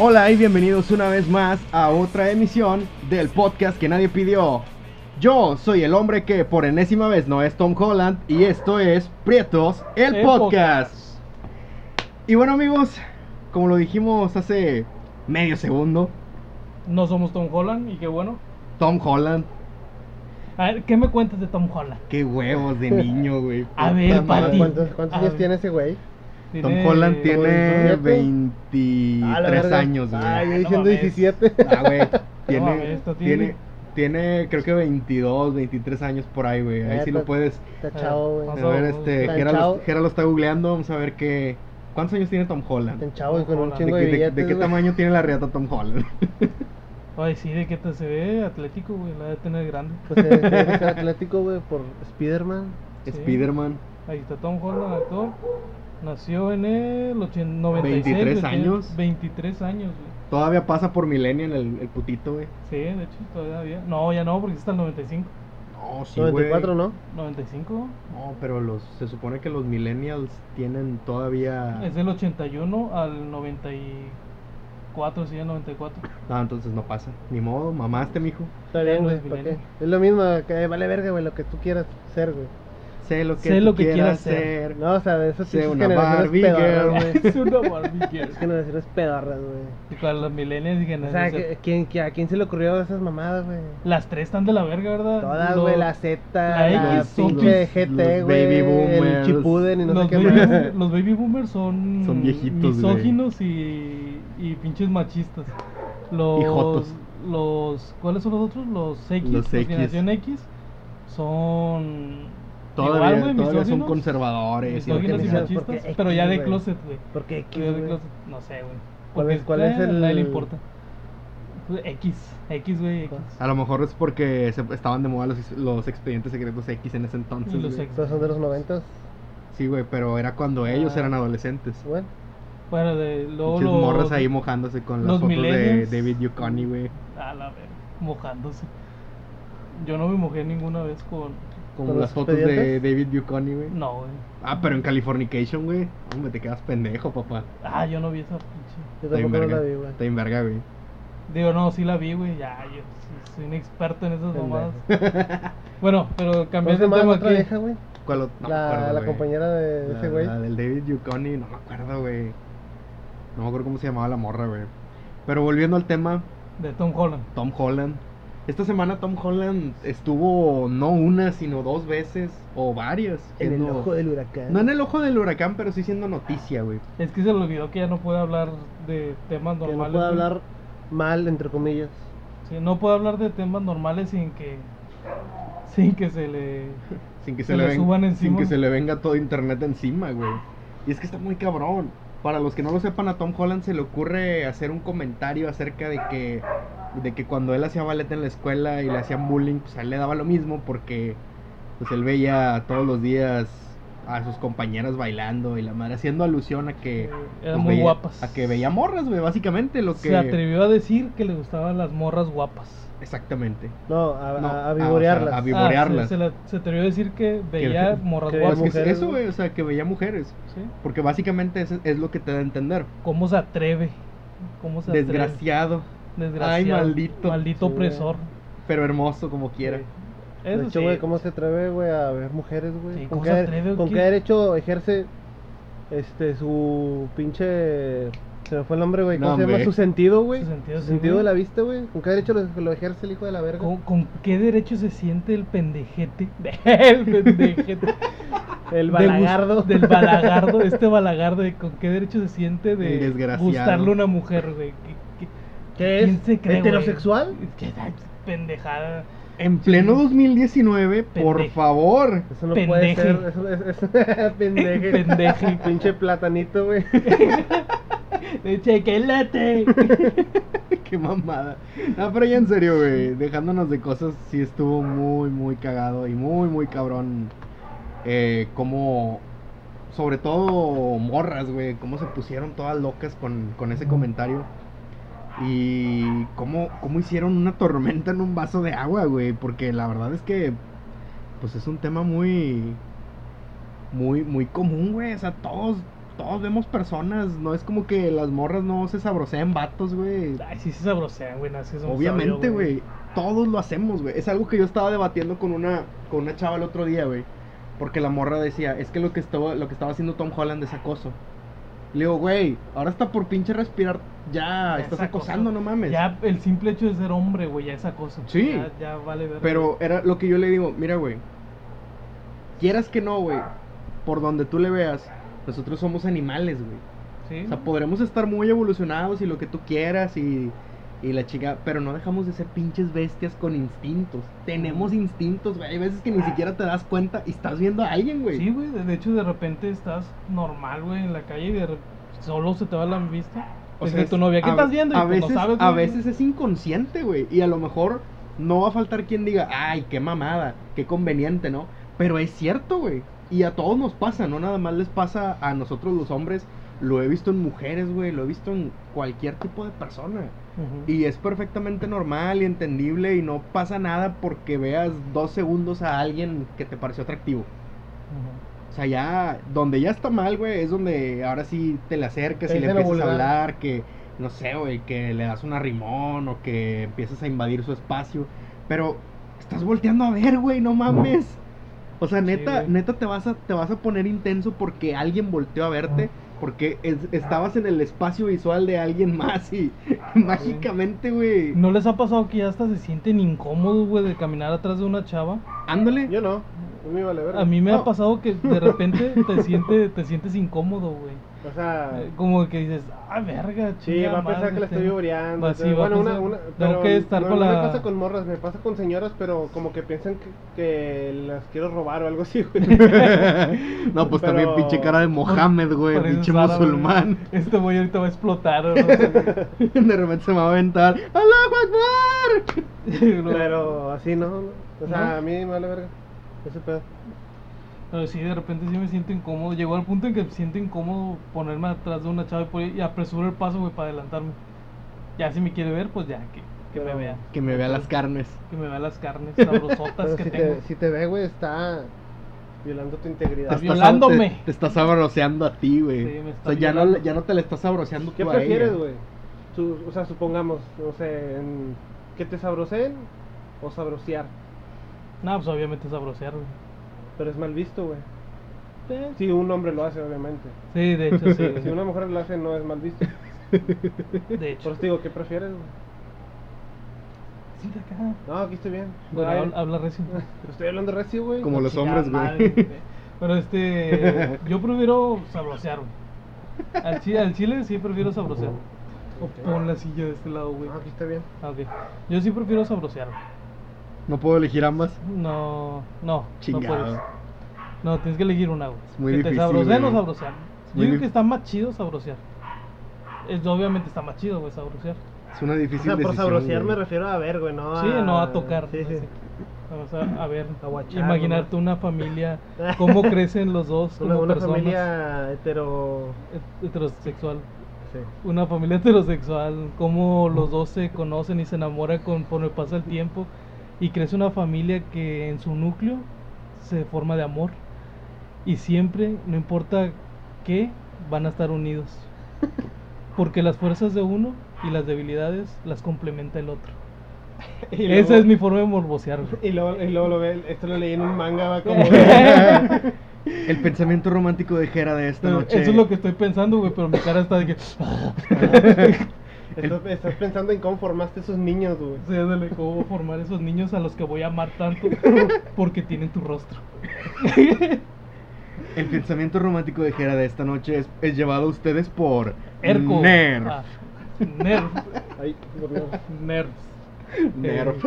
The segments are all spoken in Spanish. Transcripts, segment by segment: Hola y bienvenidos una vez más a otra emisión del podcast que nadie pidió. Yo soy el hombre que por enésima vez no es Tom Holland y esto es Prietos, el, El podcast. Y bueno amigos, como lo dijimos hace medio segundo, No somos Tom Holland y qué bueno. Tom Holland, A ver, ¿qué me cuentas de Tom Holland? qué huevos de niño, güey. A puta ver, madre. Pati. ¿Cuántos, cuántos A días Ah. ver. tiene ese güey? Tom Tiene- Holland tiene ¿Como 17? Ah, 23 la verga. años, güey. Ah, yo no diciendo mames. 17. Ah, güey. Tiene, mames, esto tiene, tiene- tiene, creo que 22, 23 años por ahí, güey. Ahí Eh, sí lo pues, puedes. Está chavo, güey. A Pasó, ver, ¿no? este, Tan Gera lo, chavo. Gera lo está googleando. Vamos a ver qué. ¿Cuántos años tiene Tom Holland? Tan chavo y con un Hola. ¿De, chingo qué- de de- billetes. de qué güey. tamaño tiene la reata Tom Holland? Ay, sí, de que te se ve atlético, güey. La de tener grande. Pues eh, debe de ser atlético, güey, por Spider-Man. Sí. Spider-Man, Ahí está Tom Holland, actor. Nació en el 80 96. 23 güey, años. tiene 23 años, güey. Todavía pasa por Millennial el, el putito, güey. Sí, de hecho, todavía. No, ya no, porque está el 95. No, sí, güey. 94, ¿no? 95. No, pero los, se supone que los Millennials tienen todavía. Es del 81 al 94, sí, al 94. No, Ah, entonces no pasa. Ni modo, mamaste, mijo. Está Ya bien, no güey. es ¿pa' qué? milenio. Es lo mismo, que vale verga, güey, lo que tú quieras ser, güey. Sé lo que, Sé tú lo que quieras quieras ser. ser. No, o sea, de esas Sé pinches una generaciones Barbie girl, pedorras, güey. es una Barbie girl. Esas generaciones pedorras, güey. Y Con los millennials y O sea, generaciones. que- ¿quién, que- ¿a quién se le ocurrió esas mamadas, güey? Las tres están de la verga, ¿verdad? Todas, Los- güey, la Z, la la, X, son pinche los- GT, los güey, baby boomers. el Chipuden y no sé los, qué baby, más. boom- los baby boomers son, Son viejitos, güey. misóginos y, y pinches machistas. Los, Y jotos. los ¿Cuáles son los otros? Los X, Los X. generación X son Todavía, igual, güey, todavía son misóginos, conservadores. y la misóginos y chingada. ¿por qué machistas, X, pero ya de güey? closet, güey. ¿Por qué X, Ya de güey? closet, No sé, güey. ¿Cuál Porque, es- cuál eh, es el- A nadie le importa. Pues, X, X, güey, Pues, X. A lo mejor es porque se- estaban de moda los, los expedientes secretos X en ese entonces. Y los güey. X. Todos son de los 90, Sí, güey, pero era cuando ellos Ah. eran adolescentes. bueno. Bueno, de luego Muchos los... morras ahí mojándose con las los fotos de millennials. David Yuconi, güey. A la verga, mojándose. Yo no me mojé ninguna vez con. Con ¿Con las los fotos de expedientes? David Yuconi, güey. No, güey. Ah, pero en Californication, güey. Hombre, te quedas pendejo, papá. Ah, yo no vi esa pinche. Yo Está bien tampoco no la verga. vi, güey. Está bien verga, güey. Digo, no, sí la vi, güey. Ya, yo sí soy un experto en esas Pendejo. mamadas. Bueno, pero ¿Cómo se cambiando de llama la tema otra vieja, aquí. güey? ¿Cuál ot- no me la acuerdo, la güey. compañera de La- ese güey. La del David Yuconi, no me acuerdo, güey. No me acuerdo cómo se llamaba la morra, güey. Pero volviendo al tema, De Tom Holland. Tom Holland. Esta semana Tom Holland estuvo no una, sino dos veces o varias. En el siendo- ojo del huracán. No en el ojo del huracán, pero sí siendo noticia, güey. Es que se le olvidó que ya no puede hablar de temas Que normales. no puedo güey. hablar mal, entre comillas. Sí, no puede hablar de temas normales sin que. Sin que se le. Sin que se, Se le, le venga, suban sin encima. que se le venga todo internet encima, güey. Y es que está muy cabrón. Para los que no lo sepan, a Tom Holland se le ocurre hacer un comentario acerca de que, de que cuando él hacía ballet en la escuela y le hacían bullying, pues a él le daba lo mismo porque pues él veía todos los días a sus compañeras bailando y la madre haciendo alusión a que Eran pues, muy veía- guapas. A que veía morras, güey, básicamente lo que Se atrevió a decir que le gustaban las morras guapas. exactamente. No, a, No, a, ah, a o sea, vivorearlas. a vi- Ah, vivorearlas. se, se la- se atrevió a decir que veía Que- morras que- O guapas. es que es mujeres, eso, güey. güey, o sea, que veía mujeres, ¿sí? porque básicamente es, es lo que te da a entender. ¿Cómo se atreve? ¿Cómo se atreve? Desgraciado, Desgraciado. Ay, maldito. Maldito Sí, opresor. pero hermoso como quiera. Eso de hecho, sí. güey, ¿cómo se atreve, güey, a ver mujeres, güey? Sí, ¿Con, ¿cómo qué, se de- atreve, con qué? qué derecho ejerce este su pinche. Se me fue el nombre, güey. ¿Cómo No, se llama? hombre. Su sentido, güey. Su sentido, sí, de güey. la vista, güey. ¿Con qué derecho lo, lo ejerce el hijo de la verga? ¿Con, con qué derecho se siente el pendejete? El pendejete. El De balagardo. gust- del balagardo. Este balagardo. de ¿Con qué derecho se siente El de desgraciado. gustarle a una mujer, güey? ¿Qué, qué- ¿Qué quién es? se cree, güey? ¿Heterosexual? ¿Qué tal? pendejada? En pleno 2019, por Pendejo. favor. Eso no Pendeje. puede ser. Eso es, es- pendeje. Pendeje. Pinche platanito, güey. ¡Chequelate! Qué mamada. No, pero ya en serio, güey. Dejándonos de cosas, sí estuvo muy, muy cagado y muy, muy cabrón. Eh, como. Sobre todo morras, güey. Cómo se pusieron todas locas con, con ese comentario. Y cómo, cómo hicieron una tormenta en un vaso de agua, güey. Porque la verdad es que. Pues es un tema muy. Muy, muy común, güey. O sea, todos todos vemos personas, no es como que las morras no se sabrosean vatos, güey. Ay, sí se sabrosean, güey. Así es un Obviamente, sabio, güey. Todos lo hacemos, güey. Es algo que yo estaba debatiendo con una, con una chava el otro día, güey. Porque la morra decía, es que lo que estaba, lo que estaba haciendo Tom Holland es acoso. Le digo, güey, ahora está por pinche respirar, ya, Ya es estás acoso. acosando, no mames. Ya el simple hecho de ser hombre, güey, ya es acoso. Sí. Ya, ya vale ver. Pero era lo que yo le digo, mira, güey. Quieras que no, güey. Por donde tú le veas, nosotros somos animales, güey. Sí. O sea, podremos estar muy evolucionados y lo que tú quieras y, y la chica, pero no dejamos de ser pinches bestias con instintos. Tenemos instintos, güey. Hay veces que ni siquiera te das cuenta y estás viendo a alguien, güey. Ah. Sí, güey. De de hecho, de repente estás normal, güey, en la calle y de re- solo se te va la vista. O Es sea, de tu novia. ¿Qué a- estás viendo? Y A pues, no veces, sabes, a güey. veces es inconsciente, güey. Y a lo mejor no va a faltar quien diga, ay, qué mamada, qué conveniente, ¿no? Pero es cierto, güey. Y a todos nos pasa, no nada más les pasa a nosotros los hombres. Lo he visto en mujeres, güey. Lo he visto en cualquier tipo de persona. Ujú. Y es perfectamente normal y entendible y no pasa nada porque veas dos segundos a alguien que te pareció atractivo. Ujú. O sea, ya, donde ya está mal, güey, es donde ahora sí te le acercas y Es le de lo empiezas a vulgar. hablar, que, no sé, güey, que le das un arrimón o que empiezas a invadir su espacio. Pero estás volteando a ver, güey, no mames. O sea, Sí, neta, güey. neta te vas, a, te vas a poner intenso porque alguien volteó a verte, porque es- estabas en el espacio visual de alguien más y Ah, mágicamente, güey. ¿No les ha pasado que ya hasta se sienten incómodos, güey, de caminar atrás de una chava? Ándale. Yo no. A mí vale verga. A mí me No. ha pasado que de repente te, siente, te sientes incómodo, güey. O sea, Eh, Como que dices, ah, verga, sí, chinga va a pensar madre, que la estoy tengo- este. vivoreando. Va, o sea, sí, va a bueno, una, pensar- una, tengo pero que estar no, con no la- me pasa con morras, me pasa con señoras, pero como que piensan que, que las quiero robar o algo así, güey. No, pues también Pero- pinche cara de Mohamed, güey, Pareces pinche árabe, güey. musulmán. Este güey ahorita va a explotar. o no Este sé. De repente se me va a aventar. ¡Alá, Akbar! Pero así no. no. O sea, ¿No? a mí me vale verga. Ese pedo. Pero sí, de repente sí me siento incómodo. Llegó al punto en que me siento incómodo ponerme atrás de una chava y, por- y apresuro el paso, güey, para adelantarme. Ya si me quiere ver, pues ya, que, que me Pero- vea. Que me vea las carnes. Que me vea las carnes sabrosotas Pero que si tengo. te, si te ve, güey, está violando tu Te integridad. estás- violándome. Te, te estás sabroseando a ti, güey. Sí, me o está sea, ya no, violando. le- ya no te la estás sabroseando ¿Qué tú a prefieres, ella. güey? Su- O sea, supongamos, no sé, en- que te sabroseen o sabrosear. No, pues obviamente sabrosear, güey. Pero es mal visto, güey. Eh, Si un hombre lo hace, obviamente. Sí, de hecho, sí. Si una mujer lo hace, no es mal visto. güey. De Por hecho. eso te digo, ¿qué prefieres, güey? Siéntate acá. No, aquí estoy bien. Bueno, Ay, habla, habla recio. Estoy hablando recio, güey. Como los Chingada hombres, madre, güey. Pero este. Yo prefiero sabrosear, güey. Al chile, al chile sí prefiero sabrosear. O pon la silla de este lado, güey. No, aquí está bien. Ah, ok. Yo sí prefiero sabrosear, güey. No puedo elegir ambas. No, no, no Chingado. puedes. No, tienes que elegir una, güey. Es muy que difícil, te sabroseen güey. o sabrosear. Yo muy digo dif- que está más chido sabrosear. Es, obviamente está más chido, güey, sabrosear. Es una difícil decisión. güey. refiero a ver, güey, no Sí, no a tocar. Ah, Sí, sí. así. Vamos a, a ver, Aguachar, imaginarte nomás. una familia, cómo crecen los dos como Una, una personas. familia hetero... het- Heterosexual. Sí. Una familia heterosexual, cómo los dos se conocen y se enamoran conforme pasa el tiempo y crece una familia que en su núcleo se forma de amor y siempre, no importa qué, van a estar unidos. Porque las fuerzas de uno y las debilidades las complementa el otro. Y Esa luego- es mi forma de morbosear. güey. Y luego, y luego lo ve, esto lo leí en un manga, va como... El pensamiento romántico de Jera de esta Pero noche. Eso es lo que estoy pensando, güey, pero mi cara está de que... estás, estás pensando en cómo formaste esos niños, güey. Sí, ándale, cómo formar esos niños a los que voy a amar tanto porque tienen tu rostro. El pensamiento romántico de Jera de esta noche es, es llevado a ustedes por. Erco. Nerf. Ah, nerf. Ay, por nerf. Nerf. Nerf.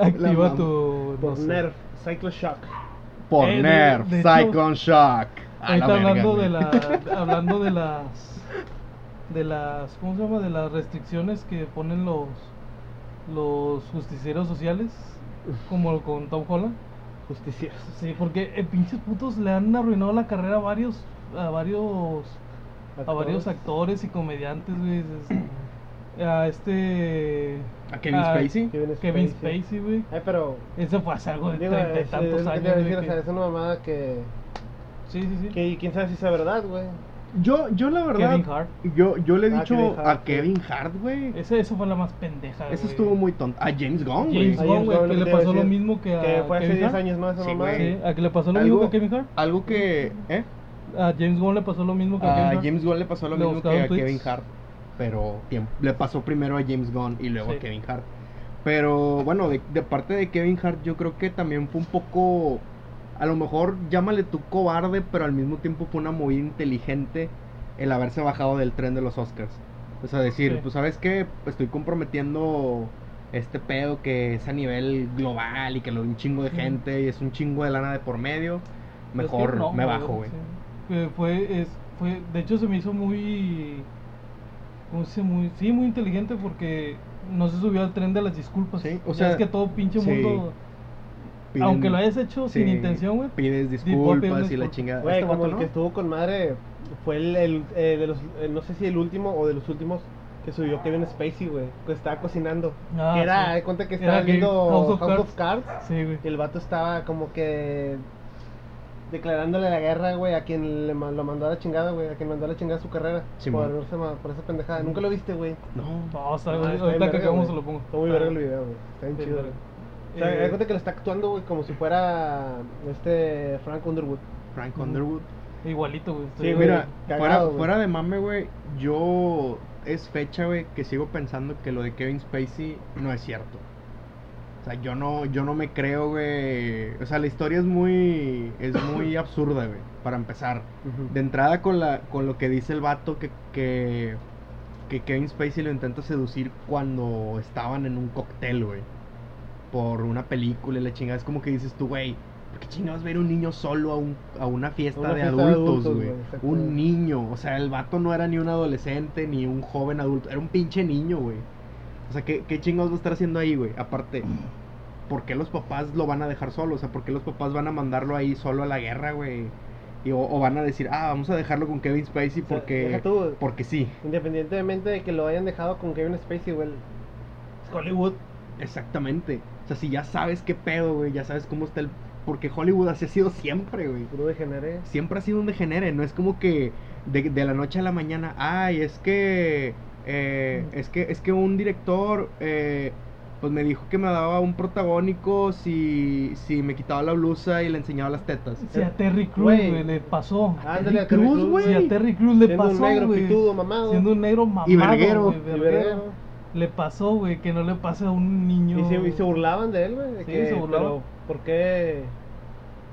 Activa mamo. tu. no Por sé. nerf. Cycloshock. Por Eh, de- Nerf. de hecho- Cyclone Shock. A Ah, la Ahorita verga, hablando güey. de, la, hablando de las. De las. ¿Cómo se llama? De las restricciones que ponen los. Los justicieros sociales. Como con Tom Holland. Justicieros. Sí, porque eh, pinches putos le han arruinado la carrera a varios. A varios a varios actores y comediantes, güey. es- A este. ¿A Kevin Spacey? Kevin Kevin Spacey. Spacey, güey. Ay, pero... Ese fue hace algo de Digo, treinta y es- tantos es- años. Es, güey, decir, o que- sea, es una mamada que... Sí, sí, sí. que quién sabe si es verdad, güey. Yo, yo la verdad. Kevin Hart. Yo, yo le he Ah, dicho Kevin Hart, a sí. Kevin Hart, güey. Esa, esa fue la más pendeja. Eso güey. estuvo muy tonto. A James Gunn, güey. James Ahí Gunn, es güey, lo que que le te pasó iba a lo decir, mismo que a Que fue hace Kevin 10 Hart. años más, esa Sí, mamá. güey. Sí, a que le pasó lo mismo que Algo, a Kevin Hart. algo que. ¿Eh? A James Gunn le pasó lo mismo que a A Kevin Hart. Ah, James Gunn le pasó lo Le mismo que buscaron a tweets. Kevin Hart. Pero tiemp- le pasó primero a James Gunn y luego Sí. a Kevin Hart. Pero bueno, de, de parte de Kevin Hart, yo creo que también fue un poco. A lo mejor llámale tú cobarde, pero al mismo tiempo fue una movida inteligente el haberse bajado del tren de los Oscars. O sea, decir, Sí. pues sabes que estoy comprometiendo este pedo que es a nivel global y que lo un chingo de Sí. gente y es un chingo de lana de por medio. Es Pues que Mejor no, me bajo, güey. sí. Fue- Fue, es, fue, de hecho se me hizo muy, ¿cómo se dice? Muy, sí, muy inteligente porque no se subió al tren de las disculpas. Sí, o Ya sea, es que todo pinche sí. mundo, Piden- aunque lo hayas hecho sin Sí, intención, güey. Pides puedo pedir disculpas y la disculpas. chingada. Güey, Este como vato el no. que estuvo con madre fue el, el, eh, de los, eh, no sé si el último o de los últimos que subió Kevin Spacey, güey, que estaba cocinando. Ah, Que era, sí. de cuenta que Era estaba que viendo House House, of of, Cards. Sí, güey. y el vato estaba como que declarándole la guerra, güey, a quien le ma- lo mandó a la chingada, güey, a quien mandó a la chingada su carrera Simón. por, haberse ma- por esa pendejada. Nunca lo viste, güey. No. No, o sea, Ah, güey, está bien ahorita que verga, acabamos se güey. lo pongo. Está muy verga el video, güey. Está bien Bien chido. verga. güey. O sea, Eh, da cuenta que lo está actuando, güey, como si fuera este Frank Underwood. Frank Underwood. Igualito, güey. Sí, güey. Mira, cagado, fuera, güey. fuera de mame, güey, yo es fecha, güey, que sigo pensando que lo de Kevin Spacey no es cierto. O sea, yo no, yo no me creo, güey. O sea, la historia es muy, es muy absurda, güey. Para empezar, de entrada con la, con lo que dice el vato que, que, que Kevin Spacey lo intenta seducir cuando estaban en un cóctel, güey. Por una película y la chingada. Es como que dices tú, güey, ¿por qué chingados va a ir un niño solo a, un- a una fiesta Una de fiesta de adultos, adultos, güey? güey, exactamente. Un niño. O sea, el vato no era ni un adolescente ni un joven adulto. Era un pinche niño, güey. O sea, ¿qué, qué chingados va a estar haciendo ahí, güey? Aparte, ¿por qué los papás lo van a dejar solo? O sea, ¿por qué los papás van a mandarlo ahí solo a la guerra, güey? Y, o, o van a decir, ah, vamos a dejarlo con Kevin Spacey O sea, porque, deja tú, güey. porque sí. Independientemente de que lo hayan dejado con Kevin Spacey, güey. es Hollywood. Exactamente. O sea, si ya sabes qué pedo, güey, ya sabes cómo está el... Porque Hollywood así ha sido siempre, güey. Puro degeneré. Siempre ha sido un degenere, no es como que de, de la noche a la mañana, ay, es que... eh, es que es que un director eh, pues me dijo que me daba un protagónico si, si me quitaba la blusa y le enseñaba las tetas. Sí, a Terry Crews, Güey. güey, le pasó. Ándale a Terry Terry Crews, Crews, güey. Sí, a Terry Crews le Siendo un pasó, negro güey. pitudo, mamado. Siendo un negro mamado, verguero. güey, Y Y verguero. verga. Le pasó, güey, que no le pase a un niño. Y se, y se burlaban de él, güey. de Sí, que, se burlaban. Pero, ¿por qué?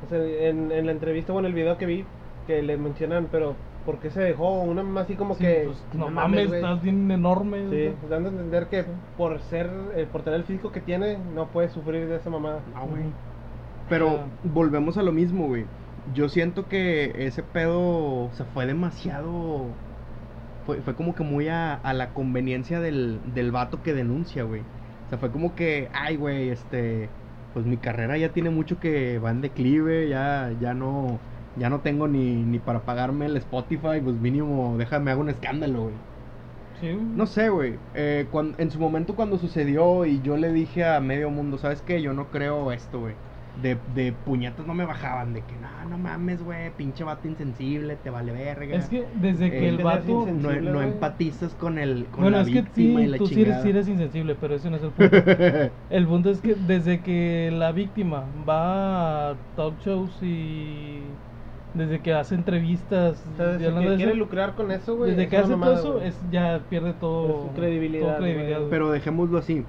O sea, en, en la entrevista o en el video que vi, que le mencionan, pero ¿por qué se dejó? Una mamá así como Sí, que. pues, no mames, güey". estás bien enorme. Sí, pues, güey. dando a entender que Sí. por ser, eh, por tener el físico que tiene, no puede sufrir de esa mamada. Ah, güey. Ujú. Pero Ah. volvemos a lo mismo, güey. Yo siento que ese pedo se fue demasiado. Fue, fue como que muy a, a la conveniencia del, del vato que denuncia, güey. O sea, fue como que, ay, güey, este. Pues mi carrera ya tiene mucho que va en declive, ya, ya no. Ya no tengo ni, ni para pagarme el Spotify, pues mínimo, déjame, hago un escándalo, güey. Sí, güey. No sé, güey. Eh, cuan- en su momento cuando sucedió y yo le dije a medio mundo, ¿sabes qué? Yo no creo esto, güey. De, de puñetas no me bajaban, de que no, no mames, güey, pinche vato insensible, te vale verga. Es que desde que Eh, el te vato. hacen no, sensible, no güey. empatizas con el con Bueno, la es que sí, víctima y la tú sí eres, chingada. sí eres insensible, pero ese no es el punto. el punto es que desde que la víctima va a talk shows y. Desde que hace entrevistas. O sea, desde y hablando que de quiere eso, lucrar con eso, güey. desde es que una hace todo mamada, eso, güey. es, ya pierde todo. Es su credibilidad, todo credibilidad, güey. Pero dejémoslo así.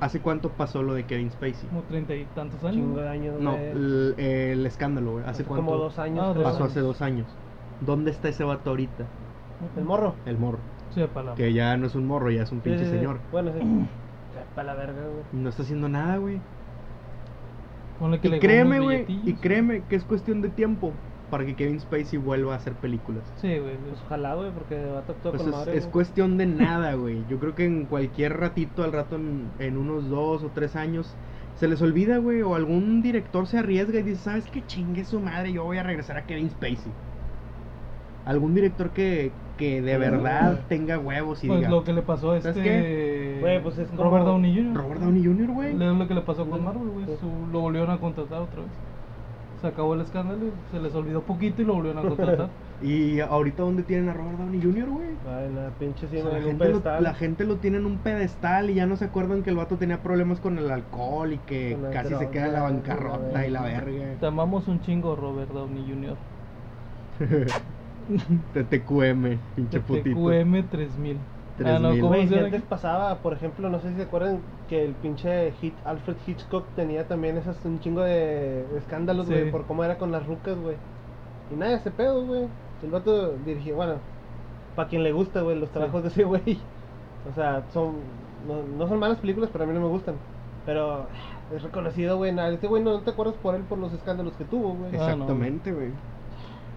¿Hace cuánto pasó lo de Kevin Spacey? Como treinta y tantos años. Chingo güey. de años, No, güey. el, el escándalo, güey. ¿Hace Hace cuánto? Como dos años. Ah, creo. pasó hace dos años. ¿Dónde está ese vato ahorita? El morro. El morro. Sí, de palabra. Que ya no es un morro, ya es un Sí, pinche sí, sí. señor. Bueno, sí. Para la verga, güey. No está haciendo nada, güey. Ponle que Y le créeme, unos güey. Y billetillos. créeme que es cuestión de tiempo para que Kevin Spacey vuelva a hacer películas. Sí, güey. güey. Pues ojalá, güey, porque va a actuar Pues con es, madre. es güey. cuestión de nada, güey. Yo creo que en cualquier ratito, al rato, en, en unos dos o tres años, se les olvida, güey. O algún director se arriesga y dice, ¿sabes qué chingue su madre? Yo voy a regresar a Kevin Spacey. Algún director que, que de verdad tenga huevos y Pues diga, lo que le pasó a ¿Sabes este. Güey, pues es como- Robert Downey Jr. Robert Downey Jr., güey. Es lo que le pasó con Ujú. Marvel, güey. Sí. su- Lo volvieron a contratar otra vez. se acabó el escándalo, se les olvidó poquito y lo volvieron a contratar. ¿Y ahorita dónde tienen a Robert Downey Jr., güey? Ah, en la pinche O sea, cima, la, en un gente lo, pedestal. la gente lo tiene en un pedestal y ya no se acuerdan que el vato tenía problemas con el alcohol y que Con la casi se droga, queda en la la bancarrota y la verga. Te amamos un chingo, Robert Downey Jr. Te TQM, pinche putito. TQM 3000. Ah, no, 3000. ¿cómo Güey, se si llama? antes pasaba, por ejemplo, no sé si se acuerdan que el pinche Hit Alfred Hitchcock tenía también esas un chingo de escándalos, Sí. güey, por cómo era con las rucas, güey. Y nada, ese pedo, güey. El vato dirigía, bueno, para quien le gusta, güey, los trabajos de ese güey. O sea, son no, no son malas películas, pero a mí no me gustan. Pero es reconocido, güey. nada, Este güey no, no te acuerdas por él por los escándalos que tuvo, güey. Ah. no. Exactamente, güey.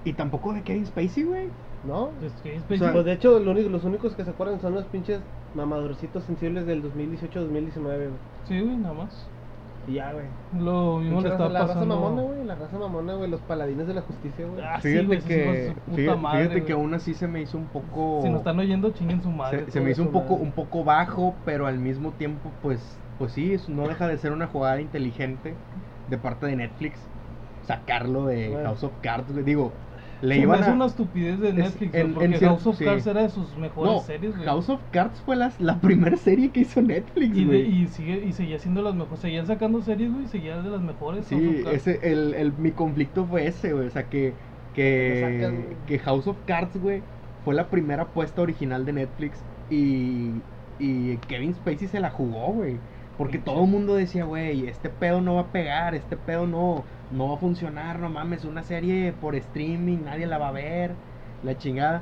Y tampoco de Kevin Spacey, güey. ¿No? Pues, ¿qué es? O sea, Pues de hecho, lo único- los únicos que se acuerdan son los pinches mamadorcitos sensibles del 2018-2019, güey. Sí, güey, nada más. Y ya, güey. Lo mismo le Pinche está raza- la raza pasando. mamona, güey. La raza mamona, güey. Los paladines de la justicia, güey. Ah, sí, fíjate güey, esos hijos de que su puta fíjate, madre, fíjate güey. que aún así se me hizo un poco Si nos están oyendo, chinguen su madre. se, se todo me hizo un eso, poco madre. un poco bajo, pero al mismo tiempo pues pues sí, es- no deja de ser una jugada inteligente de parte de Netflix sacarlo de Bueno. House of Cards, güey. digo, le Se me iban hace a una estupidez de es- Netflix, güey, en- en porque cier- House of sí. Cards era de sus mejores No, series, güey. House of Cards fue la, la primera serie que hizo Y, Netflix, de- güey. y sigue y seguía siendo las mejores, seguían sacando series, güey, y seguían de las mejores. House Sí, of Cards. ese, el, el- mi conflicto fue ese, güey. O sea, que, Lo que, sacan. que House of Cards, güey, fue la primera apuesta original de Netflix. Y, y Kevin Spacey se la jugó, güey. Porque Pinche. todo el mundo decía, güey, este pedo no va a pegar, este pedo no, no va a funcionar, no mames, una serie por streaming, nadie la va a ver, la chingada.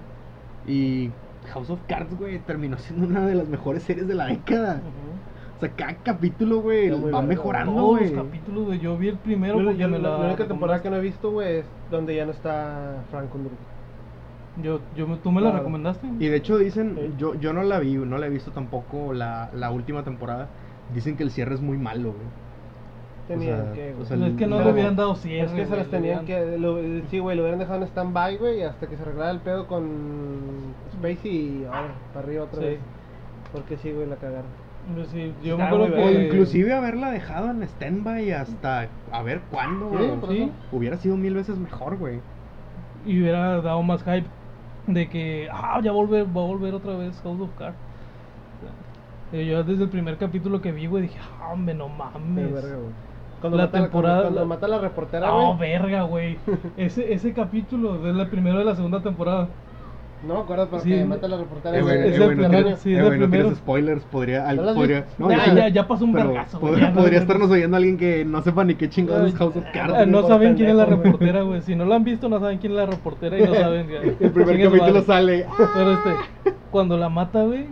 Y House of Cards, güey, terminó siendo una de las mejores series de la década. Ujú. O sea, cada capítulo, güey, Está muy va verga, mejorando, Todos güey. los capítulos, güey. Yo vi el primero Yo- porque yo- me la. la, única temporada recomendaste. que no he visto, güey, es donde ya no está Frank Underwood. Yo, yo me- tú me la Claro. recomendaste. Y de hecho dicen, Sí. yo, yo no la vi, no la he visto tampoco la, la última temporada. Dicen que el cierre es muy malo, güey. Tenían sea, que, o güey. sea, es que no no, le habían dado cierre. es que se güey, las le tenían habían- que. lo- sí, güey, lo hubieran dejado en stand-by, güey, hasta que se arreglara el pedo con Spacey y ahora, para arriba otra Sí. vez. Porque sí, güey, la cagaron. Pues sí, yo me Está acuerdo muy O que. verga. inclusive haberla dejado en stand-by hasta a ver cuándo, Sí, güey. por sí. eso. Hubiera sido mil veces mejor, güey. Y hubiera dado más hype de que. Ah, ya volver, va a volver otra vez House of Cards. Eh, Yo desde el primer capítulo que vi, güey, dije, ah, hombre, no Qué mames. verga, güey. Cuando La Ah, mata a temporada- Cuando, cuando mata a la reportera, güey. No, verga, güey. Ese, ese capítulo es el primero de la segunda temporada. No me acuerdo, pero Sí. que mata a la reportera. Eh, güey. güey, es eh, el güey, no primero, tires- sí, es eh, el güey, no tires primero. spoilers, podría... al- ¿No las podría- viste? no, ya, sé, Ah, ya, ya pasó un pero vergazo, güey, pod- ya, podría no, estarnos oyendo alguien que no sepa ni qué chingados es Ay, House of Cards. Ah, no por saben quién es la pendejo, güey. reportera, güey. Si no la han visto, no saben quién es la reportera y no saben. ya. El primer Chingue su capítulo madre. sale. ¡ah! Pero este, cuando la mata, güey,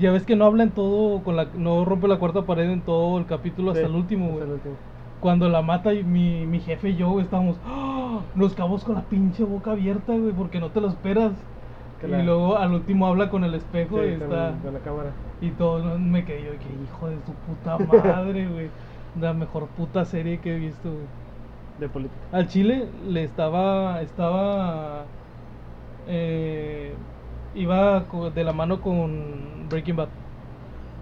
ya ves que no habla en todo, con la, no rompe la cuarta pared en todo el capítulo hasta Sí, el último, hasta güey. el último. Cuando la mata y mi, mi jefe y yo, güey, estábamos, ¡ah! nos cabos con la pinche boca abierta, güey, porque no te lo esperas. Que y la- luego al último habla con el espejo y Sí, con- está. con la cámara. Y todo ¿no? me quedé yo, de que hijo de su puta madre, güey. La mejor puta serie que he visto, güey. De política. Al Chile le estaba. Estaba. eh, iba co- de la mano con Breaking Bad.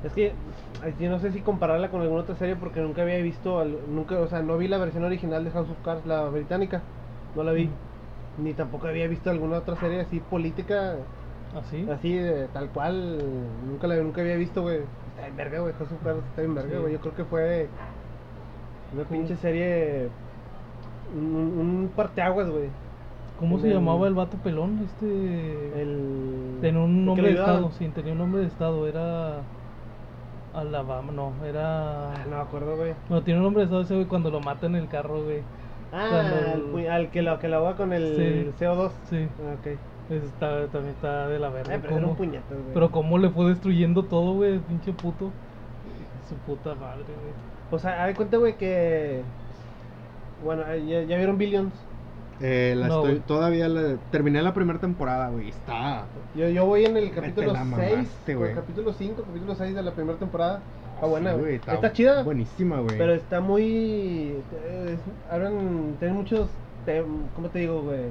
Es que ay, sí, no sé si compararla con alguna otra serie porque nunca había visto, al- nunca, o sea, no vi la versión original de House of Cards, la británica, no la vi. Ni tampoco había visto alguna otra serie así política, Así. así de tal cual, nunca la nunca había visto, güey. Está en verga, güey, House of Cards está en verga, Sí. güey. Yo creo que fue una pinche serie, un, un parteaguas, güey. ¿Cómo se el- llamaba el vato pelón? Este. El... tenía un el que nombre le de ayudaba. estado. Sí, tenía un nombre de estado. Era. Alabama. No, era. Ah, No me acuerdo, güey. No, tiene un nombre de estado ese, güey, cuando lo mata en el carro, güey. Cuando- Ah, al, pu- al que lo que lo haga con el Sí. CO2. Sí. Ah, Ok. Ese está, también está de la verga. Eh, pero era ¿cómo? un puñetazo, güey. Pero cómo le fue destruyendo todo, güey, pinche puto. Su puta madre, güey. O sea, haz de cuenta, güey, que. Bueno, eh, ya, ya vieron Billions. Eh, la No, estoy, güey. todavía la- terminé la primera temporada, güey. Está... Yo, yo voy en el Vete capítulo la 6, mamaste, güey. capítulo 5, capítulo 6 de la primera temporada. Está buena, Sí, güey. está Está, chida, Buenísima, güey. pero está muy. eh, es- hablan. Tienen muchos. tem- ¿Cómo te digo, güey?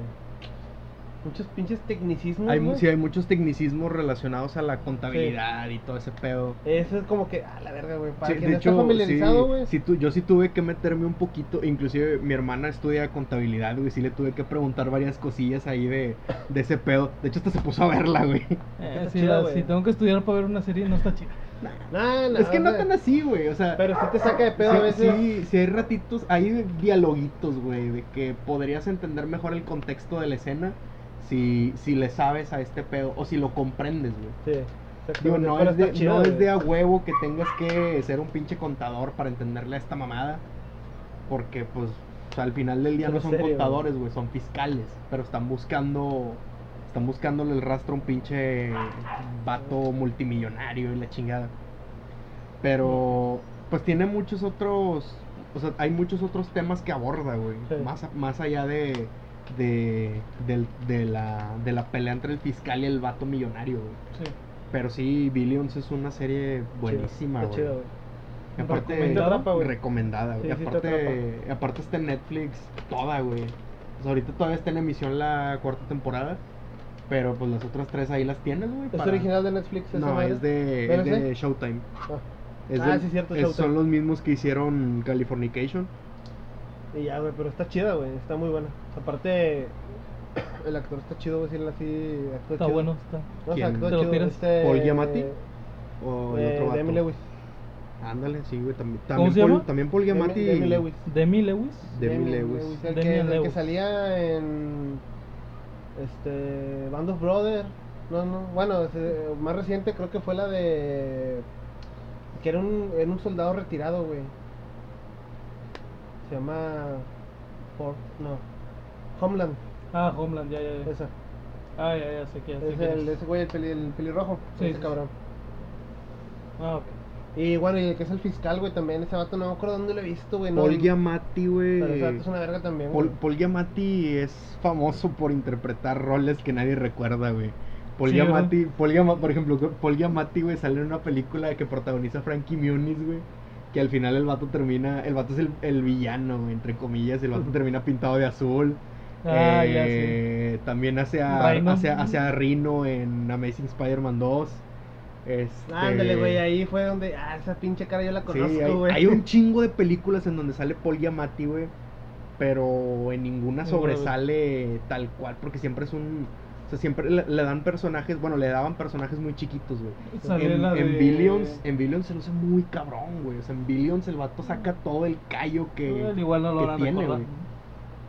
Muchos pinches tecnicismos. Hay, mu- güey. sí, hay muchos tecnicismos relacionados a la contabilidad y todo ese pedo. Eso es como que, ah, la verga, güey. Para Sí, quien no está familiarizado, sí, güey. sí tu- yo sí tuve que meterme un poquito, inclusive mi hermana estudia contabilidad, güey, sí le tuve que preguntar varias cosillas ahí de, de ese pedo. De hecho, hasta se puso a verla, güey. Eh, Está sí, chida, la- güey. si tengo que estudiar para ver una serie, no está chida. No, no, es que o no sea, tan así, güey, o sea... Pero sí te saca de pedo sí, a veces. sí, sí hay ratitos, hay dialoguitos, güey, de que podrías entender mejor el contexto de la escena si, si le sabes a este pedo o si lo comprendes, güey. Sí, Digo, exactamente, no, pero es de, está chido, no es güey. de a huevo que tengas que ser un pinche contador para entenderle a esta mamada. Porque, pues, o sea, al final del día Pero no son serio, contadores, güey, son fiscales. Pero están buscando. Están buscándole el rastro a un pinche vato multimillonario y la chingada. Pero, pues tiene muchos otros. O sea, hay muchos otros temas que aborda, güey. Sí. Más, a- más allá de. De, del- de, la, de la pelea entre el fiscal y el vato millonario, güey. Sí. Pero sí, Billions es una serie buenísima, Está güey. chido, güey. Y Aparte, Recomendada. recomendada, Te atrapa, güey. güey. Y Sí, sí te aparte, aparte está en Netflix toda, güey. O sea, ahorita todavía está en emisión la cuarta temporada. Pero pues las otras tres ahí las tienes, güey. ¿Es para- original de Netflix? esa No, madre? es de, es ¿Pero de Showtime. Ah. Es Ah, sí, cierto, es- Showtime. Son los mismos que hicieron Californication. Y ya, güey, pero está chida, güey. Está muy buena. Aparte, el actor está chido, güey. Si él así actúa Está chido. bueno, está. No, o sea, ¿Quién? actúa ¿Te lo chido. tiras? Este, ¿Paul Giamatti? O el eh, otro Demi vato. Lewis. Ándale, sí, güey. También, ¿Cómo también se Paul, llama? también Em-, Paul Giamatti. Demi, Demi Lewis. Demi Lewis. Demi Lewis. El, Demi que, el Lewis. que salía en. Este. Band of Brothers. No, no. Bueno, ese, más reciente creo que fue la de. Que era un, era un soldado retirado, güey. Se llama. Ford. No. Homeland. Ah, Homeland, ya, ya, ya. Esa. Ah, ya, ya, sé que ya sé Es quién el, es. ese güey, el, peli- el pelirrojo. Sí, ese sí, cabrón. Ah, ok. Y bueno, y el que es el fiscal, güey, también. Ese vato no me acuerdo dónde lo he visto, güey. No, Paul Giamatti, güey. Pero ese vato es una verga también, Paul, güey. Paul Giamatti es famoso por interpretar roles que nadie recuerda, güey. Paul Sí, ¿verdad? Giamatti, Paul Giamatti, por ejemplo, Paul Giamatti, güey, sale en una película que protagoniza Frankie Muniz, güey. Que al final el vato termina, el vato es el, el villano, güey, entre comillas, el vato termina pintado de azul. Ah, Eh, También hace a, Rhino. hace, hace a Rino en Amazing Spider-Man 2. Este, Ándale, güey, ahí fue donde. Ah, esa pinche cara yo la Sí, conozco, hay, güey. hay un chingo de películas en donde sale Paul Giamatti, güey. Pero en ninguna Ninguna, sobresale tal cual, porque siempre es un. O sea, siempre le, le dan personajes, bueno, le daban personajes muy chiquitos, güey. ya sé. Sale En, la en de- Billions, en Billions se luce muy cabrón, güey. O sea, en Billions el vato saca todo el callo Bueno, que. Igual no que lo van a tiene, recordar. güey.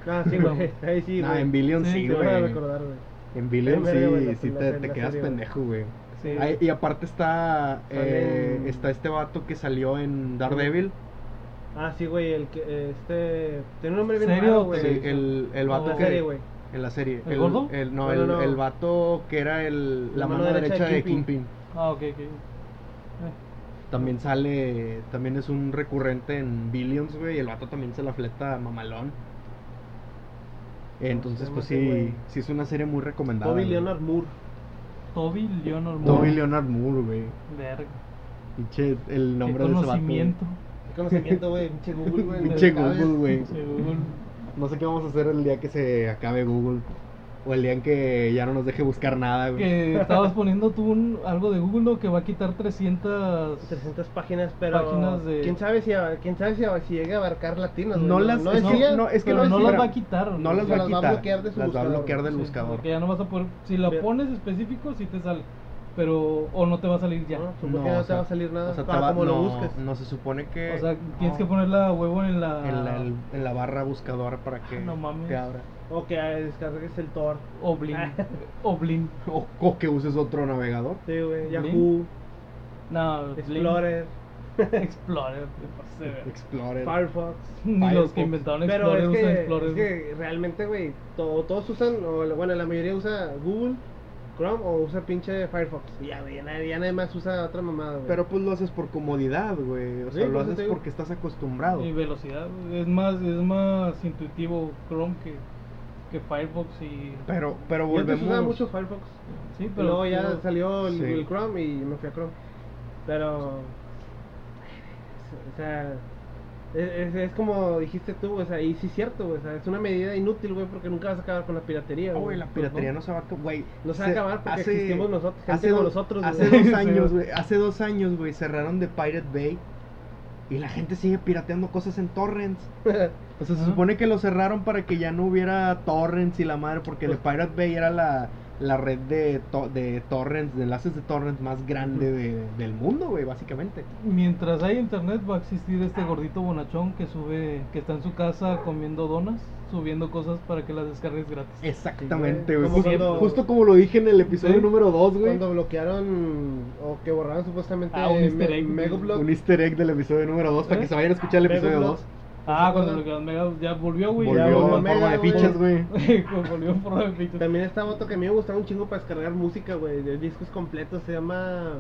Ah, sí, güey. Ahí sí, Nah, güey. en Billions Sí, sí, Te van a güey. recordar, güey. En Billions Sí, güey, la- sí, sí la- te, la te quedas serie, güey. pendejo, güey. Sí. Ay, y aparte está. eh, Salen- está este vato que salió en Daredevil. Ah, sí, güey, el que. eh, Este. Tiene un nombre bien ¿Serio? raro, güey. Sí, el, el vato Oh. La que. serie, güey. En la serie. ¿El gordo? el- no, No, el, no, no. el vato que era el, la, mano, derecha, de Kingpin. Ah, ok, ok. Eh, También sale, también es un recurrente en Billions, güey. y El vato también se la fleta a mamalón. Entonces, llama pues ese güey? sí, sí es una serie muy recomendada. Toby güey. Leonard Moore. Toby Leonard Moore. Toby Leonard Moore, güey. Verga. Pinche, el Qué nombre de ese vato. güey. conocimiento. Qué conocimiento, güey. Pinche Google, güey. Pinche no sabes. Google, güey. Según. No sé qué vamos a hacer el día que se acabe Google. O el día en que ya no nos deje buscar nada, güey. Que estabas poniendo tú un, algo de Google ¿no? que va a quitar 300. 300 páginas, pero. Páginas de- ¿Quién sabe si, a- quién sabe si, a- si llega a abarcar latinos? güey? No las- no, es que- decía, no, es que pero no no es- las va a quitar. No las va a las va a quitar. bloquear de las su va a buscador, bloquear del Sí, buscador. porque ya no vas a poder. Si la Bien. pones específico, sí te sale. Pero. O no te va a salir ya. No, supongo que No, no o te sea, va a salir nada. O sea, te para va- como lo no, busques. no se supone que. O sea, no, tienes que ponerla a huevo en la. En Ah. la, en la barra buscadora para que Ah, no mames. te abra. O que descargues el Tor. Oblin. Ah. Oblin. O, o que uses otro navegador. Sí, güey. Blink. Yahoo, No, Blin. Explorer, Explorer. te pasé, güey. Explorer. Firefox. Ni los Firefox. que inventaron Pero Explorer es usan que, Explorer. es que realmente, güey, to- todos usan, o la- bueno, la mayoría usa Google, Chrome o usa pinche Firefox. Y Ya, güey, ya, nadie- ya nadie más usa otra mamada, güey. Pero pues lo haces por comodidad, güey. O sea, Sí, lo por eso te haces digo. porque estás acostumbrado. Y velocidad, es más, es más intuitivo Chrome que, que Firefox y... Pero, pero yo antes usaba volvemos. mucho Firefox. sí, Pero luego ya pero- salió el, Sí. el Chrome y me fui a Chrome. Pero. O sea, Es, es- es como dijiste tú, o sea, y sí es cierto, güey, o sea, es una medida inútil, güey, porque nunca vas a acabar con la piratería, Ah, güey, la piratería no se va a acabar, güey. No se va Se- a acabar porque hace- existimos nosotros, gente Hace, como do- nosotros, hace güey. dos años, güey. Hace dos años, güey, cerraron de Pirate Bay. Y la gente sigue pirateando cosas en torrents. O sea, se Ajá. supone que lo cerraron para que ya no hubiera torrents y la madre, porque el de Pirate Bay era la, la red de, to- de torrents, de enlaces de torrents más grande de- del mundo, güey, básicamente. Mientras hay internet va a existir Ah. este gordito bonachón que sube, que está en su casa comiendo donas, subiendo cosas para que las descargues gratis. Eh, Exactamente, Sí, güey. güey. Justo, Como cuando- justo como lo dije en el episodio Sí. número 2, güey. Cuando bloquearon o que borraron supuestamente Ah, un easter Me- egg. Megablock. Un easter egg del episodio número 2, para ¿Eh? que se vayan a escuchar el Mega episodio Block. 2. Ah, cuando lo que Mega ya volvió, güey. Volvió ya en Mega, forma de güey. fichas, güey. volvió en forma de fichas. También estaba otro que a mí me gustaba un chingo para descargar música, güey, de discos completos, se llama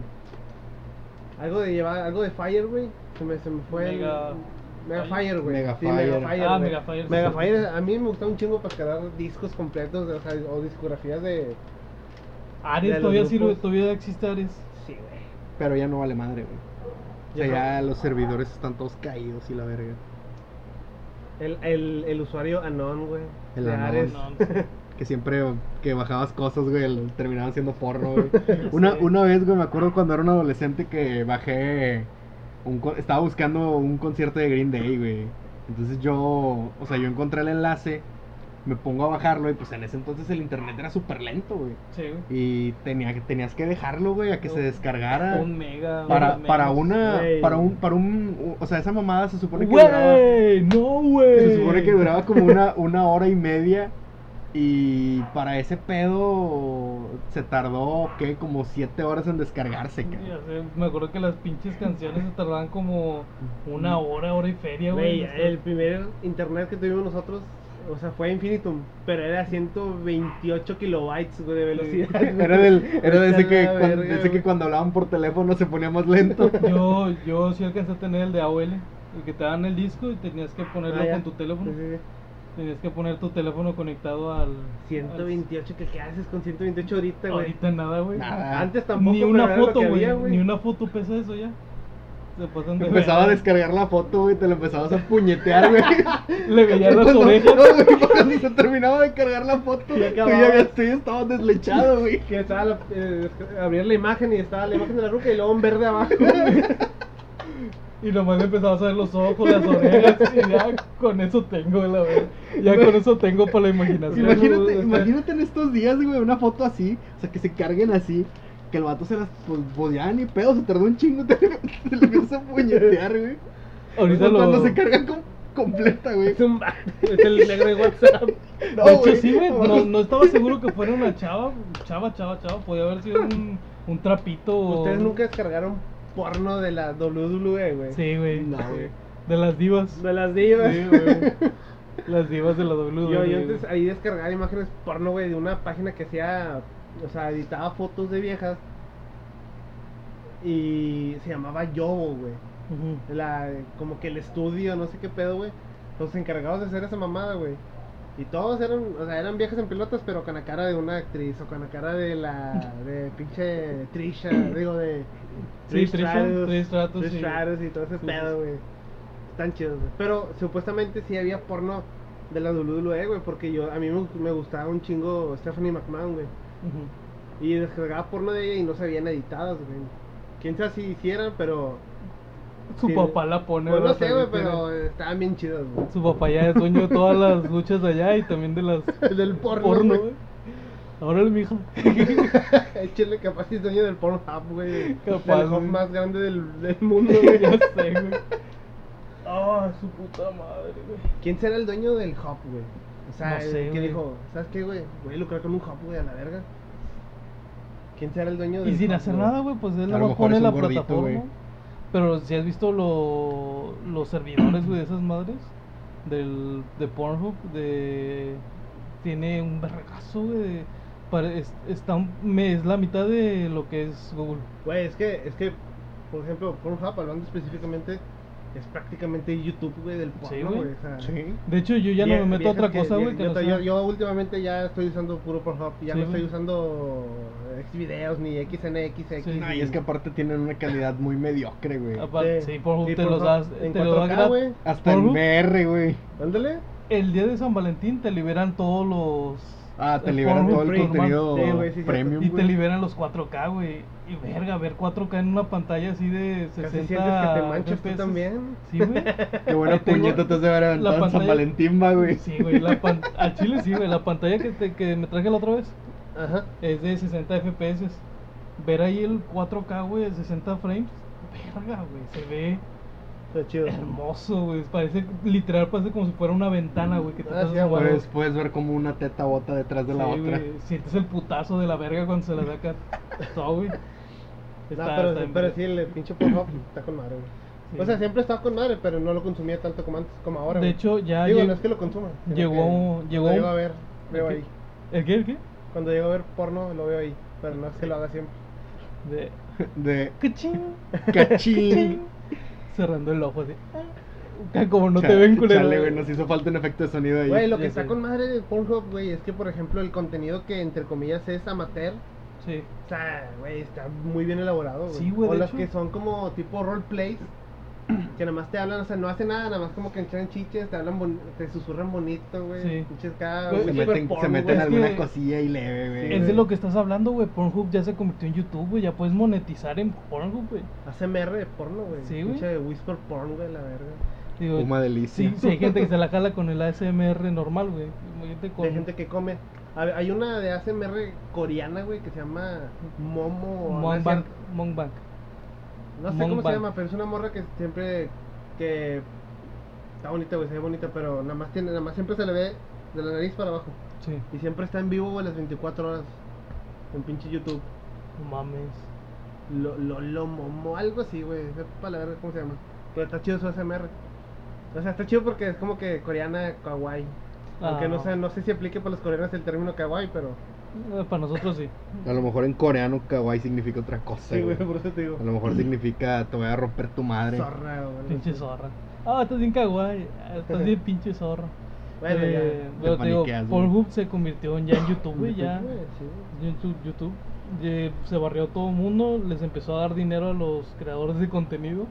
algo de llevar, algo de Fire, güey. Se me, se me fue el- Mega- Mega Fire, güey. Mega Sí, Fire. Mega Fire. Ah, güey. Mega Fire, sí, Mega sí. Fire, a mí me gustaba un chingo para descargar discos completos, o, sea, o discografías de Ares de los todavía sirve, grupos. todavía existe Ares. Sí, güey. Pero ya no vale madre, güey. O sea, ya los servidores están todos caídos y la verga. El, el, el usuario Anon, güey. El de Anon. Ares. No, no sé. Que siempre que bajabas cosas, güey, lo- terminaban siendo porno, güey. Una, una vez, güey, me acuerdo cuando era un adolescente que bajé. Un, co- estaba buscando un concierto de Green Day, güey. Entonces yo, o sea, yo encontré el enlace, me pongo a bajarlo y pues en ese entonces el internet era súper lento, güey. Sí, güey. Y tenía, que- tenías que dejarlo, güey, a que se descargara. Un mega. Ah. Para, menos. para una, Güey. para un, para un, o sea, esa mamada se supone que duraba- Güey, no, güey. se supone que duraba como una, una hora y media. Y para ese pedo se tardó, ¿qué? Como siete horas en descargarse, Ya cabrón. sé, Me acuerdo que las pinches canciones se tardaban como una hora, hora y feria, Güey, güey. el primer internet que tuvimos nosotros, o sea, fue Infinitum, pero era 128 kilobytes güey, de velocidad. Era, del, era de ese que, La cuan- verga, de ese que güey. cuando hablaban por teléfono se ponía más lento. Yo, yo sí alcancé a tener el de AOL, el que te daban el disco y tenías que ponerlo Ah, ya. con tu teléfono. Sí, sí, sí. Tenías que poner tu teléfono conectado al. 128, ¿qué, qué haces con 128 ahorita, al- güey? Ah. Ahorita nada, güey. Nada. Antes tampoco Ni pero una era lo foto, que güey. había, Ni una foto pesa eso ya. Se pasan de Empezaba a verga. descargar la foto, güey, te la empezabas a puñetear, güey. Le veías las Cuando- orejas. no, güey, cuando se terminaba de cargar la foto, tú Ya ya, acababa. habías- tú ya estabas deslechado, güey. Que estaba la, eh, abrir la imagen y estaba la imagen de la ruca y luego un verde abajo. güey. Y nomás le empezabas a ver los ojos, las orejas. Y ya con eso tengo, la verdad. Ya con eso tengo para la imaginación. güey, Pues o Imagínate, sea, imagínate en estos días, güey, una foto así, o sea, que se carguen así, que el vato se las pues, pues, ya ni pedo, se tardó un chingo, te, te le empiezas a puñetear, güey. Ahorita lo. Cuando se cargan com- completa, güey. Es un vato, es el negro de WhatsApp. No, de hecho, güey, sí, güey, no, no, no estaba seguro que fuera una chava, chava, chava, chava, podía haber sido un, un trapito. o- Ustedes nunca descargaron porno de la WWE, güey. Sí, güey. No, güey. De las divas. De las divas. Sí, güey. Las divas de la WWE. Yo, yo güey. antes ahí descargaba imágenes porno, güey, de una página que hacía, o sea, editaba fotos de viejas. Y se llamaba Yobo, güey. Ujú. La, como que el estudio, no sé qué pedo, güey. Los encargados de hacer esa mamada, güey. Y todos eran, o sea, eran viejas en pelotas, pero con la cara de una actriz o con la cara de la, de pinche Trisha, digo, de... Sí, Trisha, Trish Stratus, Trish sí. Stratus y todo ese Sí, sí, sí. pedo, güey. Están chidos, güey. Pero supuestamente sí había porno de la WWE, güey, porque yo, a mí me, me gustaba un chingo Stephanie McMahon, güey. Ujú. Y descargaba porno de ella y no se habían editadas, güey. Quién sabe si hicieran, pero... Su Sí. papá la pone. Pues no ¿verdad? sé, güey, También pero estaban bien chidos, güey. tiene- Su papá ya es dueño de todas las luchas de allá y también de las. El del porno, Porno, güey. güey. Ahora el mijo. Échale capaz si es dueño del Pornhub, güey. Capaz, El hub güey. más grande del, del mundo, güey. ya sé, güey. Ah, su puta madre, güey. ¿Quién será el dueño del hub, güey? O sea, No sé, el que güey. dijo, ¿sabes qué, güey? Voy a lucrar con un hub, güey, a la verga. ¿Quién será el dueño del Y sin hub, hacer güey? nada, güey, pues él A nada lo más mejor pone es un la gordito, plataforma. güey. Pero si has visto lo- los servidores, güey, de esas madres del, de Pornhub, de, tiene un vergazo, güey. de- pare- es, está un- me- es la mitad de lo que es Google. Güey, es que, es que, por ejemplo, Pornhub, hablando específicamente, es prácticamente YouTube, güey, del porno, Sí, güey. güey. o sea, Sí. De hecho, yo ya no me vie- meto a otra viejas que- cosa, güey. vie- que Yo, no yo- sea- yo últimamente ya estoy usando puro Pornhub. Ya Sí, no estoy güey. usando Xvideos ni XNXX. Sí. No, y es que aparte tienen una calidad muy mediocre, güey. Aparte, sí, Pornhub Sí, te los Pornhub das, en te lo dan 4K, gratis. güey. Hasta en Pornhub. VR, güey. Ándale. El día de San Valentín te liberan todos los. Ah, te eh, liberan Pornhub todo el free, contenido Sí, güey, sí, cierto. premium, Y te güey. liberan los 4K, güey. Y verga, ver 4K en una pantalla así de 60 Casi sientes que te manchas tú FPS. también. Sí, güey. Qué buena Ahí tengo puñeta te has de haber aventado en San pantalla- Valentín, va, güey. Sí, güey. la pan- Al chile sí, güey. La pantalla que, te- que me traje la otra vez Ajá. es de 60 FPS. Ver ahí el 4K, güey, de 60 frames. Verga, güey. Se ve Está chido. hermoso, güey. Parece, literal, parece como si fuera una ventana, güey. Que te Ah, estás sí, a huevo. Puedes, puedes ver como una teta bota detrás de la Sí, otra. güey, Sientes el putazo de la verga cuando se la saca. No, güey. No, Está- pero, está pero bien. sí, el pinche Pornhub está con madre, güey. Sí. O sea, siempre estaba con madre, pero no lo consumía tanto como antes, como ahora. De güey. hecho, ya Digo, lleg- no es que lo consuma. sino llegó- que llegó Cuando un- llego a ver, veo ¿El ahí. ¿El qué? ¿El qué? Cuando llego a ver porno, lo veo ahí. Pero no es que lo haga siempre. De... De ¡Cachín! cachín. Cerrando el ojo así. Ah, Como no te Chale, ven, culero. Chale, güey, nos hizo falta un efecto de sonido ahí. Güey, lo que ya está sé. con madre de Pornhub, güey, es que, por ejemplo, el contenido que, entre comillas, es amateur, Sí. o sea, güey, está muy bien elaborado, güey. Sí, güey, O de las hecho. que son como tipo roleplays, que nada más te hablan, o sea, no hacen nada, nada más como que echan chiches, te hablan, boni- te susurran bonito, güey. Sí. Pinches cada... Güey, se es meten, se meten güey, es alguna que- cosilla y leve, güey. Es de lo que estás hablando, güey. Pornhub ya se convirtió en YouTube, güey. Ya puedes monetizar en Pornhub, güey. ACMR de porno, güey. Sí, güey. Pinche de whisper porn, güey, la verga. Digo, Una delicia. sí, sí, hay gente que se la jala con el ASMR normal, güey. Hay gente con- De gente que come. A ver, hay una de ACMR coreana, güey, que se llama Momo. o algo así. Mongbank. Mongbank. No sé Mong cómo se Bang. llama, pero es una morra que siempre que está bonita, güey, se ve bonita, pero nada más tiene, nada más siempre se le ve de la nariz para abajo Sí. y siempre está en vivo güey, las 24 horas en pinche YouTube. No mames. Lo lo, lo momo, algo así, güey, para la verga cómo se llama. Pero está chido su ASMR. O sea, está chido porque es como que coreana kawaii. Aunque Ah, no sé, no sé si aplique para los coreanos el término kawaii, pero Eh, Para nosotros sí. A lo mejor en coreano kawaii significa otra cosa, sí, güey. güey, por eso te digo. A lo mejor significa te voy a romper tu madre. Zorra, güey. Pinche zorra. Ah, estás bien kawaii. Ah, Estás bien pinche zorra. Bueno, ya. Eh, pero Te te digo, paniqueas, güey. Pornhub se convirtió en ya en YouTube, güey, ya. Sí, sí. YouTube, YouTube. eh, se barrió todo el mundo, les empezó a dar dinero a los creadores de contenido.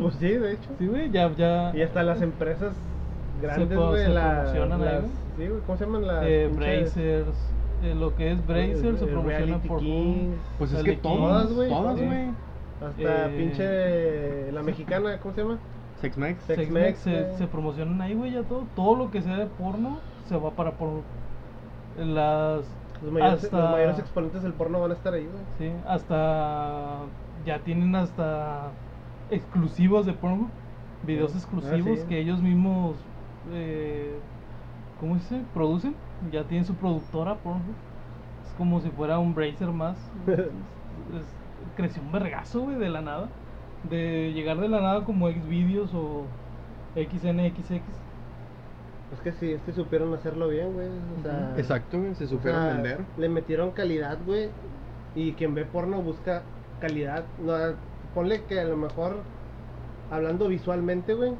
Pues sí, de hecho. Sí, güey, ya, ya. Y hasta las empresas grandes, pro- güey, se la- promocionan ahí, las- güey. Sí, güey, ¿cómo se llaman las? eh, pinches- Brazers, eh, lo que es eh, Brazers se eh, promociona Reality por Kings, Pues es El que de todas, Kings, todas, sí. güey. Hasta eh, pinche la mexicana, ¿cómo se llama? Sex Mex. Sex Sexmex Mex, se, güey. se promocionan ahí, güey, ya todo. Todo lo que sea de porno se va para por las Los mayores, Hasta- los mayores exponentes del porno van a estar ahí, güey. Sí, hasta. Ya tienen hasta. Exclusivos de Pornhub. Videos Ah, exclusivos sí. que ellos mismos. Eh, ¿Cómo se dice? Producen. Ya tienen su productora Pornhub. Es como si fuera un Bracer más. Es- es- creció un vergazo, güey, de la nada. De llegar de la nada como Xvideos o XNXX. Es que sí, es que supieron hacerlo bien, güey. O sea, Exacto, güey. Se o supieron Ah, sea, vender. Le metieron calidad, güey. Y quien ve porno busca calidad. No, ponle que a lo mejor, hablando visualmente, güey,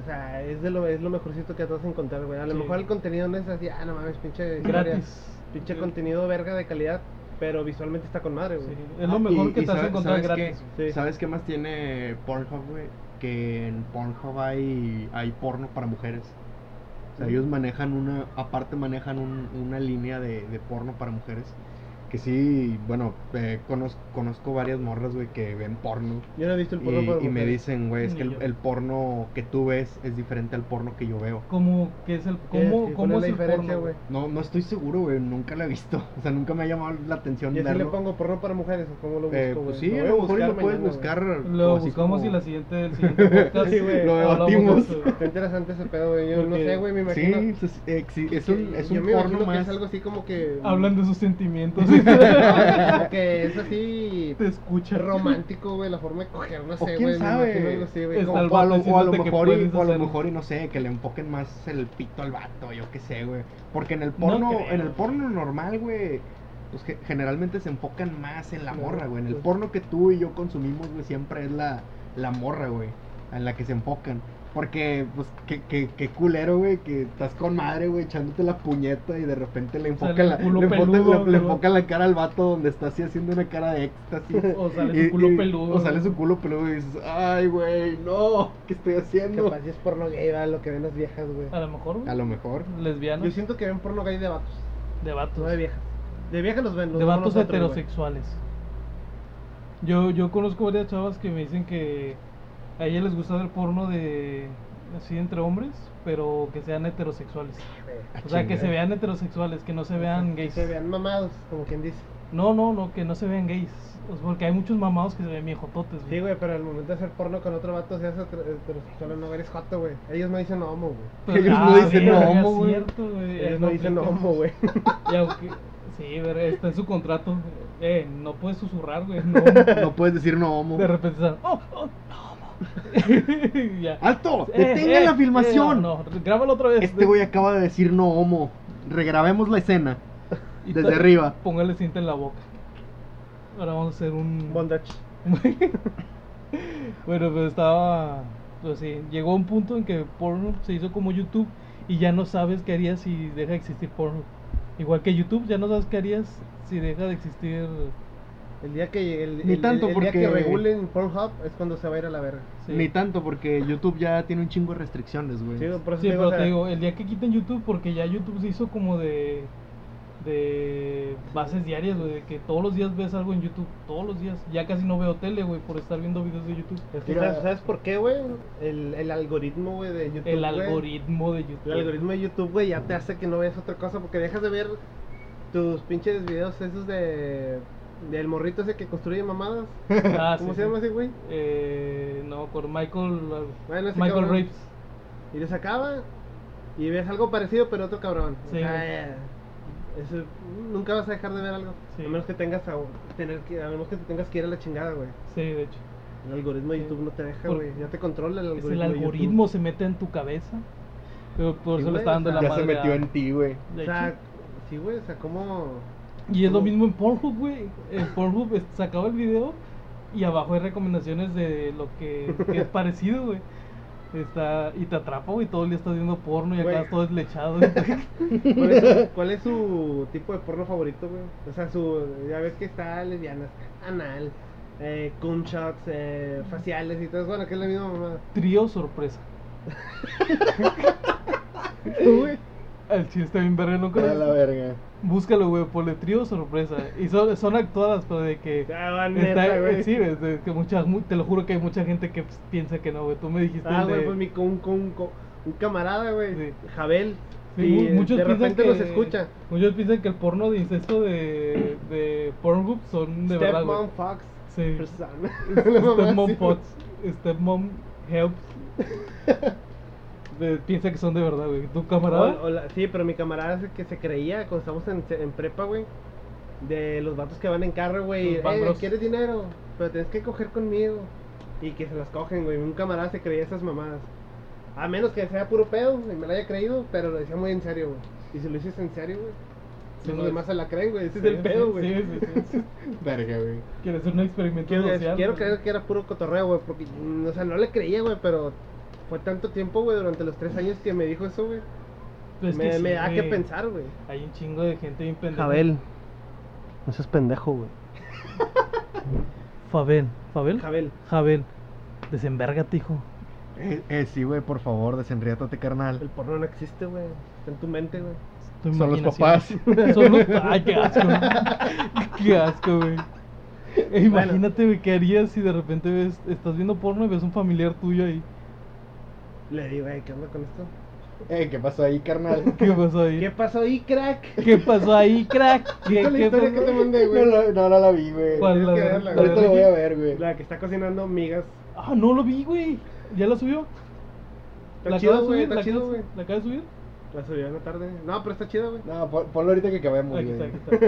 O sea, es, de lo, es lo mejorcito que te vas a encontrar, güey. A lo Sí. mejor el contenido no es así, ah, no mames, pinche. historia, Gratis. Pinche contenido verga de calidad, pero visualmente está con madre, Sí, güey. es lo Ah, mejor y- que y te vas a sabe- encontrar ¿sabes qué? gratis. Sí. ¿Sabes qué más tiene Pornhub, güey? Que en Pornhub hay, hay porno para mujeres. O sea, Sí. ellos manejan una, aparte manejan un- una línea de, de porno para mujeres. Que sí, bueno, eh, conozco, conozco varias morras, güey, que ven porno. Yo no he visto el Y, porno para y me mujeres. dicen, güey, es Ni que el, yo. el porno que tú ves es diferente al porno que yo veo. ¿Cómo, qué es el, ¿Qué- qué- cómo, cuál cómo es la el diferencia, porno, güey? güey? No, no estoy seguro, güey, nunca la he visto. O sea, nunca me ha llamado la atención Yo sí le verlo. pongo porno para mujeres, o ¿cómo lo busco, Eh, güey? pues sí, voy a lo mejor y buscar lo puedes mañana, buscar. Lo o así buscamos como- y la siguiente, el siguiente podcast Sí, güey. Lo hablamos de debatimos. eso, güey. Está güey. interesante ese pedo, güey. Yo no Porque- sé, güey, me Sí, imagino. es, exi- es un, es Yo un me imagino porno que más. es algo así como que. Hablan de sus sentimientos. Como que es así. te escucha. Romántico, güey, la forma de coger, no sé, quién güey. me sabe. imagino algo así, güey, Está como- el O a lo, vato o a lo diciéndote que mejor y, puedes o a lo hacer- mejor y no sé, que le enfoquen más el pito al vato, yo qué sé, güey. Porque en el porno, creo. en el porno normal, güey, pues ge- generalmente se enfocan más en la No, morra, güey. En el pues- porno que tú y yo consumimos, güey, siempre es la, la morra, güey. en la que se enfocan. Porque, pues, qué, qué, qué culero, güey, que estás con madre, güey, echándote la puñeta y de repente le Sale enfocan, el la, culo le enfocan- peludo, le- le güey. enfocan la cara al vato donde está así haciendo una cara de éxtasis. O sale su culo peludo, O sale güey. su culo peludo y dices, ay, güey, no, ¿qué estoy haciendo? Capaz si es porno gay, va, lo que ven las viejas, güey. A lo mejor, güey. A lo mejor. Lesbianas. Yo siento que ven porno gay de vatos, De no vatos. de viejas. De viejas los ven, los de vemos vatos nosotros, güey. heterosexuales. Yo, yo conozco varias chavas que me dicen que a ellas les gusta ver porno de así entre hombres, pero que sean heterosexuales. Ah, O sea, que se vean heterosexuales, que no se vean gays. Se vean mamados, como quien dice. No, no, no, que no se vean gays. O sea, porque hay muchos mamados que se ven viejototes, Sí, güey. güey, pero al momento de hacer porno con otro vato, seas heter- heterosexual o no, eres joto, güey. Ellos no dicen homo, güey. Pero- Ellos no ah, dicen verga, homo, güey. cierto, güey. Ellos Ahí no dicen aplica. homo, güey. Y aunque- Sí, pero está en su contrato. Eh, no puedes susurrar, güey. No. No puedes decir no homo. De repente están, oh, oh, no, homo. Ya. ¡Alto! Eh, ¡Detengan eh, la filmación! eh, no, no, grábalo otra vez. Este güey acaba de decir no homo. Regrabemos la escena. Y Desde ta- arriba. Póngale cinta en la boca. Ahora vamos a hacer un. Bondage. Bueno, pues estaba. Pues sí, llegó un punto en que Pornhub se hizo como YouTube y ya no sabes qué harías si deja de existir Pornhub. Igual que YouTube, ya no sabes qué harías si deja de existir. El día que el, Ni el- tanto, el día porque- que regulen Pornhub es cuando se va a ir a la verga. sí. Ni tanto, porque YouTube ya tiene un chingo de restricciones, güey. Sí, güey, por eso Sí, te digo, pero o sea, te digo, el día que quiten YouTube, porque ya YouTube se hizo como de. de bases diarias, güey, de que todos los días ves algo en YouTube, todos los días. Ya casi no veo tele, güey, por estar viendo videos de YouTube. es que Mira. ¿sabes, sabes por qué, güey? El, el algoritmo, güey, de YouTube. El güey. algoritmo de YouTube. El algoritmo de YouTube, güey, ya te hace que no veas otra cosa porque dejas de ver tus pinches videos esos de. del morrito ese que construye mamadas. Ah, ¿Cómo sí, se llama sí. ese, güey? Eh, no, con Michael. Bueno, ese Michael cabrón. Rapes. Y le sacaba y ves algo parecido, pero otro cabrón. O Sí, sea, güey. eh, eso- nunca vas a dejar de ver algo. Sí. A menos que tengas a, tener que, a menos que te tengas que ir a la chingada, güey. Sí, de hecho. El algoritmo de Sí. YouTube no te deja, Por- güey. Ya te controla el Es algoritmo. el de YouTube. algoritmo se mete en tu cabeza. Pero por Sí, eso le güey, está dando o la sea, ya madre. se metió a- en ti, güey. de O hecho. sea, sí, güey, o sea, ¿cómo? Y es lo mismo en Pornhub, güey. En Pornhub es- sacaba el video y abajo hay recomendaciones de lo que, que es parecido, güey. Está, y te atrapa, güey. Todo el día estás viendo porno y acá Güey. estás todo deslechado. güey. ¿Cuál es, su, cuál es su tipo de porno favorito, güey? O sea, su, ya ves que está lesbianas, anal, eh, cum shots, eh, faciales y todo eso. Bueno, que es la misma mamada. Trío sorpresa. Güey. El chiste bien verga, ¿no? A la verga. Búscalo, güey, ponle trío sorpresa. Y son, son actuadas, pero de que. Ah, va, Está, eh, neta, güey. sí, es de que muchas, mu- te lo juro que hay mucha gente que pues, piensa que no, güey. Tú me dijiste. Ah, el de- güey, pues mi con un, con- con- un camarada, güey, este, Sí. Jabel. Sí, y mu- muchos de piensan repente que, nos escucha. Muchos piensan que el porno de incesto de, de Pornhub son de verdad. güey. Stepmom Fox. Sí. Persona. Stepmom Pots. Stepmom Helps. De- piensa que son de verdad, güey. ¿Tu camarada? O- o la- sí, pero mi camarada es el que se creía cuando estábamos en, en prepa, güey. De los vatos que van en carro, güey. Los Van Eh, Bros. ¿quieres dinero? Pero tienes que coger conmigo. Y que se las cogen, güey. Un camarada se creía esas mamadas. A menos que sea puro pedo y me lo haya creído, pero lo decía muy en serio, güey. Y si lo dices en serio, güey. Sí, los güey. demás se la creen, güey. Ese Sí, es el pedo, sí, güey. Sí, sí, sí. Verga, güey. Quiere hacer un experimento Quiero, social. quiero güey. creer que era puro cotorreo, güey, porque, mm, o sea, no le creía, güey, pero fue tanto tiempo, güey, durante los tres años que me dijo eso, güey. Pues me sí, me da que güey. pensar, güey. Hay un chingo de gente bien pendeja. no seas pendejo, güey. Fabel. ¿Fabel? Jabel, Jabel. Desembérgate, hijo. Eh, eh, sí, güey, por favor, desenriátate, el carnal. porno no existe, güey. Está en tu mente, güey. Tu Son los imaginación. papás. Son los- Ay, qué asco. güey. Qué asco, güey. Eh, Imagínate, güey, qué harías si de repente ves, estás viendo porno y ves un familiar tuyo ahí. Le digo, güey, ¿qué onda con esto? Eh, ¿qué pasó ahí, carnal? ¿Qué pasó ahí? ¿Qué ¿Qué, pasó ahí, crack? pasó ahí, crack? ¿Qué, ¿Viste la qué historia que pasó? te mandé, No, güey? la- no, no la vi, güey. ¿Cuál? Tienes La que de- verla, la güey. Ahorita lo voy a ver, güey. La que está cocinando migas. Ah, no lo vi, güey. Ya lo subió. Está chido, acaba de güey, subir? ¿La está chido, acaba- güey. ¿La acaba de subir? La subí en la tarde. No, pero está chido, güey. No, pon- ponlo ahorita que acabemos, Aquí está, güey. aquí está.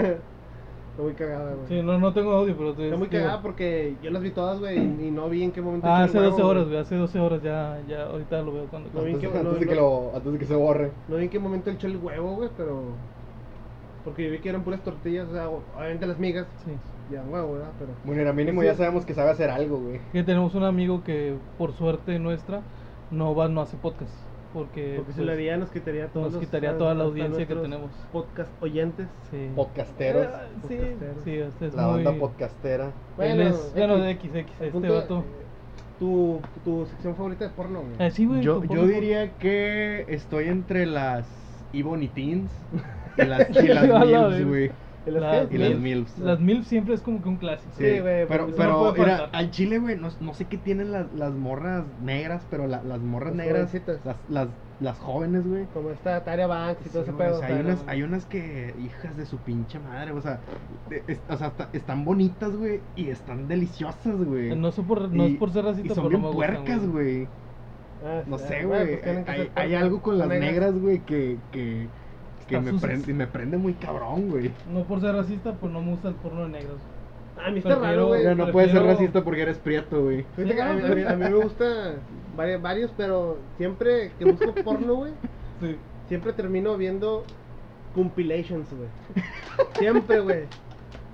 Está muy cagada, güey. Sí, no, no tengo audio, pero te. Está muy digo- cagada porque yo las vi todas, güey, y no vi en qué momento. Ah, hace echó el huevo, 12 horas, güey. Hace 12 horas ya, ya ahorita lo veo cuando. Lo vi. cuando- Antes, que- no, antes de no. que lo, antes de que se borre. No vi en qué momento echó el huevo, güey, pero. Porque yo vi que eran puras tortillas, o sea, obviamente las migas, Sí. ya huevo, ¿verdad? Pero. Bueno, era mínimo ya sabemos que sabe hacer algo, güey. Que tenemos un amigo que, por suerte nuestra, no va, no hace podcast. Porque, Porque se pues, le haría, nos quitaría todos nos los- quitaría toda la hasta audiencia que nuestros tenemos. Podcast oyentes. sí. Eh, Podcasteros, Ah, Sí, Podcasteros. sí, este es la muy... banda podcastera. Él es, bueno, de X, X, el este punto, vato. eh, tu, tu sección favorita de porno, güey. Ah, sí, güey, Yo, tu yo porno. diría que estoy entre las Ebony Teens y las, y las A la Milfs, verga. güey. ¿El Las asqueroso? Y las mil- Milfs. Las mil siempre es como que un clásico. Sí, Sí, pero, güey, porque eso pero no puede mira, faltar. al chile, güey, no, no sé qué tienen las, las morras negras, pero la- las morras Las negras, jovencitas. las, las, las jóvenes, güey. Como esta Tarea Banks y todo Sí, ese güey, pedo. o sea, hay, pero- unas, hay unas que, hijas de su pinche madre, o sea, de- es- o sea está- están bonitas, güey, y están deliciosas, güey. No, sé por, no Y- es por ser y racista, pues, son pero bien no me gustan, puercas, güey. Ah, No sí, sé, ah, güey. pues tienen que hay, ser hay puercas. algo con las Son negras, güey, que, que, que Están me, sucias. prende, me prende muy cabrón, güey. No por ser racista, pues no me gusta el porno de negros. Ah, A mí está raro, Prefiero- güey. Mira, no puedes ser prefiero- racista porque eres prieto, güey. Fíjate que a mí, a mí- a mí me gusta varios, varios, pero siempre que busco porno, güey, Sí. siempre termino viendo compilations, güey. Siempre, güey.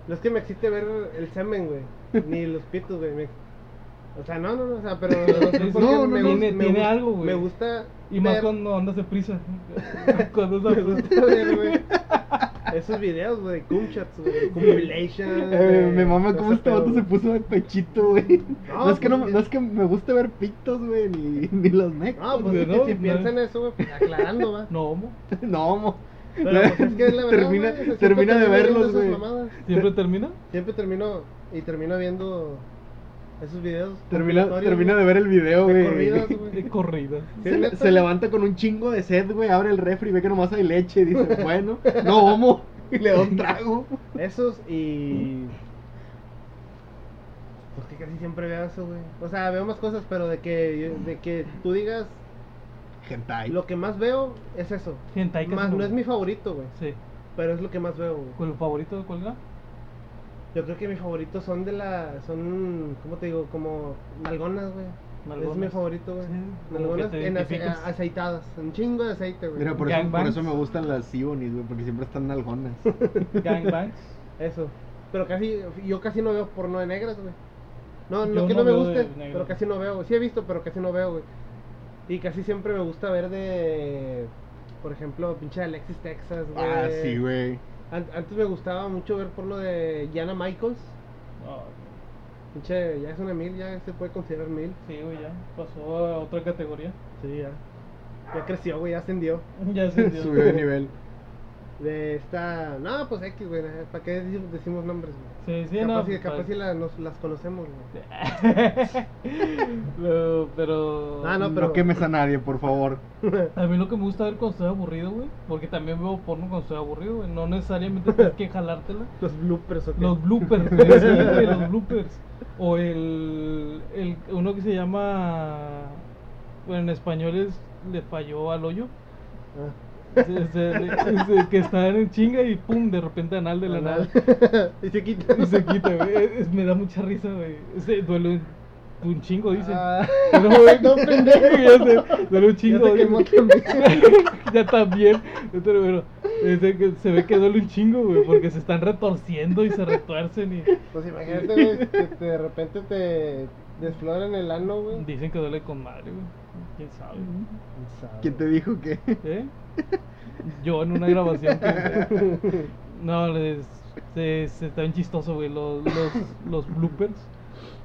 No es que me existe ver el semen, güey. Ni los pitos, güey. me- O sea, no, no, no, o sea, pero... no sé por No, qué no, no, gus- tiene- tiene gus- algo, güey. Me gusta Y más ver- cuando andas de prisa. cuando Me andas de prisa. gusta ver, güey. Esos videos, güey, de cumchats, güey, compilations. Eh, güey, me mama todo cómo pues, este ese pedo, vato se güey. puso de pechito, güey. No, No, es que no, pues, no es que me guste ver pictos, güey, ni, ni los necos. No, pues güey, es que no, si no. piensan eso, güey, pues, aclarando, va. No, homo. No, mo. Pero, pues, es que es la verdad, termina güey, o sea, siempre termina de termino viendo verlos, esas güey. mamadas. ¿Siempre termina? Siempre termino y termino viendo esos videos. Termina, termina de ver el video, De güey. corrido. De corrida. Sí, Se, le- neta. se levanta con un chingo de sed, güey, abre el refri, ve que nomás hay leche, y dice, bueno, no homo, y le da un trago. Esos y. Pues que casi siempre veo eso, güey. O sea, veo más cosas, pero de que, yo- de que tú digas Gentai. lo que más veo es eso. Hentai casi Más, no. no es mi favorito, güey. Sí. Pero es lo que más veo, güey. ¿Cuál favorito? ¿Cuál era? Yo creo que mis favoritos son de la. Son. ¿Cómo te digo? Como. Nalgonas, güey. Nalgonas. Es mi favorito, güey. Sí, como Nalgonas que te en ace- identificas. aceitadas. Un chingo de aceite, güey. Mira, por eso, por Gangbangs. eso me gustan las Sibonis, güey, porque siempre están nalgonas. Gangbangs. Eso. Pero casi, yo casi no veo porno de negras, güey. No, no Yo que no no, me veo guste, de negras. pero casi no veo. güey. Sí he visto, pero casi no veo, güey. Y casi siempre me gusta ver de, por ejemplo, pinche Alexis Texas, güey. ah, sí, güey. An- antes me gustaba mucho ver porno de Jana Michaels. Ah, Pinche, ya es una mil, ya se puede considerar mil. sí, güey, ya. Pasó a otra categoría. Sí, ya. Ya creció, güey, ya ascendió. Ya se dio. Subió de nivel. De esta... No, pues X, güey. ¿Para qué decimos decimos nombres, güey? Sí, sí, capaz no. y, pues, capaz y la- nos- las conocemos, güey. pero, pero- Ah, no, no, pero- quemes a nadie, por favor. A mí lo que me gusta ver cuando estoy aburrido, güey. Porque también veo porno cuando estoy aburrido, güey. No necesariamente tienes que jalártela. Los bloopers, ¿o qué? Los bloopers, güey, sí, güey, los bloopers. O el, el- uno que se llama. Bueno, en español es Le falló al hoyo. Ah. Se- se- se- que está en chinga y pum, de repente anal de la nada. Anal. y se quita. Y se quita, güey. E, Es- me da mucha risa, güey. Ese duele un, un chingo, dice. Ah. Pero, güey, no, pendejo, ya sé. Duele un Ya chingo. se quemó dice. también. ya también. Pero, bueno, ese que- se ve que duele un chingo, güey, porque se están retorciendo y se retuercen y. Pues imagínate, güey, que te- de repente te desfloran el ano, güey. Dicen que duele con madre, güey. ¿Quién sabe? ¿Quién te dijo que? ¿Eh? Yo en una grabación que- No, les... Se, se está bien chistoso, güey. Los, los, los bloopers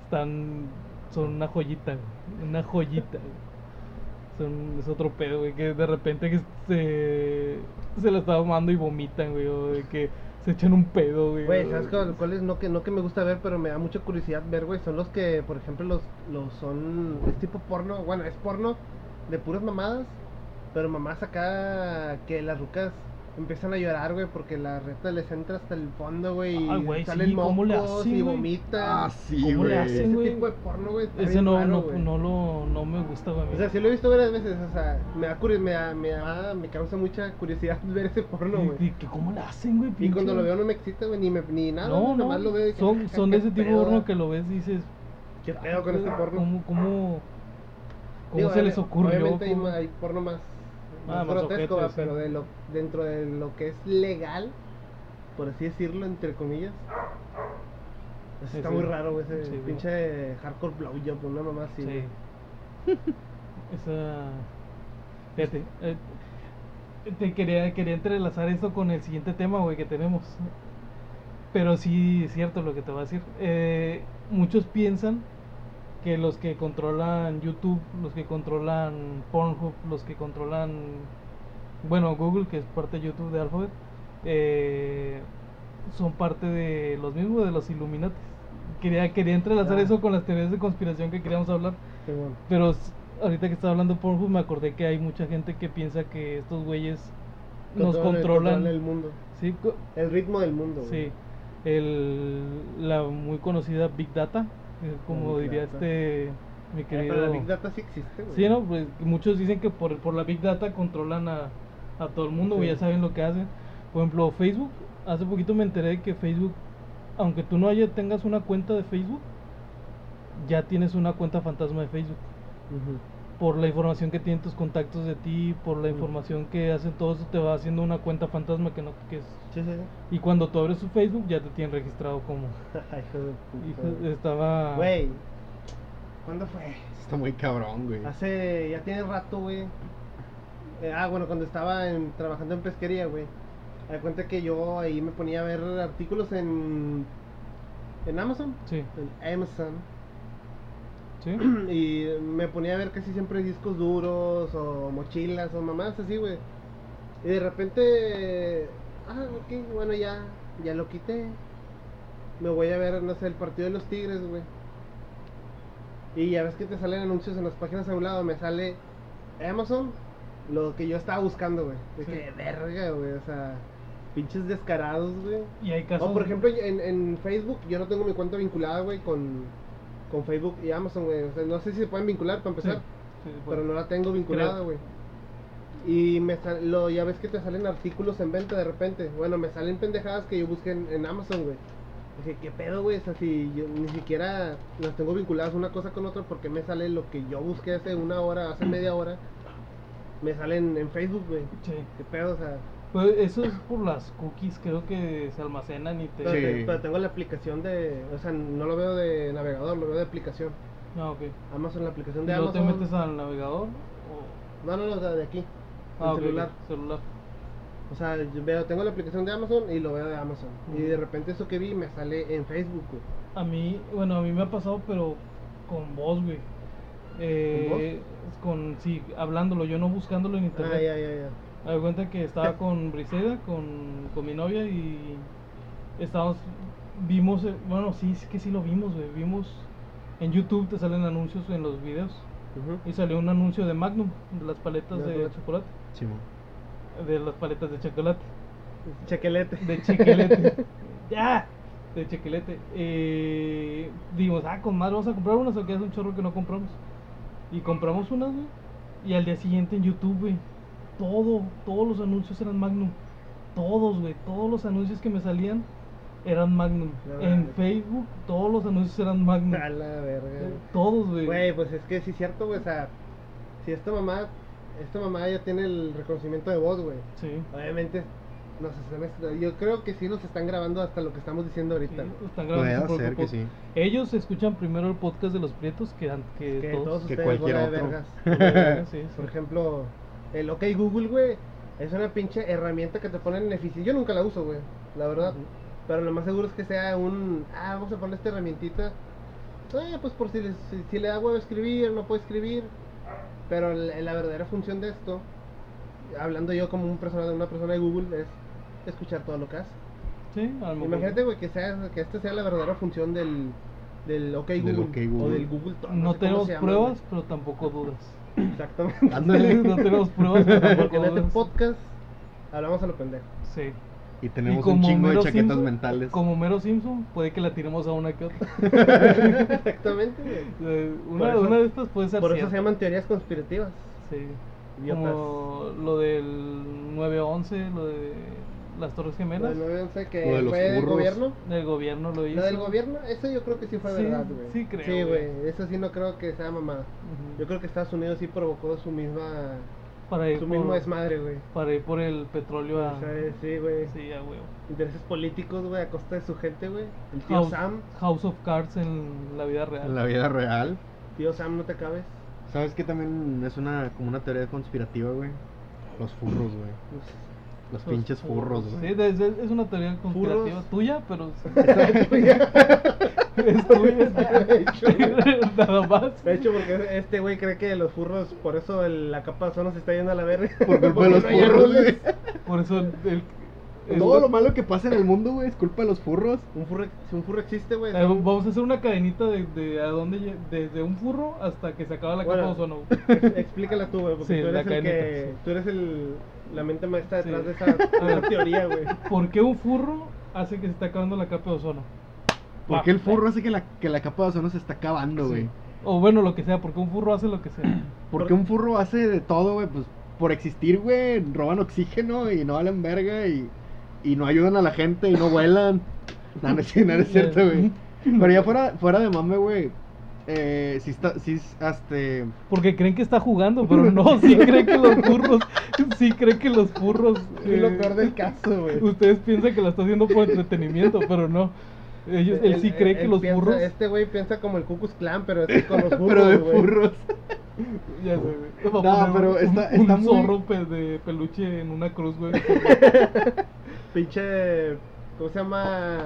están... Son una joyita, güey. Una joyita, güey. Son, es otro pedo, güey, que de repente que se, se la está tomando y vomitan, güey, o de que se echan un pedo, güey. Güey, ¿sabes cuál, cuáles no que, no que me gusta ver, pero me da mucha curiosidad ver, güey? Son los que, por ejemplo, los, los son. Es tipo porno, bueno, es porno de puras mamadas, pero mamás acá que las rucas empiezan a llorar, güey, porque la reta les entra hasta el fondo, güey, y Ay, Ah, güey, salen sí, ¿cómo le mocos hacen, y güey? vomitan. Ah, sí, ¿Cómo le güey. hacen? Ese güey. tipo de porno, güey. está Ese bien no, raro, no, güey. no, lo, no me gusta, güey. O sea, sí lo he visto varias veces, o sea, me da curiosidad, me, da- me, da- me causa mucha curiosidad ver ese porno, Y- güey. y que ¿Cómo la hacen, güey? Y pinche, cuando lo güey? veo no me excita, güey, ni, me- ni nada, No, güey, no, nomás lo veo y que, son, "Ah, son de qué ese tipo de pedo, porno güey, que lo ves y dices, ¿Qué pedo con este porno? ¿cómo, cómo, cómo Digo, se les obvia- ocurrió? Obviamente hay, cómo? ma- hay porno más, Ah, más más grotesco, ojete, va, sí. pero de lo, dentro de lo que es legal, por así decirlo, entre comillas. Eso Sí, está sí. muy raro, güey, ese Sí, güey. pinche hardcore blowjob, una mamá así. Sí. güey. Esa. Fíjate. eh, te quería, quería entrelazar esto con el siguiente tema, güey, que tenemos. Pero sí es cierto lo que te voy a decir. Eh, muchos piensan que los que controlan YouTube, los que controlan Pornhub, los que controlan. Bueno, Google, que es parte de YouTube de Alphabet, eh, son parte de los mismos, de los Illuminati. Quería, quería entrelazar Ah. eso con las teorías de conspiración que queríamos hablar. Sí, bueno. Pero s- ahorita que estaba hablando Pornhub me acordé que hay mucha gente que piensa que estos güeyes nos Controlan- controlan. el mundo. Sí, co- El ritmo del mundo, güey. sí. El, la muy conocida Big Data, eh, como Big diría Data. este mi Eh, querido. Pero la Big Data sí existe, güey. Sí, no, pues muchos dicen que por, por la Big Data controlan a, a todo el mundo, güey, Sí. ya saben lo que hacen. Por ejemplo, Facebook, hace poquito me enteré de que Facebook, aunque tú no haya, tengas una cuenta de Facebook, ya tienes una cuenta fantasma de Facebook Ujú. por la información que tienen tus contactos de ti, por la Ujú. información que hacen todos, te va haciendo una cuenta fantasma que no que es. Sí, sí, sí. Y cuando tú abres su Facebook ya te tienen registrado como. Hijo de puta, Hijo, güey. estaba. Güey, ¿cuándo fue? Está muy cabrón, güey. Hace, ya tiene rato, güey. Eh, ah, bueno, cuando estaba en- trabajando en pesquería, güey. Me di cuenta que yo ahí me ponía a ver artículos en, en Amazon. Sí, En Amazon. sí. Y me ponía a ver casi siempre discos duros o mochilas o mamás así, güey. Y de repente, ah, ok, bueno, ya, ya lo quité. Me voy a ver, no sé, el partido de los Tigres, güey. Y ya ves que te salen anuncios en las páginas a un lado, me sale Amazon, lo que yo estaba buscando, güey. De Sí. que verga, güey, o sea, pinches descarados, güey. Y hay casos. O por ejemplo, en, en Facebook, yo no tengo mi cuenta vinculada, güey, con, con Facebook y Amazon, güey. O sea, no sé si se pueden vincular para Sí, empezar, sí, sí, pero bueno. no la tengo vinculada, Creo. güey. Y me sal- lo, ya ves que te salen artículos en venta de repente. Bueno, me salen pendejadas que yo busqué en, en Amazon, güey. Dije, ¿qué pedo, güey? O sea, si yo ni siquiera las tengo vinculadas una cosa con otra, porque me sale lo que yo busqué hace una hora, hace media hora? Me salen en Facebook, güey. Sí. ¿Qué pedo? O sea, Pues eso es por las cookies, creo que se almacenan y te. Pero, Sí. te- pero tengo la aplicación de. O sea, no lo veo de navegador, lo veo de aplicación. No, Ah, ok. Amazon, la aplicación de Luego te Amazon. metes al navegador o. No, no, no, o sea, de aquí. Ah, el ok, celular. ok, celular. O sea, yo veo, tengo la aplicación de Amazon y lo veo de Amazon. Y Ujú. de repente eso que vi me sale en Facebook, güey. A mí, bueno, a mí me ha pasado, pero con vos, güey. Eh, ¿Con Sí, hablándolo, yo no buscándolo en internet. Ah, ya, ya, ya. Me doy cuenta que estaba con Briseida, con, con mi novia y estábamos, vimos, eh, bueno, sí, es que sí lo vimos, güey, vimos en YouTube te salen anuncios en los videos Ujú. y salió un anuncio de Magnum, de las paletas De de chocolate. chocolate, Simón. de las paletas de chocolate, Chequelete. de chiquelete, ya, de chiquelete. Eh, dijimos, ah, con más vamos a comprar unas, aunque es un chorro que no compramos. Y compramos unas, güey, y al día siguiente en YouTube, güey, todo, todos los anuncios eran Magnum. Todos, güey, todos los anuncios que me salían eran Magnum. No, en mames. Facebook, todos los anuncios eran Magnum. A la verga. Eh, Todos, güey. Güey, pues es que sí es cierto, güey. O sea, si esta mamá. Esta mamá ya tiene el reconocimiento de voz, güey. Sí. Obviamente. Nos están, yo creo que sí nos están grabando hasta lo que estamos diciendo Sí, pues, ahorita. güey. están grabando Puede su propio ser que pod- sí. Ellos escuchan primero el podcast de los prietos que, an- que, que todos todos. Que ustedes cualquier bola de otro. vergas. Sí, sí. Por ejemplo, el OK Google, güey, es una pinche herramienta que te ponen en eficiencia. Yo nunca la uso, güey, la verdad. Ujú. Pero lo más seguro es que sea un. Ah, vamos a poner esta herramientita. Eh, pues por si, le- si, si le da huevo escribir, no puedo escribir. Pero la, la verdadera función de esto, hablando yo como un persona, una persona de Google, es escuchar todo lo que haces. Sí, a lo mejor. Imagínate, güey, que, sea, que esta sea la verdadera función del, del OK Del Google. OK Google. O del Google Talk, No sé cómo tenemos se llama, pruebas, pero tampoco dudas. güey. Exactamente. Ándale. no tenemos pruebas, pero Porque tampoco en este dudas. podcast hablamos a lo pendejo. Sí. Y Y tenemos un chingo de Homero chaquetas Simpson- mentales. Como Mero Simpson, puede que la tiremos a una que otra. Exactamente, güey. Eh, una, Por eso- una de estas puede ser Por eso se cierta. llaman teorías conspirativas. Sí. Idiotas. Como lo del 9-11, lo de las Torres Lo Gemelas. del 9-11 que Lo de los fue del burros. gobierno. El gobierno lo hizo. Lo del gobierno, eso yo creo que sí fue Sí, verdad, güey. sí creo, Sí, güey. güey. Eso sí no creo que sea mamada. Ujú. Yo creo que Estados Unidos sí provocó su misma para ir Su por, mismo desmadre, güey. para ir por el petróleo a... O sea, eh, sí, güey. Sí, a huevo. Intereses políticos, güey, a costa de su gente, güey. El tío House, Sam, House of Cards en la vida real. En la vida real. tío Sam, no te acabes. ¿Sabes qué también es una como una teoría conspirativa, güey? Los furros, güey. Los Los pinches furros, Sí, güey. es, es- es una teoría conspirativa Furros. tuya, pero sí, es tuya. es de hecho, tuya. Nada más. de hecho, porque este güey cree que los furros, por eso el- la capa de ozono se está yendo a la verga. Por culpa de Porque los no hay furros, árboles. güey. Por eso el, el- el- Todo lo malo que pasa en el mundo, güey, es culpa de los furros. Un furro, si un furro existe, güey. Eh, Vamos a hacer una cadenita de, de a dónde lle- desde un furro hasta que se acaba la capa Bueno, de ozono. ex- Explícala tú, güey, porque Sí, tú la eres el cadenita, que. sí. Tú eres el, la mente maestra detrás Sí. de, esa, de esa teoría, güey. ¿Por qué un furro hace que se está acabando la capa de ozono? ¿Por qué el furro hace que la, que la capa de ozono se está acabando, güey? Sí. O bueno, lo que sea, porque un furro hace lo que sea. ¿Por Por- qué un furro hace de todo, güey? Pues por existir, güey, roban oxígeno y no valen verga y, y no ayudan a la gente y no vuelan. No, no, es- no es cierto, güey. Pero ya fuera, fuera de mame, güey. Eh, si está, si, este, Porque creen que está jugando, pero no, sí creen que los furros, sí creen que los furros... Y lo eh, peor del caso, güey. Ustedes piensan que la está haciendo por entretenimiento, pero no. Ellos, él sí cree él- que él los piensa- burros. Este güey piensa como el Cucus Clan, pero es con los burros. pero de güey. furros. Ya sé, güey. Le voy a No, poner pero un- está- un, está un muy- zorro pe- de peluche en una cruz, güey. Pinche. ¿Cómo se llama?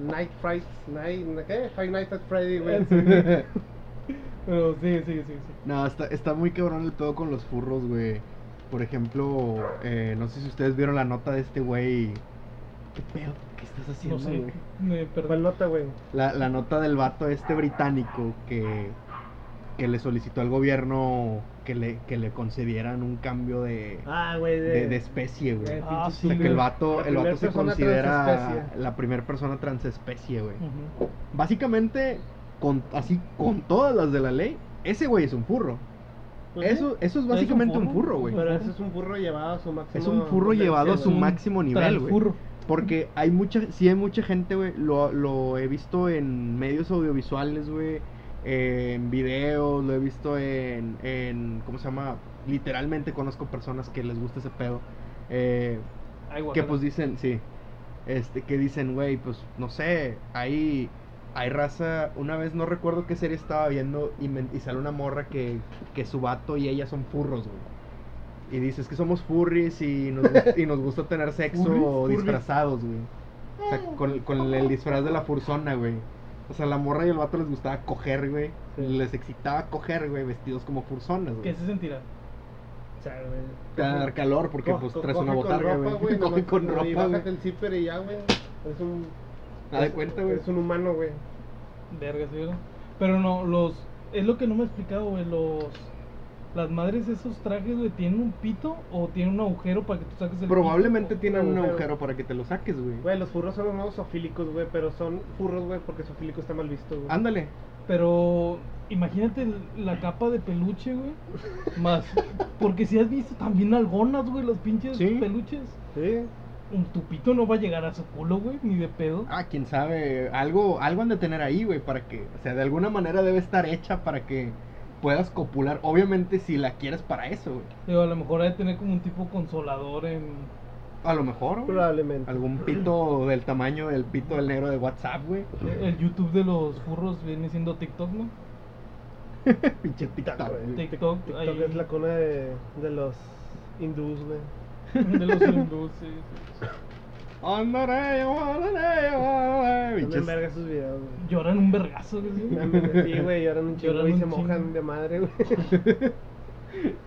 Night Frights. Night, ¿Qué? Five Nights at Freddy, güey. Pero sí, sí, sí, sí. No, está, está muy cabrón el pedo con los furros, güey. Por ejemplo, eh, no sé si ustedes vieron la nota de este güey. ¿Qué pedo? ¿Qué estás haciendo, No sé. güey? Me ¿Cuál perdí. nota, güey? La, la nota del vato este británico que, que le solicitó al gobierno que le, que le concedieran un cambio de, Ah, güey. de, de especie, güey. de Ah, O sea, sí, que el güey. vato, La el vato primer se persona considera transespecie. la primera persona transespecie, güey. Ujú. Básicamente, con, así con todas las de la ley, ese güey es un furro. Pues sí, eso, eso es básicamente un furro, güey. Pero ese es un burro llevado a su máximo. Es un furro llevado a su güey. máximo nivel, güey. Transfurro. Porque hay mucha, sí hay mucha gente, güey, lo, lo he visto en medios audiovisuales, güey, en videos, lo he visto en, en, ¿cómo se llama? Literalmente conozco personas que les gusta ese pedo. eh, Ay, que guacala. pues dicen, sí, este, que dicen, güey, pues no sé, hay, hay raza, una vez no recuerdo qué serie estaba viendo y, men- y sale una morra que, que su vato y ella son furros, güey. Y dices que somos furries y nos, gust- y nos gusta tener sexo Furries, furries. disfrazados, güey. O sea, Mm. con, con el disfraz de la fursona, güey. O sea, la morra y el vato les gustaba coger, güey. Sí. Les excitaba coger, güey, vestidos como fursonas, güey. ¿Qué se sentirá? O sea, güey. Te va a dar calor porque Co- pues co- traes coge una con botarga, ropa, güey. Coge nomás- con no, y ropa, güey. bájate el zipper y ya, güey. Es un. Haz de es- cuenta, güey. Es un humano, güey. Verga, sí, ¿verdad? Pero no, los. Es lo que no me he explicado, güey. Los. Las madres de esos trajes, güey, ¿tienen un pito o tienen un agujero para que tú saques el pito? Probablemente O- tienen un un agujero. agujero para que te lo saques, güey. Güey, los furros son los nuevos zoofílicos, güey. Pero son furros, güey, porque zoofílico está mal visto, güey. Ándale. Pero imagínate el- la capa de peluche, güey. Más. Porque si has visto también algonas, güey, los pinches Sí. peluches. Sí. Un tupito no va a llegar a su culo, güey, ni de pedo. Ah, quién sabe. Algo, algo han de tener ahí, güey, para que. O sea, de alguna manera debe estar hecha para que puedas copular. Obviamente, si la quieres para eso, güey. Digo, a lo mejor hay que tener como un tipo consolador en. A lo mejor, güey. Probablemente. Algún pito del tamaño del pito del negro de WhatsApp, güey. El YouTube de los furros viene siendo TikTok, ¿no? Pinche TikTok, güey. Tic- TikTok, TikTok ahí. es la cuna de, de los hindús, güey. De los hindús, sí, sí. Ándale, ándale, ándale. También Pinches- verga esos videos, güey. Lloran un vergazo, güey. Mames, de Sí, güey, lloran un chingo Lloran y un se mojan chingo. de madre, güey.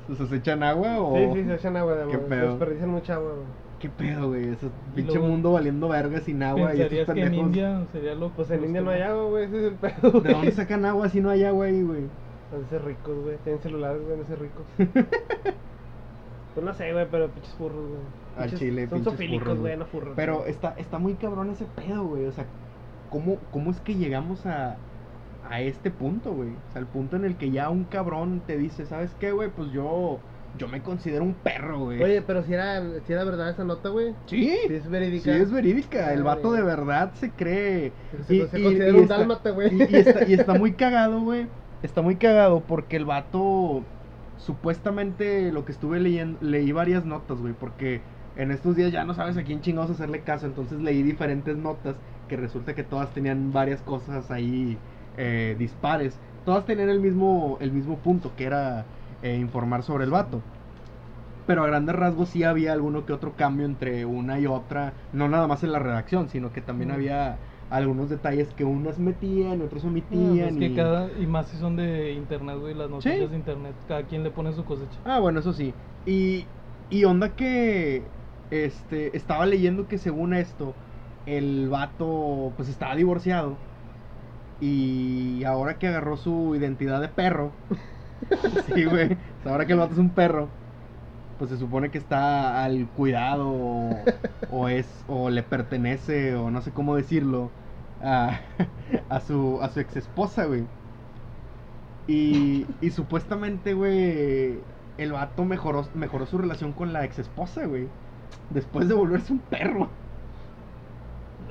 O sea, ¿Se echan agua o.? Sí, sí, se echan agua de Oh, Qué madre. pedo. Desperdician mucha agua, güey. ¿Qué pedo, güey? Ese pinche luego- mundo valiendo verga sin Ah, agua y estos Pensarías que en pendejos. India sería loco. Pues en India no hay agua, güey, ese es el pedo, ¿De güey. dónde sacan agua si no hay agua ahí, güey? Van a ser ricos, güey. Tienen celulares, güey, van a ser ricos. Pues no sé, güey, pero pinches furros, güey. Al Pinches- chile, Son pinches furros, sofílicos, güey. güey, no furros. Pero güey. está, está muy cabrón ese pedo, güey. O sea, ¿cómo, cómo es que llegamos a, a este punto, güey? O sea, el punto en el que ya un cabrón te dice, ¿sabes qué, güey? Pues yo, yo me considero un perro, güey. Oye, pero si era, si era verdad esa nota, güey. sí, Si es verídica. sí es verídica. El vato de verdad se cree. Se, Y- se y- considera y un está- dálmata, güey. Y, y está, y está muy cagado, güey. Está muy cagado porque el vato Supuestamente lo que estuve leyendo, leí varias notas, güey, porque en estos días ya no sabes a quién chingados hacerle caso, entonces leí diferentes notas que resulta que todas tenían varias cosas ahí eh, dispares. Todas tenían el mismo, el mismo punto, que era eh, informar sobre el vato. Pero a grandes rasgos sí había alguno que otro cambio entre una y otra, no nada más en la redacción, sino que también Mm. había algunos detalles que unas metían, otros omitían. No, pues que y- cada, y más si son de internet, güey, las noticias de internet, cada quien le pone su cosecha. Ah, bueno, eso sí. Y, y onda que este, estaba leyendo que según esto, el vato pues estaba divorciado. Y ahora que agarró su identidad de perro. sí, güey. o sea, ahora que el vato es un perro. Pues se supone que está al cuidado o, o es o le pertenece o no sé cómo decirlo a, a su a su ex esposa, güey. Y, y supuestamente, güey, el vato mejoró, mejoró su relación con la ex esposa, güey. Después de volverse un perro.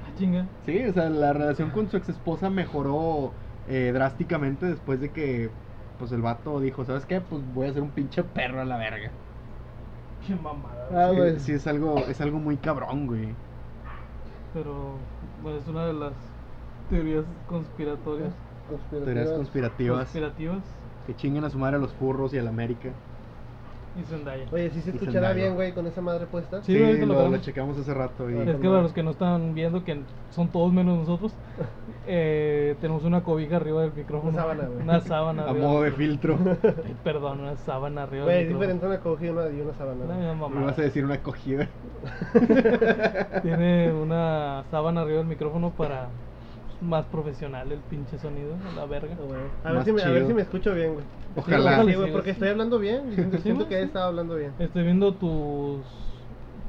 Ah, chinga. Sí, o sea, la relación con su ex esposa mejoró eh, drásticamente después de que, pues, el vato dijo, ¿sabes qué? Pues voy a ser un pinche perro a la verga. Qué mamada. güey. Ah, sí, güey. sí, es algo, es algo muy cabrón, güey. Pero bueno, es una de las teorías conspiratorias, Teorías conspirativas. conspirativas Que chinguen a su madre a los furros y a la América. y Zendaya. Oye, si se Y escuchará Zendaya. bien, güey, con esa madre puesta. Sí, ahorita lo lo, grabamos. lo checamos hace rato. Y... Es que para los que no están viendo, que son todos menos nosotros, eh, tenemos una cobija arriba del micrófono. Una sábana, güey. Una sábana A arriba modo de del filtro. micrófono. Ay, Perdón, una sábana arriba Güey, es del micrófono. diferente una cogida y una, y una sábana. güey. Una Me vas a mamada. decir una acogida. Tiene una sábana arriba del micrófono para más profesional el pinche sonido, a la verga. Ah, güey. A, ver Más si me, a ver chido. si me escucho bien, güey. Ojalá. Sí, güey, Sí, porque sí. estoy hablando bien. Siento, Sí, siento güey, que sí. he estado hablando bien. Estoy viendo tus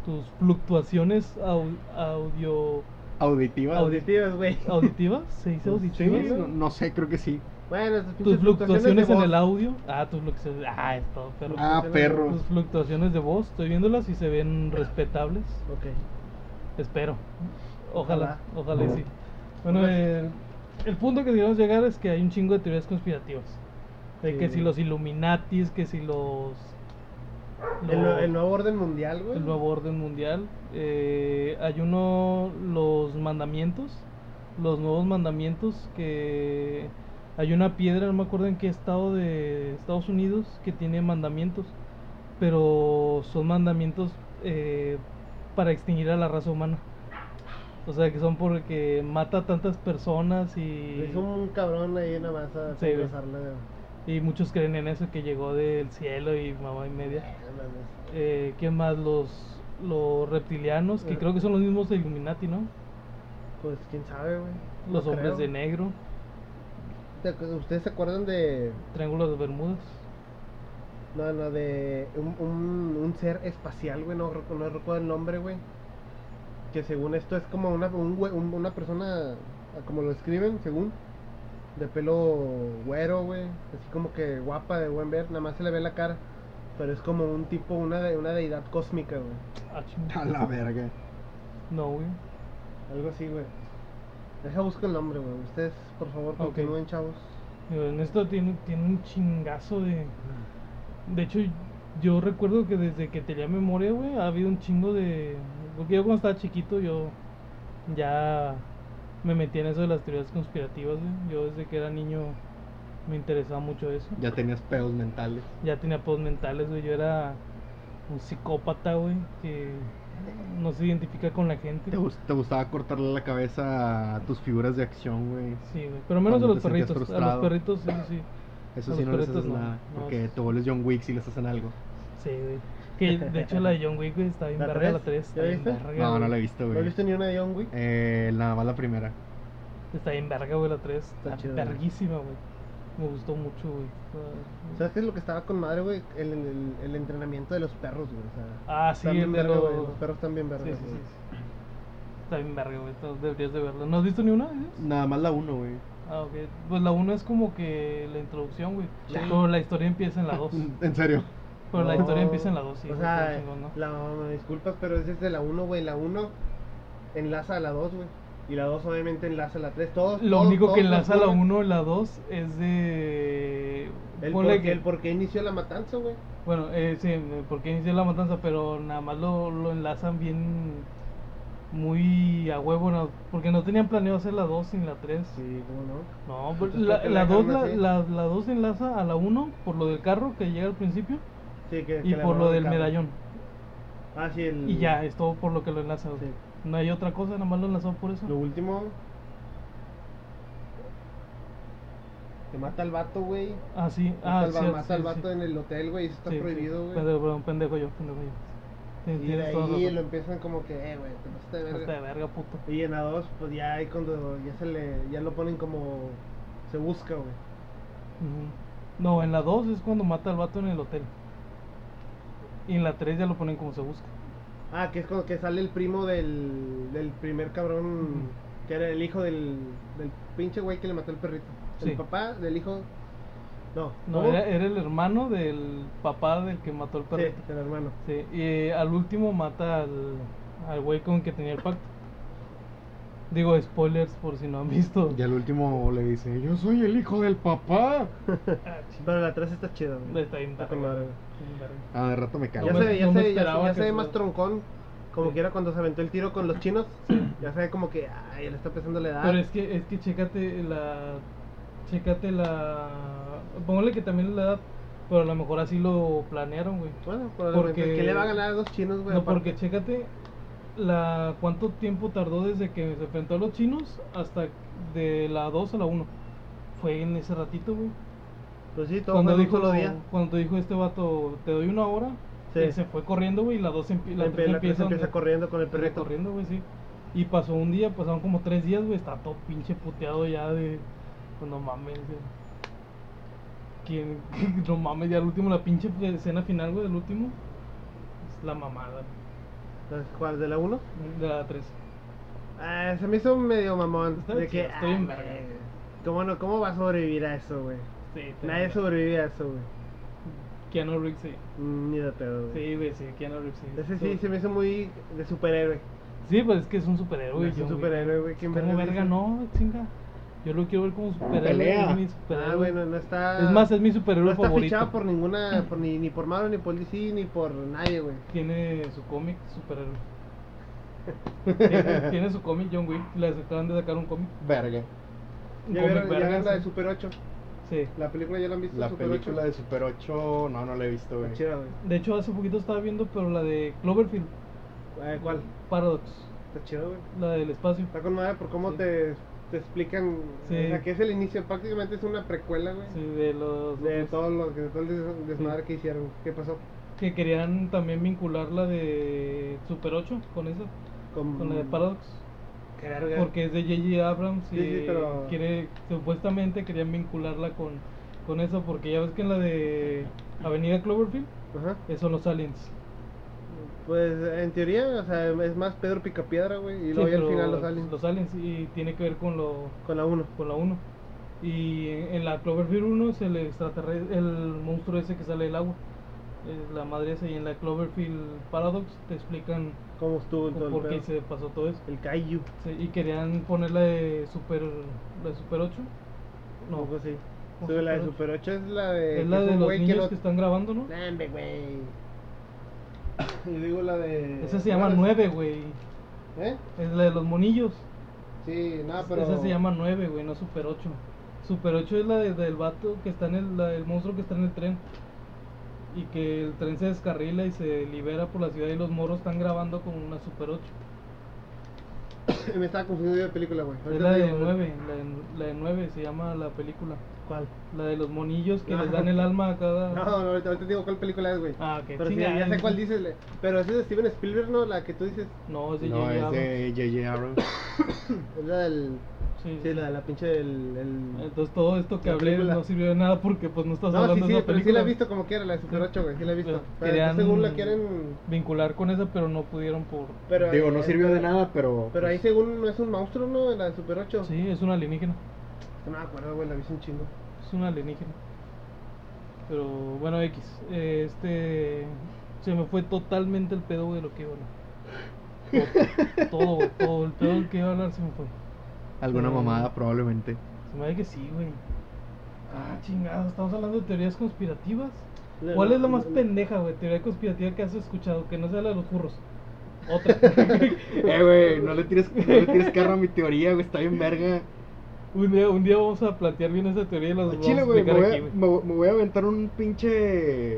tus fluctuaciones au- audio Auditiva. Auditivas, güey. auditivas, se dice Sí, auditivas. no, no sé, creo que sí. Bueno, esas Tus pinches fluctuaciones de en voz. el audio. Ah, tus fluctuaciones. Ah, es todo, pero Ah, perro. tus fluctuaciones de voz, estoy viéndolas y se ven respetables. Ok. Espero. Ojalá, Ojalá. Pues- ojalá y sí. Bueno, Ojalá. el, el punto que queríamos llegar es que hay un chingo de teorías conspirativas. De Sí, que si güey. los Illuminatis, que si los. El, los- el nuevo orden mundial, güey. el nuevo orden mundial. eh, hay uno, los mandamientos, los nuevos mandamientos que hay una piedra, no me acuerdo en qué estado de Estados Unidos que tiene mandamientos, pero son mandamientos eh, para extinguir a la raza humana. O sea que son porque mata a tantas personas y, Es un cabrón ahí nada más a Sí, güey. regresarle de... y muchos creen en eso que llegó del cielo y mamá y media. Ah, mames. Eh, ¿Quién más? Los, los reptilianos, que Eh. creo que son los mismos de Illuminati, ¿no? Pues quién sabe, güey. Los No hombres creo. de negro, ¿Te acu- ¿Ustedes se acuerdan de. Triángulo de Bermudas. No, no, de. Un, un, un ser espacial, güey. No, recu- no recuerdo el nombre, güey. Que según esto es como una, un güe- un- una persona. a Como lo escriben, según. De pelo güero, güey. Así como que guapa, de buen ver. Nada más se le ve la cara. Pero es como un tipo, una, de, una deidad cósmica, güey. Ah, ching- A la verga. No, güey. Algo así, güey. Deja buscar el nombre, güey. Ustedes, por favor, Ok. continúen, chavos. Pero En esto tiene, tiene un chingazo de. De hecho, yo recuerdo que desde que tenía memoria, güey, ha habido un chingo de. Porque yo cuando estaba chiquito, yo ya me metía en eso de las teorías conspirativas, güey. Yo desde que era niño me interesaba mucho eso. Ya tenías pedos mentales. ya tenía pedos mentales, güey. Yo era un psicópata, güey, que no se identifica con la gente. ¿Te, gust- te gustaba cortarle la cabeza a tus figuras de acción, güey? Sí, güey. Pero menos a Cuando los te sentías perritos. A los frustrado. perritos, sí, sí. Eso A sí los no les haces perritos no, nada. no. Porque te vuelves John Wick si les hacen algo. Sí, güey. Que de hecho la de John Wick, güey, está bien ¿La verga la tres? 3. Está ¿Ya bien viste? verga. No, no güey. la he visto, ¿No he güey. visto ni una de John Wick? Eh, nada más la primera. Está bien verga, güey, la 3. Está Está chido, güey. verguísima, güey. Me gustó mucho, güey. Está- ¿Sabes qué es lo que estaba con madre, güey? El, el, el entrenamiento de los perros, güey. O sea, Ah, sí, están bien el de verga, güey, los- los perros están bien verga. Sí, sí, sí. Está bien verga, güey. Entonces deberías de verla. ¿No has visto ni una? dices? Nada más la uno, güey. Ah, ok. Pues la 1 es como que la introducción, güey. Sí. Pero la historia empieza en la 2. En serio. Pero la No, historia empieza en la 2, sí. O güey, sea, está chingón, ¿no? la, me disculpas, pero es desde la 1, güey. La 1 enlaza a la 2, güey. Y la 2 obviamente enlaza la 3. Todos, Lo todos- único que todos enlaza la ocurren. 1 y la 2 es de. El por, ponle que- el por qué inició la matanza, güey. Bueno, eh, sí, porque inició la matanza, pero nada más lo, lo enlazan bien. Muy a huevo, no- porque no tenían planeado hacer la 2 sin la 3. Sí, cómo no. No, pues, Entonces, ¿por la, qué la la 2 dejaron la, así? la, la dos enlaza a la 1 por lo del carro que llega al principio Sí, que, y que la por lo roban del carro. medallón. Ah, sí, el. Y ya, es todo por lo que lo enlaza. güey. Sí. No hay otra cosa, nada más lo enlazó por eso. Lo último. Que mata al vato, güey. Ah, sí, Mata, ah, al, va- cierto, mata al sí, sí. vato en el hotel, güey. Eso está Sí, sí. prohibido, güey. Pendejo, perdón, pendejo yo, pendejo yo. Tien- Y de tienes toda ahí razón. lo empiezan como que, eh, güey, te pasaste de Hasta de verga. verga, puto. Y en la 2, pues ya ahí cuando ya se le. Ya lo ponen como. Se busca, güey. Ujú. No, en la 2 es cuando mata al vato en el hotel. Y en la 3 ya lo ponen como se busca. Ah, que es como que sale el primo del, del primer cabrón. Que era el hijo del, del pinche güey que le mató el perrito. Sí. El papá del hijo. No, No, ¿cómo? era, era el hermano del papá del que mató al perrito. Sí, el hermano. Sí, y eh, al último mata al, al güey con que tenía el pacto. Digo, spoilers por si no han visto. Y al último le dice, yo soy el hijo del papá. Pero la 3 está chida, güey. Ah, Está bien con verga, madre. está bien verga. Ah, de rato me No cago. Ya me- se ve, ya no se me ve, ya se- esperaba ya que se ve fuera- más troncón. Como Sí. que era cuando se aventó el tiro con los chinos. Ya se ve como que, ay, le está empezando la edad. Pero es que, es que chécate la. Chécate la. Póngale que también la edad, pero a lo mejor así lo planearon, güey. Bueno, probablemente. porque- ¿Qué le va a ganar a dos chinos, güey? No, aparte? porque chécate la cuánto tiempo tardó desde que se enfrentó a los chinos hasta de la 2 a la 1. Fue en ese ratito, güey. Pues sí, todo fue en un solo día. cuando dijo este vato, te doy una hora, Sí. él se fue corriendo, güey, y la 2 la La, tres la tres empieza, empieza donde- corriendo con el perrito. corriendo, güey, sí. Y pasó un día, pasaron como tres días, güey, está todo pinche puteado ya de. Pues no mames, güey. ¿Quién? No mames, ya el último, la pinche escena final, güey, del último. Es la mamada, Entonces, ¿Cuál? ¿De la 1? de la 3. Ah, se me hizo medio mamón. Está de chido, que, estoy en ah, verga. güey, ¿cómo, no, ¿Cómo va a sobrevivir a eso, güey? Sí, Nadie sobrevive a eso, güey. Keanu Reeves, sí. Mm, Ni de pedo, güey. Sí, güey, sí, Keanu Reeves, sí. Ese sí se me hizo muy de superhéroe. Sí, pues es que es un superhéroe. es un John Wick. superhéroe, güey. ¿Quién Como verga verga, dice? no, chinga. Yo lo quiero ver como superhéroe. Pelea. Es mi Ah, superhéroe. bueno, no está. Es más, es mi No superhéroe está favorito. fichado por ninguna. Por ni, ni por Marvel, ni por DC, ni por nadie, güey. Tiene su cómic superhéroe. tiene, tiene su cómic John Wick. Le acaban de sacar un cómic. Verga. Un Ya cómic vieron ya verga. vieron la de sí. Super 8. Sí. La película ya la han visto. La Super película 8. de Super 8, no, no la he visto, güey. Está chida, güey. De hecho, hace poquito estaba viendo, pero la de Cloverfield. Eh, ¿Cuál? Paradox. Está chido, güey. La del espacio. Está con madre por cómo Sí. te, te explican. Sí. O sea, que es el inicio. Prácticamente es una precuela, güey. Sí, de los. De otros. todo lo que de todo el des- desmadre que hicieron. ¿Qué pasó? Que querían también vincular la de Super 8 con esa. Con la de Paradox. Qué Mm. verga. Porque es de J.J. Abrams y Sí, sí, pero- quiere, supuestamente querían vincularla con, con eso, porque ya ves que en la de Avenida Cloverfield, Ajá. eh, son los aliens. Pues en teoría, o sea, es más Pedro Picapiedra, güey. Y Sí, luego ya al pero, final los pues, aliens. Los aliens, y tiene que ver con, lo, Con la 1. con la 1. Y en, en la Cloverfield 1 es el extraterrestre, el monstruo ese que sale del agua. Es la madre esa, y en la Cloverfield Paradox te explican ¿Cómo estuvo el todo el por qué pedo? se pasó todo eso. El Kaiju. Sí, y querían poner la de Super, la de super 8. No, pues sí. ¿Cómo Sube la de Super Super 8 es la de. Oh, Es que la un de los güey niños que, lo- están grabando, ¿no? Nah, hombre, güey. Yo digo la de. Esa se llama bueno, 9, güey. ¿Eh? Es la de los monillos. Sí, nada, Ah, pero. Esa se llama 9, güey, no Super 8. Super 8 es la de- del vato que está en el, la del monstruo que está en el tren. Y que el tren se descarrila y se libera por la ciudad y los morros están grabando con una Super 8. Me estaba confundiendo yo de película, güey. Es Ahorita la te de digo, güey. 9, la de, la de 9 se llama la película. ¿Cuál? La de los monillos que les dan el alma a cada... No, no, ahorita, ahorita te digo cuál película es, güey. Ah, ok. Pero sí, chingada. ya sé cuál dices, le- pero esa es de Steven Spielberg, ¿no? La que tú dices, No, es de No, J.J. es Abrams. de J.J. Abrams. es la del... Sí, Sí, la de la pinche del... el- Entonces todo esto que La hablé película. no sirvió de nada porque pues no estás No, sí, hablando sí, de esa pero sí la película. Pues, he visto como quiera, la de Super 8, güey, sí la he visto. Pero Pero querían- según la quieren... Vincular con esa, pero no pudieron por... Pero, Digo, eh, no sirvió de nada, pero. pues, Pero ahí según no es un monstruo, ¿no? La de Super 8. Sí, es una alienígena. No me acuerdo, güey, la vi hace un chingo. Es una alienígena. Pero bueno, X. eh, este... Se me fue totalmente el pedo güey, de lo que iba a hablar. Todo, güey, todo. El pedo que iba a hablar se me fue. Alguna Mm. mamada, probablemente. Se me ve que sí, güey. Ah, chingado, estamos hablando de teorías conspirativas. ¿Cuál es la más pendeja, güey? Teoría conspirativa que has escuchado, que no sea la de los furros. Otra. Eh, güey, no le tires, no le tires carro a mi teoría, güey, está bien verga. un, día, un día vamos a plantear bien esa teoría y la Al vamos Chile, a güey, me, explicar voy a- aquí, güey. me voy- me voy a aventar un pinche.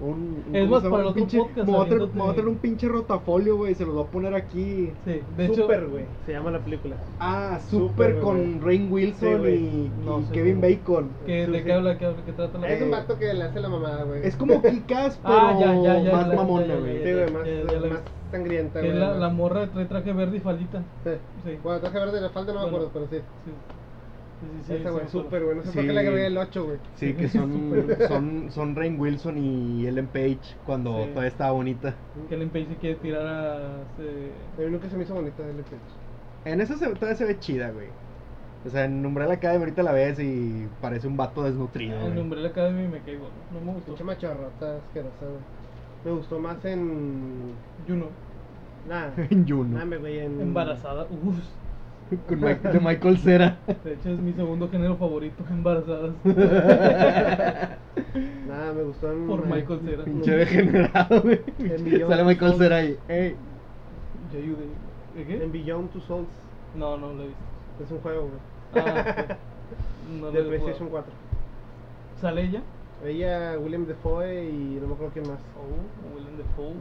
Un, un- Es ¿cómo más, se llama? para el Un otro pinche- podcast, Me voy, a traer, me voy a aviéntate. traer un pinche rotafolio, güey, se los voy a poner aquí. Sí, de hecho, Super, güey. Se llama la película. Ah, Súper, super güey. con Rain Sí, Wilson güey. y, No y sé, Kevin güey. Bacon. ¿qué- ¿de Sí, qué sí. habla? ¿Qué, habla- qué trata la Es un Eh, vato que le hace la mamada, güey. Es como Kikas, pero Ah, ya, ya, ya, más ya, ya, mamona, ya, güey. Sí, güey, más, Ya, ya, ya la- más sangrienta, Que güey. la, la más- morra trae traje verde y falita. Sí. Sí, Bueno, traje verde de la falda no me Bueno. acuerdo, pero sí. sí. Sí, sí, sí, Esa, güey, sí me acuerdo. súper, güey. No sé por Sí. qué le agregué el 8, güey. Sí, que son, son, son Rain Wilson y Ellen Page cuando Sí. todavía estaba bonita. Que Ellen Page se quiere tirar a... se- A mí nunca se me hizo bonita el efecto. En eso se, todavía se ve chida, güey. O sea, en Umbrella Academy ahorita la ves y parece un vato desnutrido. El güey. nombre de la academia me caigo. No me gustó. Pinche machorro, está asquerosa, güey. Me gustó más en. Juno. Nada. En Juno. Nada, güey, en. Embarazada. Uf. Con Mi- de Michael Cera. De hecho es mi segundo género favorito. Embarazadas. Nada, me gustó en. Por Michael Cera. Pinche degenerado, güey. En Beyond Sale Michael Souls. Cera ahí. Ey. Yo ayudé. ¿De qué? En Beyond Two Souls. No, no lo he visto. Es un juego, güey. Ah, no de lo he PlayStation jugado. 4. ¿Sale ella? Ella, William Defoe y no me acuerdo quién más. Oh, Willem Dafoe.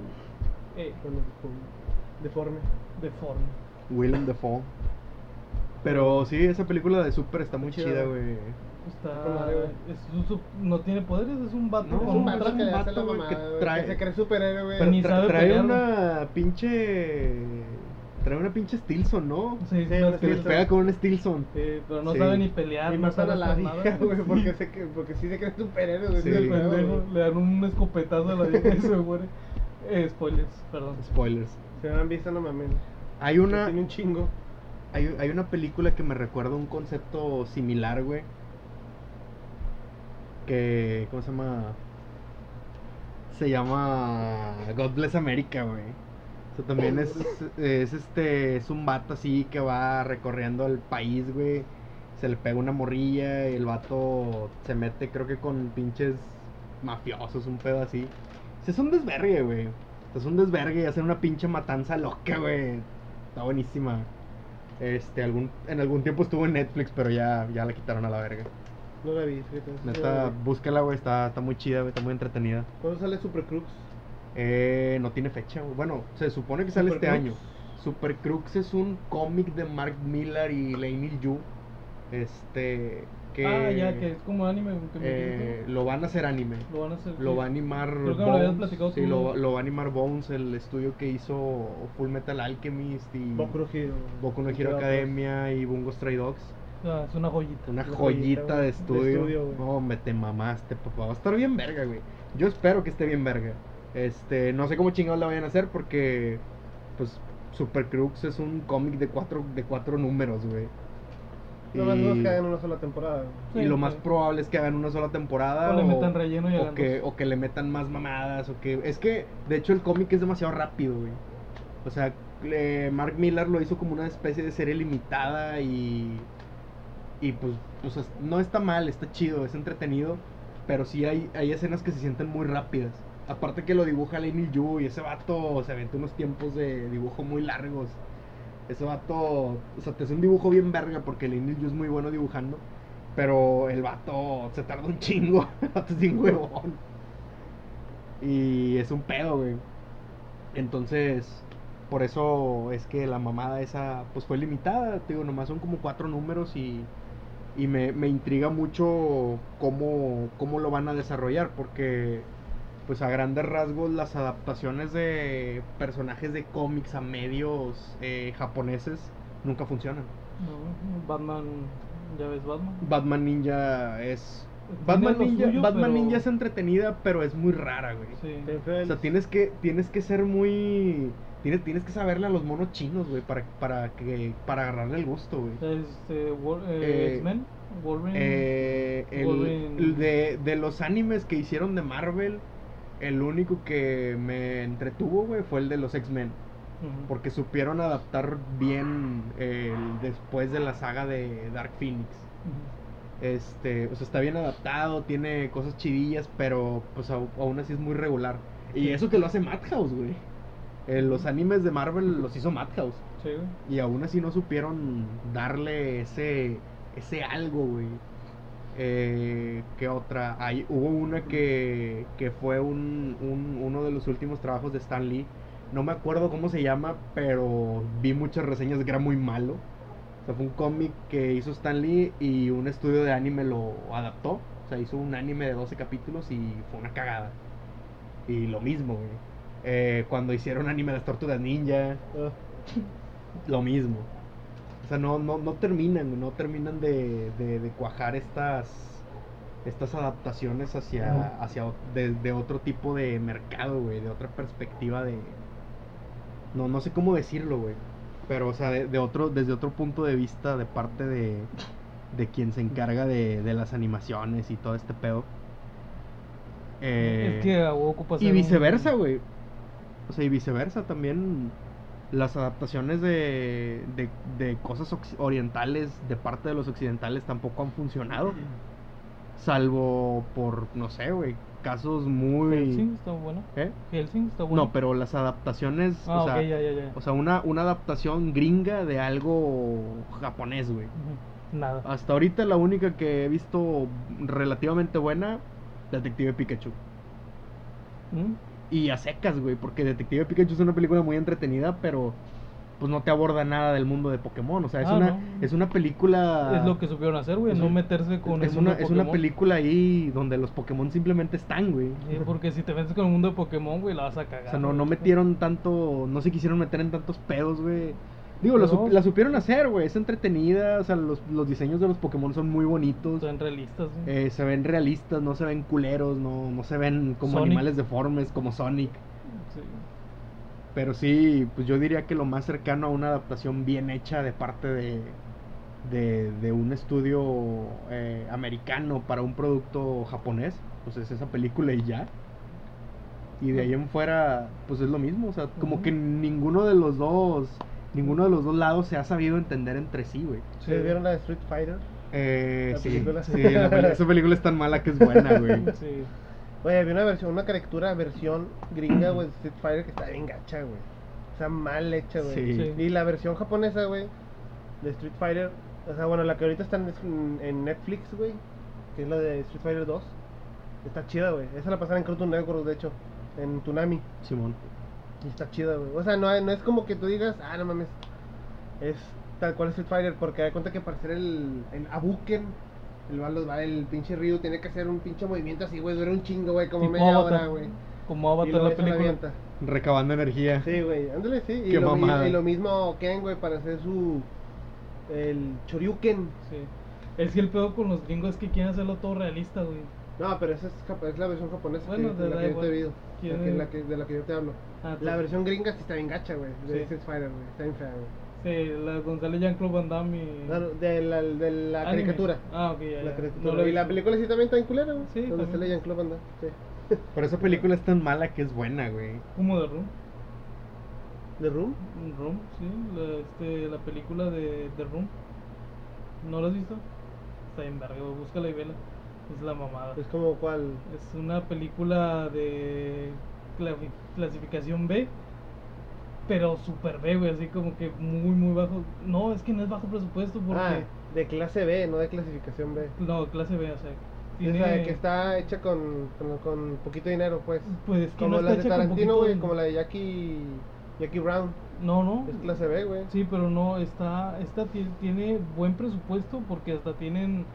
Eh, Bueno, con- deforme. deforme. Willem Dafoe. Pero sí, esa película de Super está muy Chida, chida, güey. güey. Con Está... madre, güey. es un sub- no tiene poderes, es un vato. No, con Es Es un un vato vato, que le hace vato, la güey, mamada, que güey, que trae- se cree superhéroe, güey. Pero Ni tra- sabe trae pelear, una pinche. Trae una pinche Stilson, ¿no? Sí, Sí, sí, un Que les Stilson. pega con un Stilson. Sí, pero no Sí. sabe ni pelear, Y no matan sabe a la hacer nada. hija, güey, porque, se que- porque sí se cree superhéroe, güey. Sí. es el El pedo, pendejo, güey. le dan un escopetazo a la vieja y se muere. Eh, spoilers, perdón. Spoilers. Se me han visto, no mamen. Hay una, Tiene un chingo. hay, hay una película que me recuerda un concepto similar, güey. Que. ¿Cómo se llama? Se llama. God Bless America, güey. O sea, también es, es este. Es un vato así que va recorriendo el país, güey. Se le pega una morrilla y el vato se mete, creo que con pinches mafiosos, un pedo así. O sea, es un desvergue, güey. O sea, Es un desvergue y hacen una pinche matanza loca, güey. Está buenísima. Este, algún, en algún tiempo estuvo en Netflix, pero ya, ya la quitaron a la verga. No la vi, fíjate. no sé si la Neta, vi. búscala, güey, está, está muy chida, güey, está muy entretenida. ¿Cuándo sale Super Crux? Eh, no tiene fecha, güey. Bueno, se supone que sale este Supercrux. año. Super Crux es un cómic de Mark Miller y Laney Yu. Este, que, Ah, ya, que es como anime. Que me eh, dijiste, lo van a hacer anime. ¿no? lo van a hacer. Lo sí. va a animar Creo que me lo habías platicado sí, tú, lo, ¿no? lo va a animar Bones, el estudio que hizo Full Metal Alchemist y Boku no Hero. Boku no Hero Academia y Bungo Stray Dogs. Ah, es una joyita. Una Una joyita, joyita güey, de de estudio. estudio, güey. no, me te mamaste, papá. Va a estar bien verga, güey. Yo espero que esté bien verga. Este, no sé cómo chingados la vayan a hacer porque, pues, Super Crux es un cómic de cuatro, de cuatro números, güey. No más no que hagan una sola temporada. güey. y Sí, lo sí. más probable es que hagan una sola temporada. O le metan relleno y hagan o que, dos. o que le metan más mamadas. O que, es que, de hecho, el cómic es demasiado rápido, güey. O sea, le- Mark Miller lo hizo como una especie de serie limitada y. Y pues, pues, es- no está mal, está chido, es entretenido. Pero sí hay, hay escenas que se sienten muy rápidas. Aparte que lo dibuja Lenny Yu y ese vato se aventó unos tiempos de dibujo muy largos. Ese vato, o sea, te hace un dibujo bien verga porque Lenny Yu es muy bueno dibujando. Pero el vato se tarda un chingo. El vato es bien huevón. Y es un pedo, güey. Entonces, por eso es que la mamada esa pues fue limitada. Te digo, nomás son como cuatro números y, y me, me intriga mucho cómo, cómo lo van a desarrollar. Porque, pues a grandes rasgos, las adaptaciones de personajes de cómics a medios eh, japoneses nunca funcionan. No, Batman, ya ves Batman. Batman Ninja es. Tiene Batman lo Ninja, suyo, Batman pero- Ninja es entretenida, pero es muy rara, güey. Sí. Ten O fe, sea, tienes que, tienes que ser muy. Tienes, tienes que saberle a los monos chinos, güey, para, para, que, para agarrarle el gusto, güey. Este, Wol- Eh, eh, X-Men, Wolverine. Eh, el- Wolverine. el de, de los animes que hicieron de Marvel, el único que me entretuvo, güey, fue el de los X-Men. Ujú. porque supieron adaptar bien eh, el después de la saga de Dark Phoenix. Ujú. Este, o sea, está bien adaptado, tiene cosas chidillas, pero pues au- aún así es muy regular. Y Sí. eso que lo hace Madhouse, güey. Eh, los animes de Marvel los hizo Madhouse. Sí, güey. Y aún así no supieron darle ese, ese algo, güey. Eh, ¿Qué otra? Hay, hubo una que, que fue un, un- uno de los últimos trabajos de Stan Lee. No me acuerdo cómo se llama, pero vi muchas reseñas de que era muy malo. O sea, fue un cómic que hizo Stan Lee y un estudio de anime lo adaptó. O sea, hizo un anime de 12 capítulos y fue una cagada. Y lo mismo, güey. Eh, cuando hicieron anime de las tortugas ninja, Ah, lo mismo. O sea, no, no, no terminan, güey, no terminan de, de- de cuajar estas, estas adaptaciones hacia, Ajá. hacia o- de, de otro tipo de mercado, güey, de otra perspectiva de... No, no sé cómo decirlo, güey. Pero, o sea, de, de otro, desde otro punto de vista de parte de, de quien se encarga de, de las animaciones y todo este pedo. Eh, Es que a huevo ocupas y ser un- viceversa, güey. O sea, y viceversa también. Las adaptaciones de, de, de cosas occ- orientales de parte de los occidentales tampoco han funcionado. Salvo por, no sé, güey, casos muy... Hellsing está bueno. ¿Eh? Hellsing está bueno. No, pero las adaptaciones... Ah, o, ok, sea, ya, ya, ya. o sea, una, una adaptación gringa de algo japonés, güey. Ujú. Nada. Hasta ahorita la única que he visto relativamente buena, Detective Pikachu. ¿Mm? Y a secas, güey, porque Detective Pikachu es una película muy entretenida, pero pues no te aborda nada del mundo de Pokémon. O sea, es, Ah, una, no. es una película. Es lo que supieron hacer, güey, ah, es no un- meterse con el es mundo una, de es una Pokémon. película ahí donde los Pokémon simplemente están, güey. Sí, porque si te metes con el mundo de Pokémon, güey, la vas a O cagar. sea, no, güey. no metieron tanto. No se quisieron meter en tantos pedos, güey. Digo, la, No. sup- la supieron hacer, güey. Es entretenida. O sea, los, los diseños de los Pokémon son muy bonitos. Son realistas, güey. eh, se ven realistas, no se ven culeros, no, no se ven como Sonic. animales deformes, como Sonic. Sí. Pero sí, pues yo diría que lo más cercano a una adaptación bien hecha de parte de, de, de un estudio eh, americano para un producto japonés, pues es esa película y ya. Y de ahí en fuera, pues es lo mismo, o sea, como Ujú. que ninguno de los dos, ninguno de los dos lados se ha sabido entender entre sí, güey. ¿Ustedes Sí. vieron la de Street Fighter? Eh, ¿La sí, película? sí, la peli- esa película es tan mala que es buena, güey. Sí. Oye, había una versión, una caricatura versión gringa, güey, de Street Fighter que está bien gacha, güey. O sea, mal hecha, güey. Sí. Sí. Y la versión japonesa, güey, de Street Fighter, o sea, bueno, la que ahorita está en, en Netflix, güey, que es la de Street Fighter 2, está chida, güey. Esa la pasaron en Cartoon Network, de hecho, en Tsunami, Simón. y está chida, güey. O sea, no, hay- no es como que tú digas, ah, no mames, es tal cual Street Fighter, porque da cuenta que para hacer el, el Abuken, el, balo- el pinche Ryu tiene que hacer un pinche movimiento así, güey, dura un chingo, güey, como Tipo media Avatar. hora, güey. Como Y Avatar luego la eso lo película. avienta. Recabando energía. Sí, güey, ándale, sí. Y, Qué lo, mi- mamada. y lo mismo Ken, güey, para hacer su. El Choryuken. Sí. Es que el pedo con los gringos es que quieren hacerlo todo realista, güey. No, pero esa es, jap- es la versión japonesa Bueno, que, de la da que yo igual. te he visto. ¿Quién La que, es? la que- de la que yo te hablo. Ah, La sí. versión gringa sí está bien gacha, güey. De Sí. Street Fighter, güey. Está bien fea, güey. Sí, la González Jean-Claude Van Damme. y- No, no, de la, de la Anime. caricatura. Ah, ok, ya. La ya. caricatura. No lo he y la visto. película sí también está en culera, güey. Sí, Donde también. sale Jean-Claude Van Damme, Sí. Pero esa película es tan mala que es buena, güey. Como de Room. ¿The Room? Room, sí. La, este, la película de, de Room. ¿No la has visto? Está en verga, güey, búscala y vela. Es la mamada. Es como cuál. Es una película de clasi- clasificación B, pero super B, güey, así como que muy, muy bajo. No, es que no es bajo presupuesto porque. Ah, de clase B, no de clasificación B. No, clase B, o sea. Es Tiene, la que está hecha con, con, con poquito dinero, pues. Pues es que Como no está la de hecha con Tarantino, poquito güey, de- como la de Jackie, Jackie Brown. No, no. Es clase B, güey. Sí, pero no, está, esta ti- tiene buen presupuesto porque hasta tienen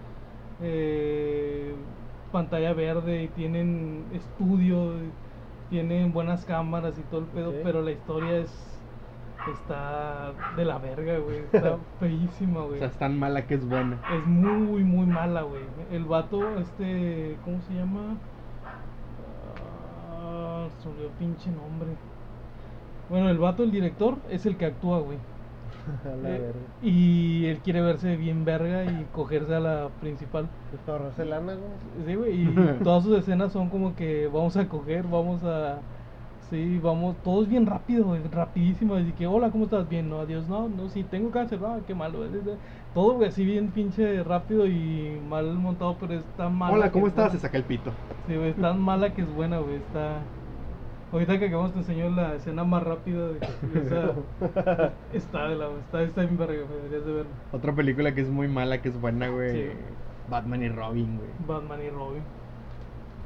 eh, pantalla verde y tienen estudio, y tienen buenas cámaras y todo el pedo, Ok. pero la historia es está de la verga, güey, está feísima, O güey. sea, es tan mala que es buena. Es muy, muy mala, güey. El vato, este, ¿cómo se llama? Ah, se me olvidó pinche nombre. Bueno, el vato, el director, es el que actúa, güey. A la Eh, verga. y él quiere verse bien verga y cogerse a la principal. Pues para ahorrarse lana, güey. Sí, güey, y todas sus escenas son como que vamos a coger, vamos a Sí, vamos, todos bien rápido, güey, rapidísimo. Así que, hola, ¿cómo estás? Bien, no, adiós, no, no, sí, tengo cáncer, ah, qué malo. güey, eh, eh. Todo, güey, así bien pinche rápido y mal montado, pero está mal. Hola, ¿cómo estás? Se saca el pito. Sí, güey, está mala que es buena, güey, está... Ahorita que acabamos te enseñó la escena más rápida de de esa... está de la... Está, está bien verga, güey, deberías de verla. Otra película que es muy mala, que es buena, güey. Sí. Batman y Robin, güey. Batman y Robin.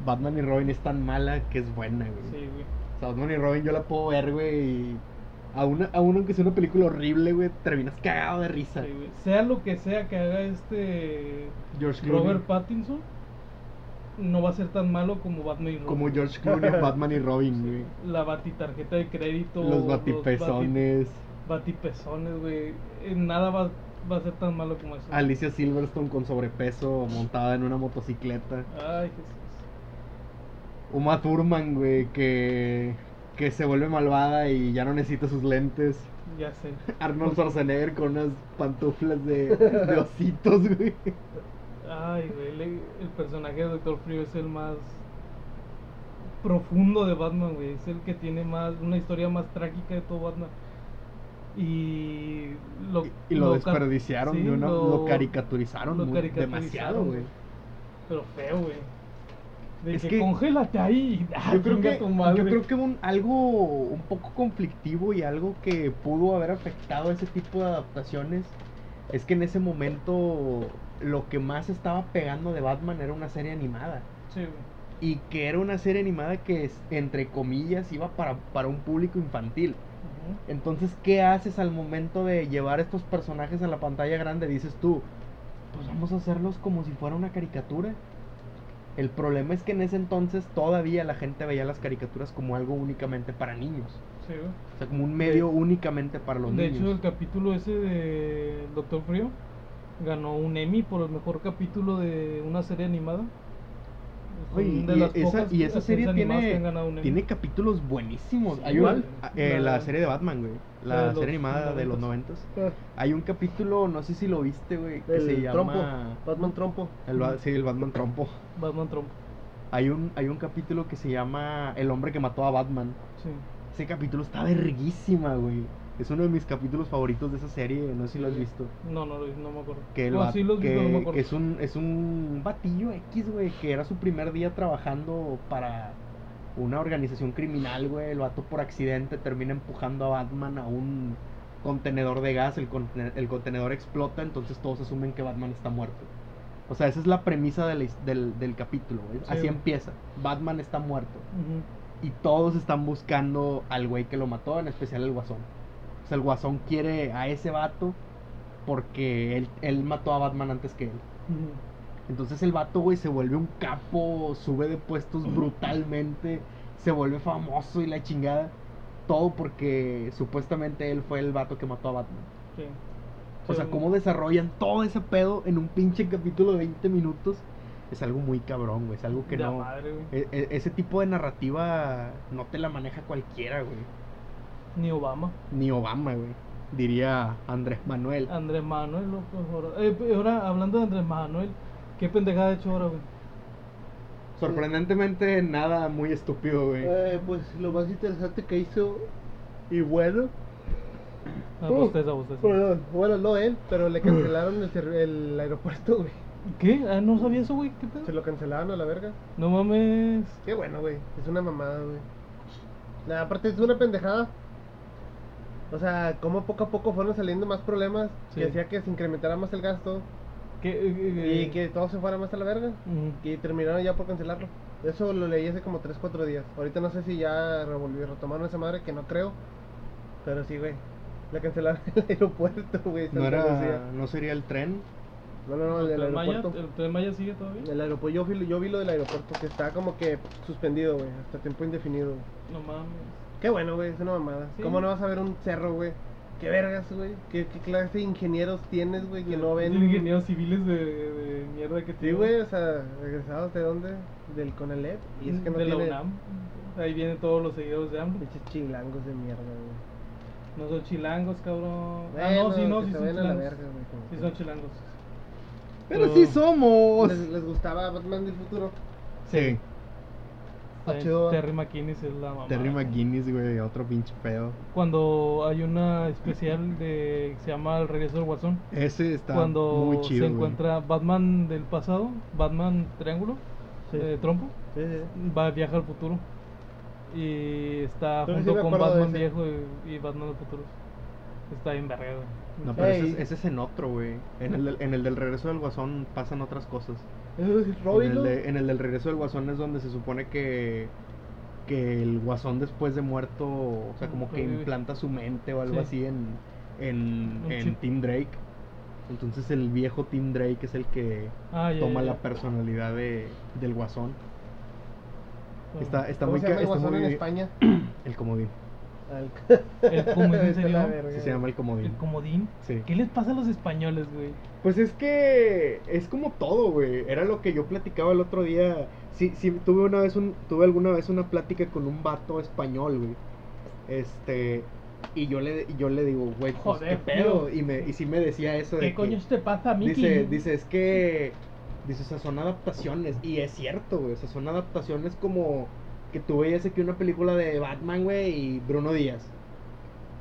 Batman y Robin es tan mala que es buena, güey. Sí, güey. O sea, Batman y Robin yo la puedo ver, güey. y Aún, aún aunque sea una película horrible, güey, terminas cagado de risa. Sí, güey. Sea lo que sea que haga este George Clooney. Robert Pattinson, no va a ser tan malo como Batman y Robin. Como George Clooney, en Batman y Robin, güey. La batitarjeta de crédito. Los bati- batipezones. batipezones, güey. Eh, Nada va, va a ser tan malo como eso. Alicia Silverstone con sobrepeso montada en una motocicleta. Ay, Jesús. Uma Thurman, güey, que, que se vuelve malvada y ya no necesita sus lentes. Ya sé. Arnold Schwarzenegger con unas pantuflas de, de ositos, güey. Ay, güey. le- el personaje de Doctor Frío es el más profundo de Batman, güey. Es el que tiene más una historia más trágica de todo Batman. Y lo, Y lo, ca- desperdiciaron, sí, de una- lo, caricaturizaron lo muy- caricaturizaron, demasiado, güey. güey. Pero feo, güey. De Es que, que- congélate ahí. Ah, Yo creo chinga que, tu madre. yo creo que un, algo un poco conflictivo y algo que pudo haber afectado a ese tipo de adaptaciones es que en ese momento lo que más estaba pegando de Batman era una serie animada. Sí, güey. Y que era una serie animada que, es- entre comillas, iba para, para un público infantil. Ujú. Entonces, ¿qué haces al momento de llevar estos personajes a la pantalla grande? Dices tú, pues vamos a hacerlos como si fuera una caricatura. El problema es que en ese entonces todavía la gente veía las caricaturas como algo únicamente para niños. Sí, güey. O sea, como un medio únicamente para los de hecho, niños. el capítulo ese de Doctor Frío ganó un Emmy por el mejor capítulo de una serie animada. Es Oye, un de y, las esa, pocas y esa series serie animadas que han tiene, ganado un Emmy. tiene capítulos buenísimos. Sí, Hay ¿cuál? un- eh, la, La- serie de Batman, güey. la La, de los serie animada de los 90s. noventas. Hay un capítulo, no sé si lo viste, güey, que El se llama... trompo. Batman Trompo. El, Ba- sí, el Batman Trompo. Batman Trump. Hay un, hay un capítulo que se llama El hombre que mató a Batman. Sí. Ese capítulo está verguísima, güey. Es uno de mis capítulos favoritos de esa serie, no sé si lo has visto. No, no, lo vi, no me acuerdo. Que, el No, va- sí los vi, pero no me que, acuerdo. que es, un, es un batillo X, güey, que era su primer día trabajando para una organización criminal, güey. El vato por accidente termina empujando a Batman a un contenedor de gas, el, conten- el contenedor explota, entonces todos asumen que Batman está muerto. O sea, esa es la premisa de la his- del, del capítulo, güey. Sí, Así güey. empieza. Batman está muerto. Ujú. Y todos están buscando al güey que lo mató, en especial el guasón. O sea, el guasón quiere a ese vato porque él, él mató a Batman antes que él. Ujú. Entonces el vato, güey, se vuelve un capo, sube de puestos brutalmente, se vuelve famoso y la chingada. Todo porque supuestamente él fue el vato que mató a Batman. Sí. O Sí, sea, güey. cómo desarrollan todo ese pedo en un pinche capítulo de 20 minutos. Es algo muy cabrón, güey. Es algo que De la no. madre, güey. E- e- ese tipo de narrativa no te la maneja cualquiera, güey. Ni Obama. Ni Obama, güey. Diría Andrés Manuel. Andrés Manuel, loco. Ahora, eh, pe- ahora, hablando de Andrés Manuel, qué pendejada ha hecho ahora, güey. Sorprendentemente, nada muy estúpido, güey. Eh, pues lo más interesante que hizo, y bueno, Ah, Uh, bosteza, bosteza. bueno, bueno, no él, pero le cancelaron el, ser- el aeropuerto, güey. ¿Qué? Ah, no sabía eso, güey. ¿Qué pedo? Se lo cancelaron a la verga. No mames. Qué bueno, güey. Es una mamada, güey. Nah, aparte es una pendejada. O sea, como poco a poco fueron saliendo más problemas Sí. que hacía que se incrementara más el gasto ¿Qué, eh, Mm. eh, y que todo se fuera más a la verga. Ujú. Y terminaron ya por cancelarlo. Eso lo leí hace como 3, 4 días. Ahorita no sé si ya revolvió, retomaron esa madre, que no creo. Pero sí, güey. Le cancelaron el aeropuerto, güey. No, Santa era, Lucía. no sería el tren. No, no, no, el, ¿El tren Maya? aeropuerto. ¿El tren Maya sigue todavía? El aeropuerto, yo vi, yo vi lo del aeropuerto, que está como que suspendido, güey. Hasta tiempo indefinido, güey. No mames. Qué bueno, güey, es una mamada. Sí. ¿Cómo no vas a ver un cerro, güey? Qué vergas, güey. ¿Qué, qué clase de ingenieros tienes, güey, que no Los ven? ingenieros civiles de, de mierda que Sí, tienen. güey, o sea, regresados de dónde? Del Conalep. Y es que no de tiene... la UNAM. Ahí vienen todos los seguidores de AMLO. Pinches chilangos de mierda, güey. No son chilangos, cabrón. ah, Bueno, no, sí, no, que sí se son vayan a la chilangos. verga, güey. como sí que- son chilangos. Pero No. sí somos. ¿Les, les gustaba Batman del futuro? Sí. Está Eh, Ah, chido, ¿va? Terry McInnes es la mamá. Terry McGuinness, güey, otro pinche pedo. Cuando hay una especial de que se llama El regreso del Guasón. Ese está cuando muy chido. güey. se encuentra Batman del pasado, Batman Triángulo, Sí. de Trompo, Sí, sí. va a viajar al futuro. Y está Creo que junto sí me con acuerdo de Batman ese. viejo y, y Batman del futuro. Está bien vergado. No, pero ese Ey. es, ese es en otro, güey. En el, del- en el del regreso del guasón pasan otras cosas. Eso es En Robin, el, ¿no? de- en el del regreso del guasón es donde se supone que, que el guasón después de muerto, o sea, como que Revive. implanta su mente o algo Sí. así en, en, Un en chip. Tim Drake. Entonces el viejo Tim Drake es el que Ah, ya, toma ya, la ya. personalidad de, del guasón. Bueno, Está, está ¿Cómo muy se llama ca- el está guasón muy- en España? El comodín. Al- El comodín Está sería la un- verga. Sí, se llama el comodín. el comodín. Sí. ¿Qué les pasa a los españoles, güey? Pues es que es como todo, güey. Era lo que yo platicaba el otro día. Sí, sí, tuve una vez un, tuve alguna vez una plática con un vato español, güey. Este, y yo le, y yo le digo, güey, pues, Joder, qué pedo. tío. Y me, y sí me decía eso de ¿Qué que- coño te pasa, Mickey? dice, dice, es que, dice, o sea, son adaptaciones. Y es cierto, güey. O sea, son adaptaciones como que tú veías aquí una película de Batman, güey, y Bruno Díaz.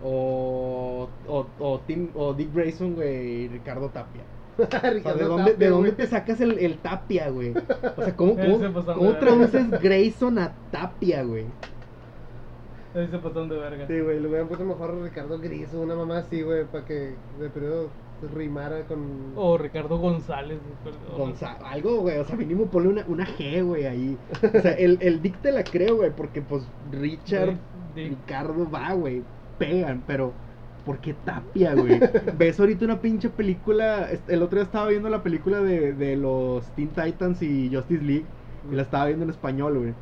O, o, o, Tim, o Dick Grayson, güey, y Ricardo Tapia. O sea, ¿de, Ricardo dónde, Tapia, ¿De dónde güey. te sacas el, el tapia, güey? O sea, ¿cómo, Ese pues, cómo, pasaron cómo de verga. traduces Grayson a tapia, güey? Ahí se pasaron de verga. Sí, güey, le hubieran puesto mejor Ricardo Gris o una mamá así, güey, para que de periodo rimara con. O Ricardo González. perdón. Gonza- algo, güey, o sea, mínimo ponle una, una G, güey, ahí. O sea, el, el Dick te la creo, güey, porque pues Richard, Dick, Dick. Ricardo va, güey, pegan, pero ¿por qué tapia, güey? Ves ahorita una pinche película, est- el otro día estaba viendo la película de, de los Teen Titans y Justice League, y la estaba viendo en español, güey.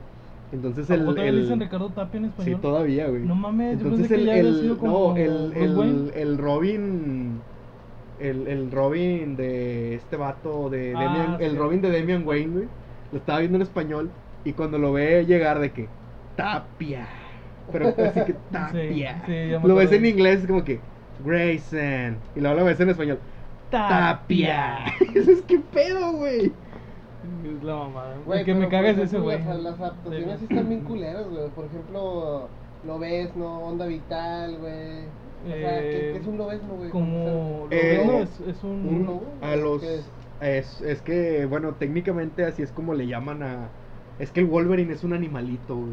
Entonces ¿A el... poco todavía el- le dicen Ricardo Tapia en sí, español? todavía, güey. No mames, Eh, yo Entonces pensé que el, ya había el- sido como no, el, Bruce Wayne. el, el Robin el, el Robin de este vato de Ah, Damian, el sí. Robin de Damian Wayne, güey. Lo estaba viendo en español y cuando lo ve llegar de que Tapia. Pero así que Tapia. sí, ya me lo ves acuerdo. en inglés es como que Grayson y luego lo ves en español Tapia. es que pedo, güey. Es la mamada. Güey, el que me pero, por caga es ese, ejemplo, güey. Las, las adaptaciones sí están bien culeras, güey. Por ejemplo, lo ves, ¿no? Onda vital, güey. O sea, ¿qué, Eh, qué es un lobesno, güey? Como lo Eh, veo, es, es un... Un- ¿no? a los ¿Qué es? es, es que bueno, técnicamente así es como le llaman a es que el Wolverine es un animalito, güey.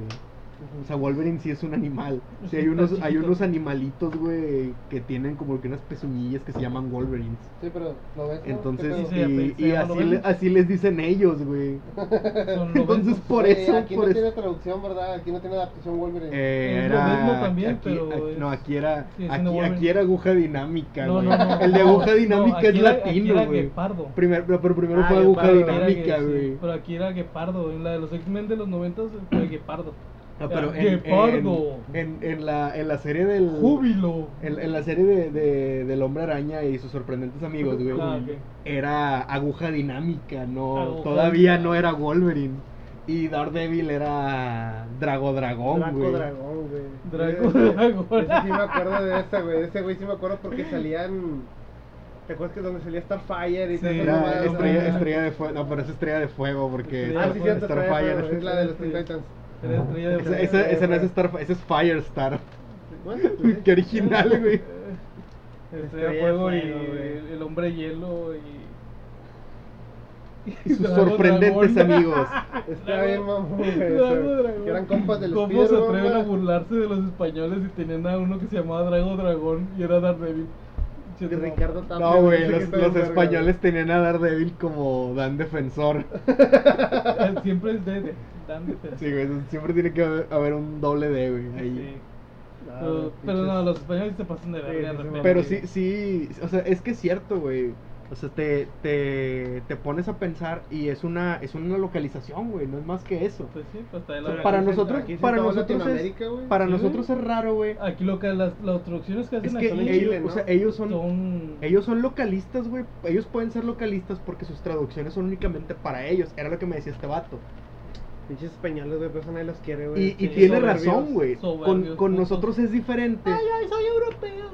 O sea, Wolverine sí es un animal. Sí, hay Está unos, hay chiquito. unos animalitos, güey, que tienen como que unas pezuñillas que se llaman Wolverines. Sí, pero lo ves. Entonces, Sí, se y, llama- se y llama así, Wolverine. le- así les dicen ellos, güey. son lo Entonces, ves, por eso, Eh, Aquí por no eso- tiene traducción, ¿verdad? Aquí no tiene adaptación Wolverine. eh, Es lo era, mismo también, aquí- pero aquí- es- No, aquí era, sigue siendo aquí, Wolverine. aquí era aguja dinámica, No, güey. no, no, El de no, aguja no, dinámica aquí es era- aquí latino, era güey. Guepardo. Primer- pero pero primero Ah, fue Guepardo, aguja Pero era dinámica, que- sí, güey. pero aquí era Guepardo. En la de los X-Men de los 90 fue Guepardo. No, Ah, pero Era en, Guepardo. en, en- en la, en la serie del... Júbilo. Uh, En, en la serie de, de- del Hombre Araña y sus sorprendentes amigos, güey. Ah, ok. Era aguja dinámica, no, Aguja todavía dinámica. no era Wolverine. Y Daredevil era Drago Dragón, Draco güey. Eh, Dragón, güey. Draco Ese- Dragón. ese sí me acuerdo de esa, güey. Ese güey sí me acuerdo porque salían. ¿Te acuerdas que donde salía Starfire y Sí, todas esas Era mamadas, estrella, güey? estrella de fuego, no, pero es estrella de fuego porque Estrella Ah, de sí, Fuego. cierto, Starfire, Starfire. es la de los Teen Titans. Era estrella de Esa, Fuego. esa- esa no es Starfire, esa es Firestar. Bueno, pues, Qué original, güey. Estrella de Estrella de Fuego y Fuego, güey. el hombre hielo y... Y sus Drago sorprendentes Dragón. amigos. Está bien, mamón, güey. Drago ese- Dragón. que Eran compas del ¿Cómo se Spider-Man, atreven a güey. burlarse de los españoles y tenían a uno que se llamaba Drago Dragón y era Daredevil? Che, De no. Ricardo Tapia. No, güey, dice que los, está los bien verga, españoles tenían a Daredevil como Dan Defensor. Ah, Siempre es de... de- Dan Defensor. Sí, güey, siempre tiene que haber, haber un doble D, güey, ahí. Sí. güey. Ah, Pero, pero pinches- no, los españoles se pasan de Sí, verga sí, de sí, repente. Pero sí, sí, o sea, es que es cierto, güey. O sea, te, te, te pones a pensar y es una, es una localización, güey, no es más que eso. Pues sí, pues está de la O sea, verga. para aquí se- nosotros- aquí se para acabó nosotros es- Latinoamérica, güey. Para Sí, Ah, nosotros güey. es raro, güey. Aquí lo que las, las traducciones que hacen Es aquí que en ellos, Chile Chile, o ¿no? sea, ellos son, son... ellos son localistas, güey. Ellos pueden ser localistas porque sus traducciones son únicamente para ellos. Era lo que me decía este vato. Pinches españoles, güey, pero eso nadie los quiere, güey. Y, y sí, tiene soberbios, razón, güey. Con, soberbios, con putos. nosotros es diferente. ay, soy europeo!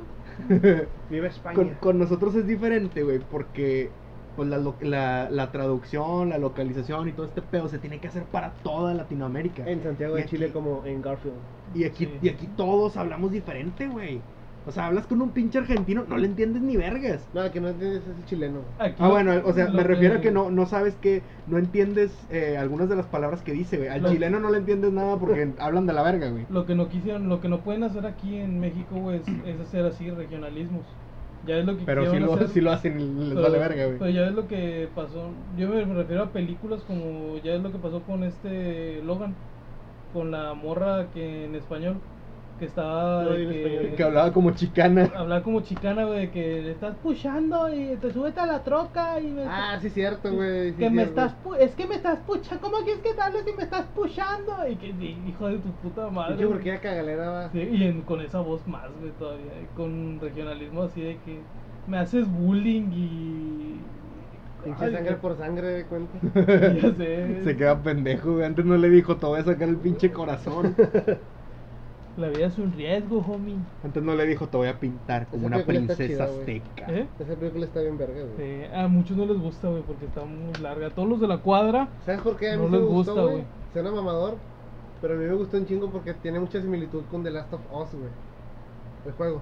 Viva España. con, con nosotros es diferente, güey, porque pues la, lo- la- la traducción, la localización y todo este pedo se tiene que hacer para toda Latinoamérica. En Santiago Y de aquí- Chile como en Garfield. Y aquí, Sí. y aquí todos hablamos diferente, güey. O sea, hablas con un pinche argentino, no le entiendes ni vergas. No, el que no entiendes es el chileno. Aquí Ah, lo- bueno, o sea, lo me refiero a que no, no sabes que, no entiendes eh, algunas de las palabras que dice, güey. Al Lo- chileno no le entiendes nada porque hablan de la verga, güey. Lo que no quisieron, lo que no pueden hacer aquí en México, güey, es, es hacer así regionalismos. Ya es lo que Pero si quisieron lo, hacer, sí lo hacen y les pero- vale verga, Pero güey. ya es lo que pasó. Yo me refiero a películas como ya es lo que pasó con este Logan, con la morra que en español que estaba No, de en español. Que hablaba como chicana. hablar como chicana, güey, de que le estás puchando y te subes a la troca y me Ah, sí, cierto, güey. sí, que me cierto. estás pu- es que me estás puchando, ¿cómo que es que te hablas y me estás puchando? Y que y- hijo de tu puta madre. Yo porque era cagalera, va. Sí, y en- con esa voz más, güey, todavía. y Con regionalismo así de que me haces bullying y. Pinche Ay, sangre que- por sangre, de cuenta. Ya sé. Se queda pendejo, güey. Antes no le dijo, te voy a sacar el pinche corazón. La vida es un riesgo, homie. Antes no le dijo, te voy a pintar como Esa una película está princesa chida, güey. azteca. ¿Eh? Esa película está bien verga, güey. Sí, a muchos no les gusta, güey, porque está muy larga. Todos los de la cuadra. ¿Sabes por qué a mí No sí me les gustó, gusta, güey? güey. Suena mamador, pero a mí me gustó un chingo porque tiene mucha similitud con The Last of Us, güey. El juego.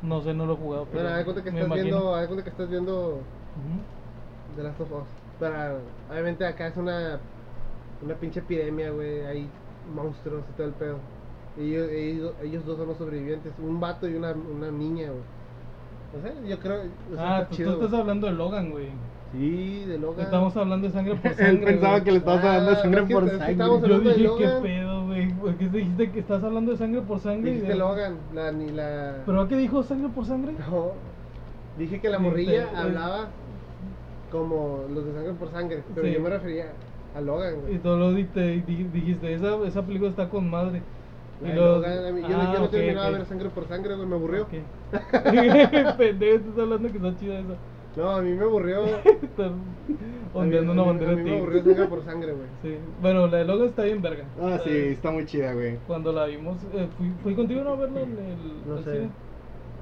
No sé, no lo he jugado. Pero Bueno, haz de cuenta que me estás imagino. viendo, haz de cuenta que estás viendo Ujú. The Last of Us. Para, obviamente acá es una una pinche epidemia, güey, hay monstruos y todo el pedo. Y ellos, ellos, ellos dos son los sobrevivientes, un vato y una, una niña, güey. No sé, yo creo, o sea, Ah, está tú, chido, tú estás güey. hablando de Logan, güey. Sí, de Logan. Estamos hablando de sangre por sangre. Él pensaba güey. que le estabas Ah, dando sangre es que- por es que sangre. estábamos Yo hablando de dije, ¿qué Logan. pedo, güey? ¿Por qué dijiste que estás hablando de sangre por sangre? y Dijiste de- Logan, la ni la ¿Pero a qué dijo sangre por sangre? No, dije que la Sí, morrilla pero- hablaba como los de sangre por sangre, pero Sí. yo me refería a Logan, güey. Y tú lo di- te- di- dijiste, esa, esa película está con madre. Y Ay, luego- Logan, a mí- yo, no- Ah, yo no ok, terminaba ok. de ver sangre por sangre, güey, me aburrió. Ok. Pendejo, estás hablando que está chida esa. No, a mí me aburrió. Estás A mí- ondeando a una mí- bandera A mí me aburrió tigre. sangre por sangre, güey. Sí. Bueno, la de Logan está bien verga. Ah, sí, Eh, está muy chida, güey. Cuando la vimos, eh, fui, fui contigo no a verla en el No al sé. cine.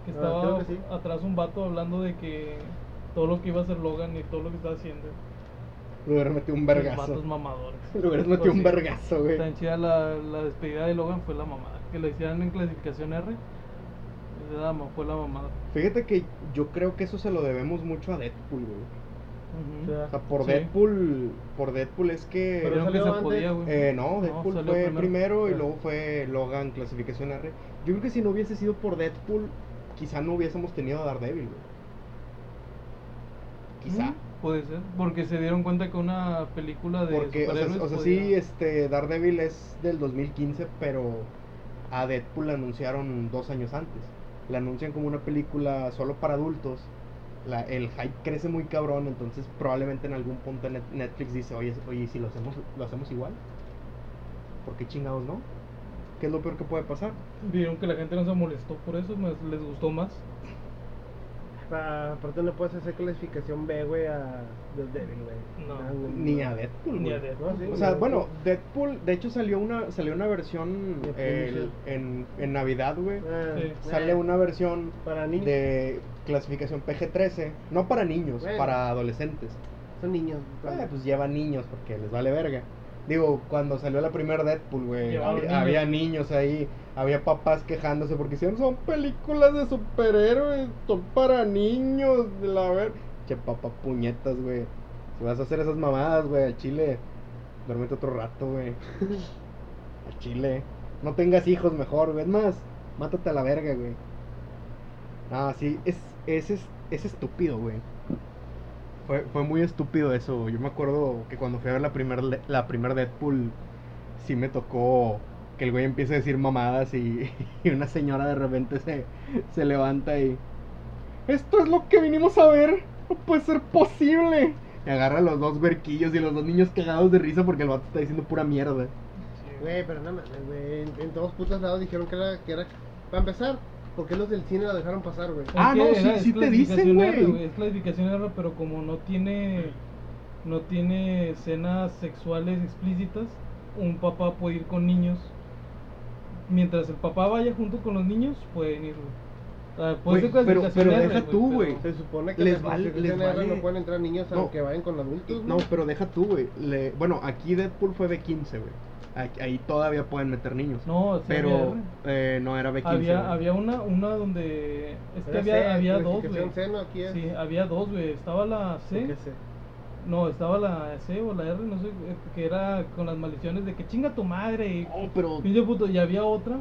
Que Ah, estaba creo que sí. atrás un vato hablando de que todo lo que iba a hacer Logan y todo lo que estaba haciendo. Le hubieras metido un Los vatos vergazo. mamadores. Le hubieras metido un Pues sí. vergazo, güey. Tan chida la, la despedida de Logan fue la mamada. Que lo hicieran en clasificación R. esa dama, fue la mamada. Fíjate que yo creo que eso se lo debemos mucho a Deadpool, güey. Ujú. O sea, O sea, por Sí. Deadpool, por Deadpool es que... Pero Pero que se salió podía, antes. güey. Eh, no, Deadpool salió Eh, fue primero, y Ah. luego fue Logan clasificación R. Yo creo que si no hubiese sido por Deadpool, quizá no hubiésemos tenido a Daredevil, güey. Quizá. Mm, Puede ser, porque se dieron cuenta que una película de Porque, o sea, superhéroes o sea, podía- sí, este, Daredevil es del 2015, pero a Deadpool la anunciaron dos años antes. La anuncian como una película solo para adultos. La- el hype crece muy cabrón, entonces probablemente en algún punto Net- Netflix dice, oye, oye, ¿y si lo hacemos, lo hacemos igual? ¿Por qué chingados no? ¿Qué es lo peor que puede pasar? vieron que la gente no se molestó por eso, más- les gustó más. Pa- Aparte no puedes hacer clasificación B, güey, a Dios débil, güey. No. Ah, güey, Ni no. a Deadpool. Ni güey. a Deadpool, No, sí. O sea, bueno, Deadpool, de hecho salió una, salió una versión De eh, en, en Navidad, güey. Ah, Sí. Sale eh, una versión Para niños. de clasificación PG-13, no para niños, Bueno. para adolescentes. Son niños. Ah, pues lleva niños porque les vale verga. Digo, cuando salió la primera Deadpool, güey, Llevaban había, había niños ahí, había papás quejándose porque decían, son películas de superhéroes, son para niños, de la ver... Che, papá, puñetas, güey. Si vas a hacer esas mamadas, güey, al chile, duérmete otro rato, güey. al chile. No tengas hijos mejor, güey. Es más, mátate a la verga, güey. Ah, sí, es, es, es, es estúpido, güey. Fue, fue muy estúpido eso. Yo me acuerdo que cuando fui a ver la primer, le- la primer Deadpool, sí me tocó que el güey empiece a decir mamadas y, y una señora de repente se, se levanta y... Esto es lo que vinimos a ver. No puede ser posible. Y agarra a los dos verquillos y los dos niños cagados de risa porque el vato está diciendo pura mierda. Güey, pero no mames, güey. En, en todos putos lados dijeron que era, que era. Para empezar, ¿por qué los del cine la dejaron pasar, güey? Es Ah, que no, sí- era- es sí te dicen, clasificación güey. R, Es clasificación R, pero como no tiene no tiene escenas sexuales explícitas, un papá puede ir con niños. Mientras el papá vaya junto con los niños, pueden ir. güey. Ah, Güey, pues, sí, pero- clasificación pero R, deja tú, güey. Se supone que Les en la vale- les clasificación R vale. no pueden entrar niños No. aunque vayan con adultos. güey. No, pero deja tú, güey. Le- Bueno, aquí Deadpool fue B15, güey. Aquí- Ahí todavía pueden meter niños. No, sí había pero R. eh, no era B15. Había, güey. había una, una donde. Es que Era había, C, había dos, güey. clasificación C, no, aquí es. Sí, había dos, güey. Estaba la C. Porque C. No, estaba la C o la R, no sé, eh, que era con las maldiciones de que chinga tu madre y No, Oh, pero. pinche puto. Y había otra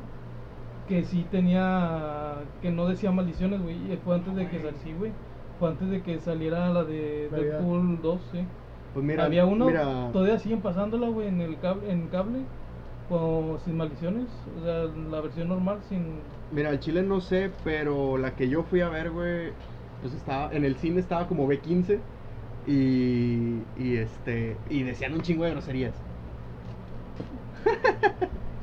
que sí tenía, que no decía maldiciones, güey. y Fue antes de que saliera, güey. Fue antes de que saliera la de Navidad. Deadpool 2, sí. Pues mira, había uno, mira, todavía siguen pasándola, güey, en el cable, en cable con, sin maldiciones. O sea, la versión normal sin... mira, al chile no sé, pero la que yo fui a ver, güey, pues estaba, en el cine estaba como B15 y, y este, y decían un chingo de groserías.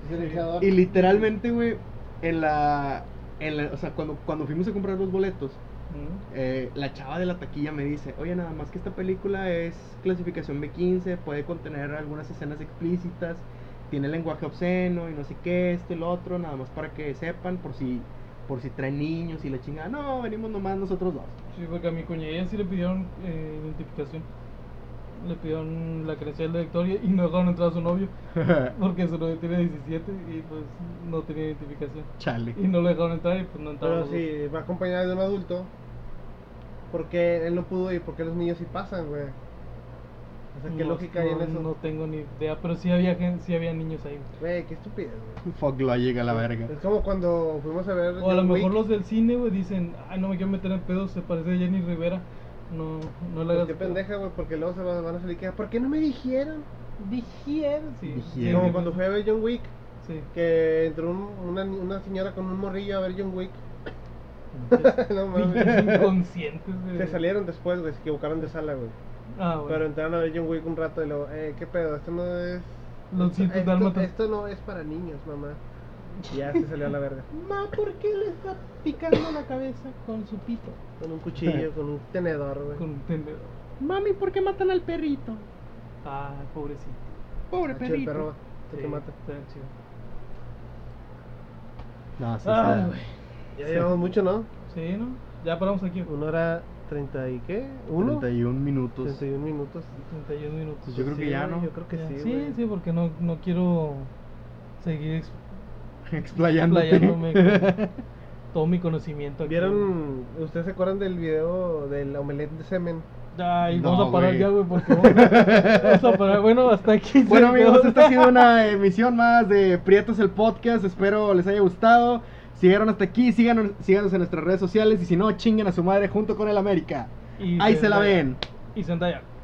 Es el iniciador. Y literalmente, güey, en la, en la, o sea, cuando, cuando fuimos a comprar los boletos, ¿Mm? eh, la chava de la taquilla me dice, oye, nada más que esta película es clasificación B15, puede contener algunas escenas explícitas, tiene lenguaje obsceno y no sé qué, esto y lo otro, nada más para que sepan por si, por si traen niños y la chingada. No, venimos nomás nosotros dos. Sí, porque a mi cuñada sí le pidieron eh, identificación. Le pidieron la credencial de Victoria y no dejaron entrar a su novio porque su novio tiene 17 y pues no tenía identificación. Chale. Y no le dejaron entrar y pues no entraron. Pero los dos. si va acompañado de un adulto, porque él no pudo ir? porque los niños sí pasan, güey? O sea, ¿qué No, lógica hay en no- eso? No tengo ni idea, pero sí había, gen- sí había niños ahí. güey. Güey, qué estupidez, güey. Fuck la llega la verga. Es como cuando fuimos a ver. O a lo John mejor Wick. los del cine, güey, dicen, ay, no me quiero meter en pedos, se parece a Jenny Rivera. No, no le Pues hagas. qué pendeja, güey, porque luego se van van a salir que, ¿por qué no me dijeron? Dijeron, sí. Dijeron. Como cuando fui a ver John Wick, Sí. que entró un- una, ni- una señora con un morrillo a ver John Wick. no mames. Pinches Inconscientes, güey. Se salieron después, güey, se equivocaron de sala, güey. Ah, bueno. Pero entraron a ver John Wick un rato y luego, eh, ¿qué pedo? Esto no es. Los esto, cientos esto- dálmatas. esto no es para niños, mamá. Y ya se salió a la verga. Ma, ¿por qué le está picando la cabeza con su pito? Con un cuchillo, con un tenedor, güey. Ah, Con un tenedor. Mami, ¿por qué matan al perrito? Ah, pobrecito. Pobre Ah, chido, el perrito. perro, se te Sí, mata. está chido. No, sí, Ah, sí. güey. Ya Sí. llevamos mucho, ¿no? Sí, ¿no? Ya paramos aquí. Una hora treinta y qué? ¿Uno? 31 minutos. 31 minutos. 31 minutos. Pues yo creo que ya, güey, ¿no? Yo creo que Ya. sí. Sí, güey. sí, porque no, no quiero seguir Explayándote. explayándome con todo mi conocimiento aquí. ¿Vieron? ¿Ustedes se acuerdan del video del omelette de semen? Ay, No, vamos a parar güey. ya, güey, por favor. Vamos a parar. Bueno, hasta aquí. se Bueno quedó. amigos, esta ha sido una emisión más de Prietos el Podcast, espero les haya gustado. Si llegaron hasta aquí, síganos, síganos en nuestras redes sociales y si no, chinguen a su madre junto con el América. Y Ahí se la Zendaya. ven. Y Zendaya.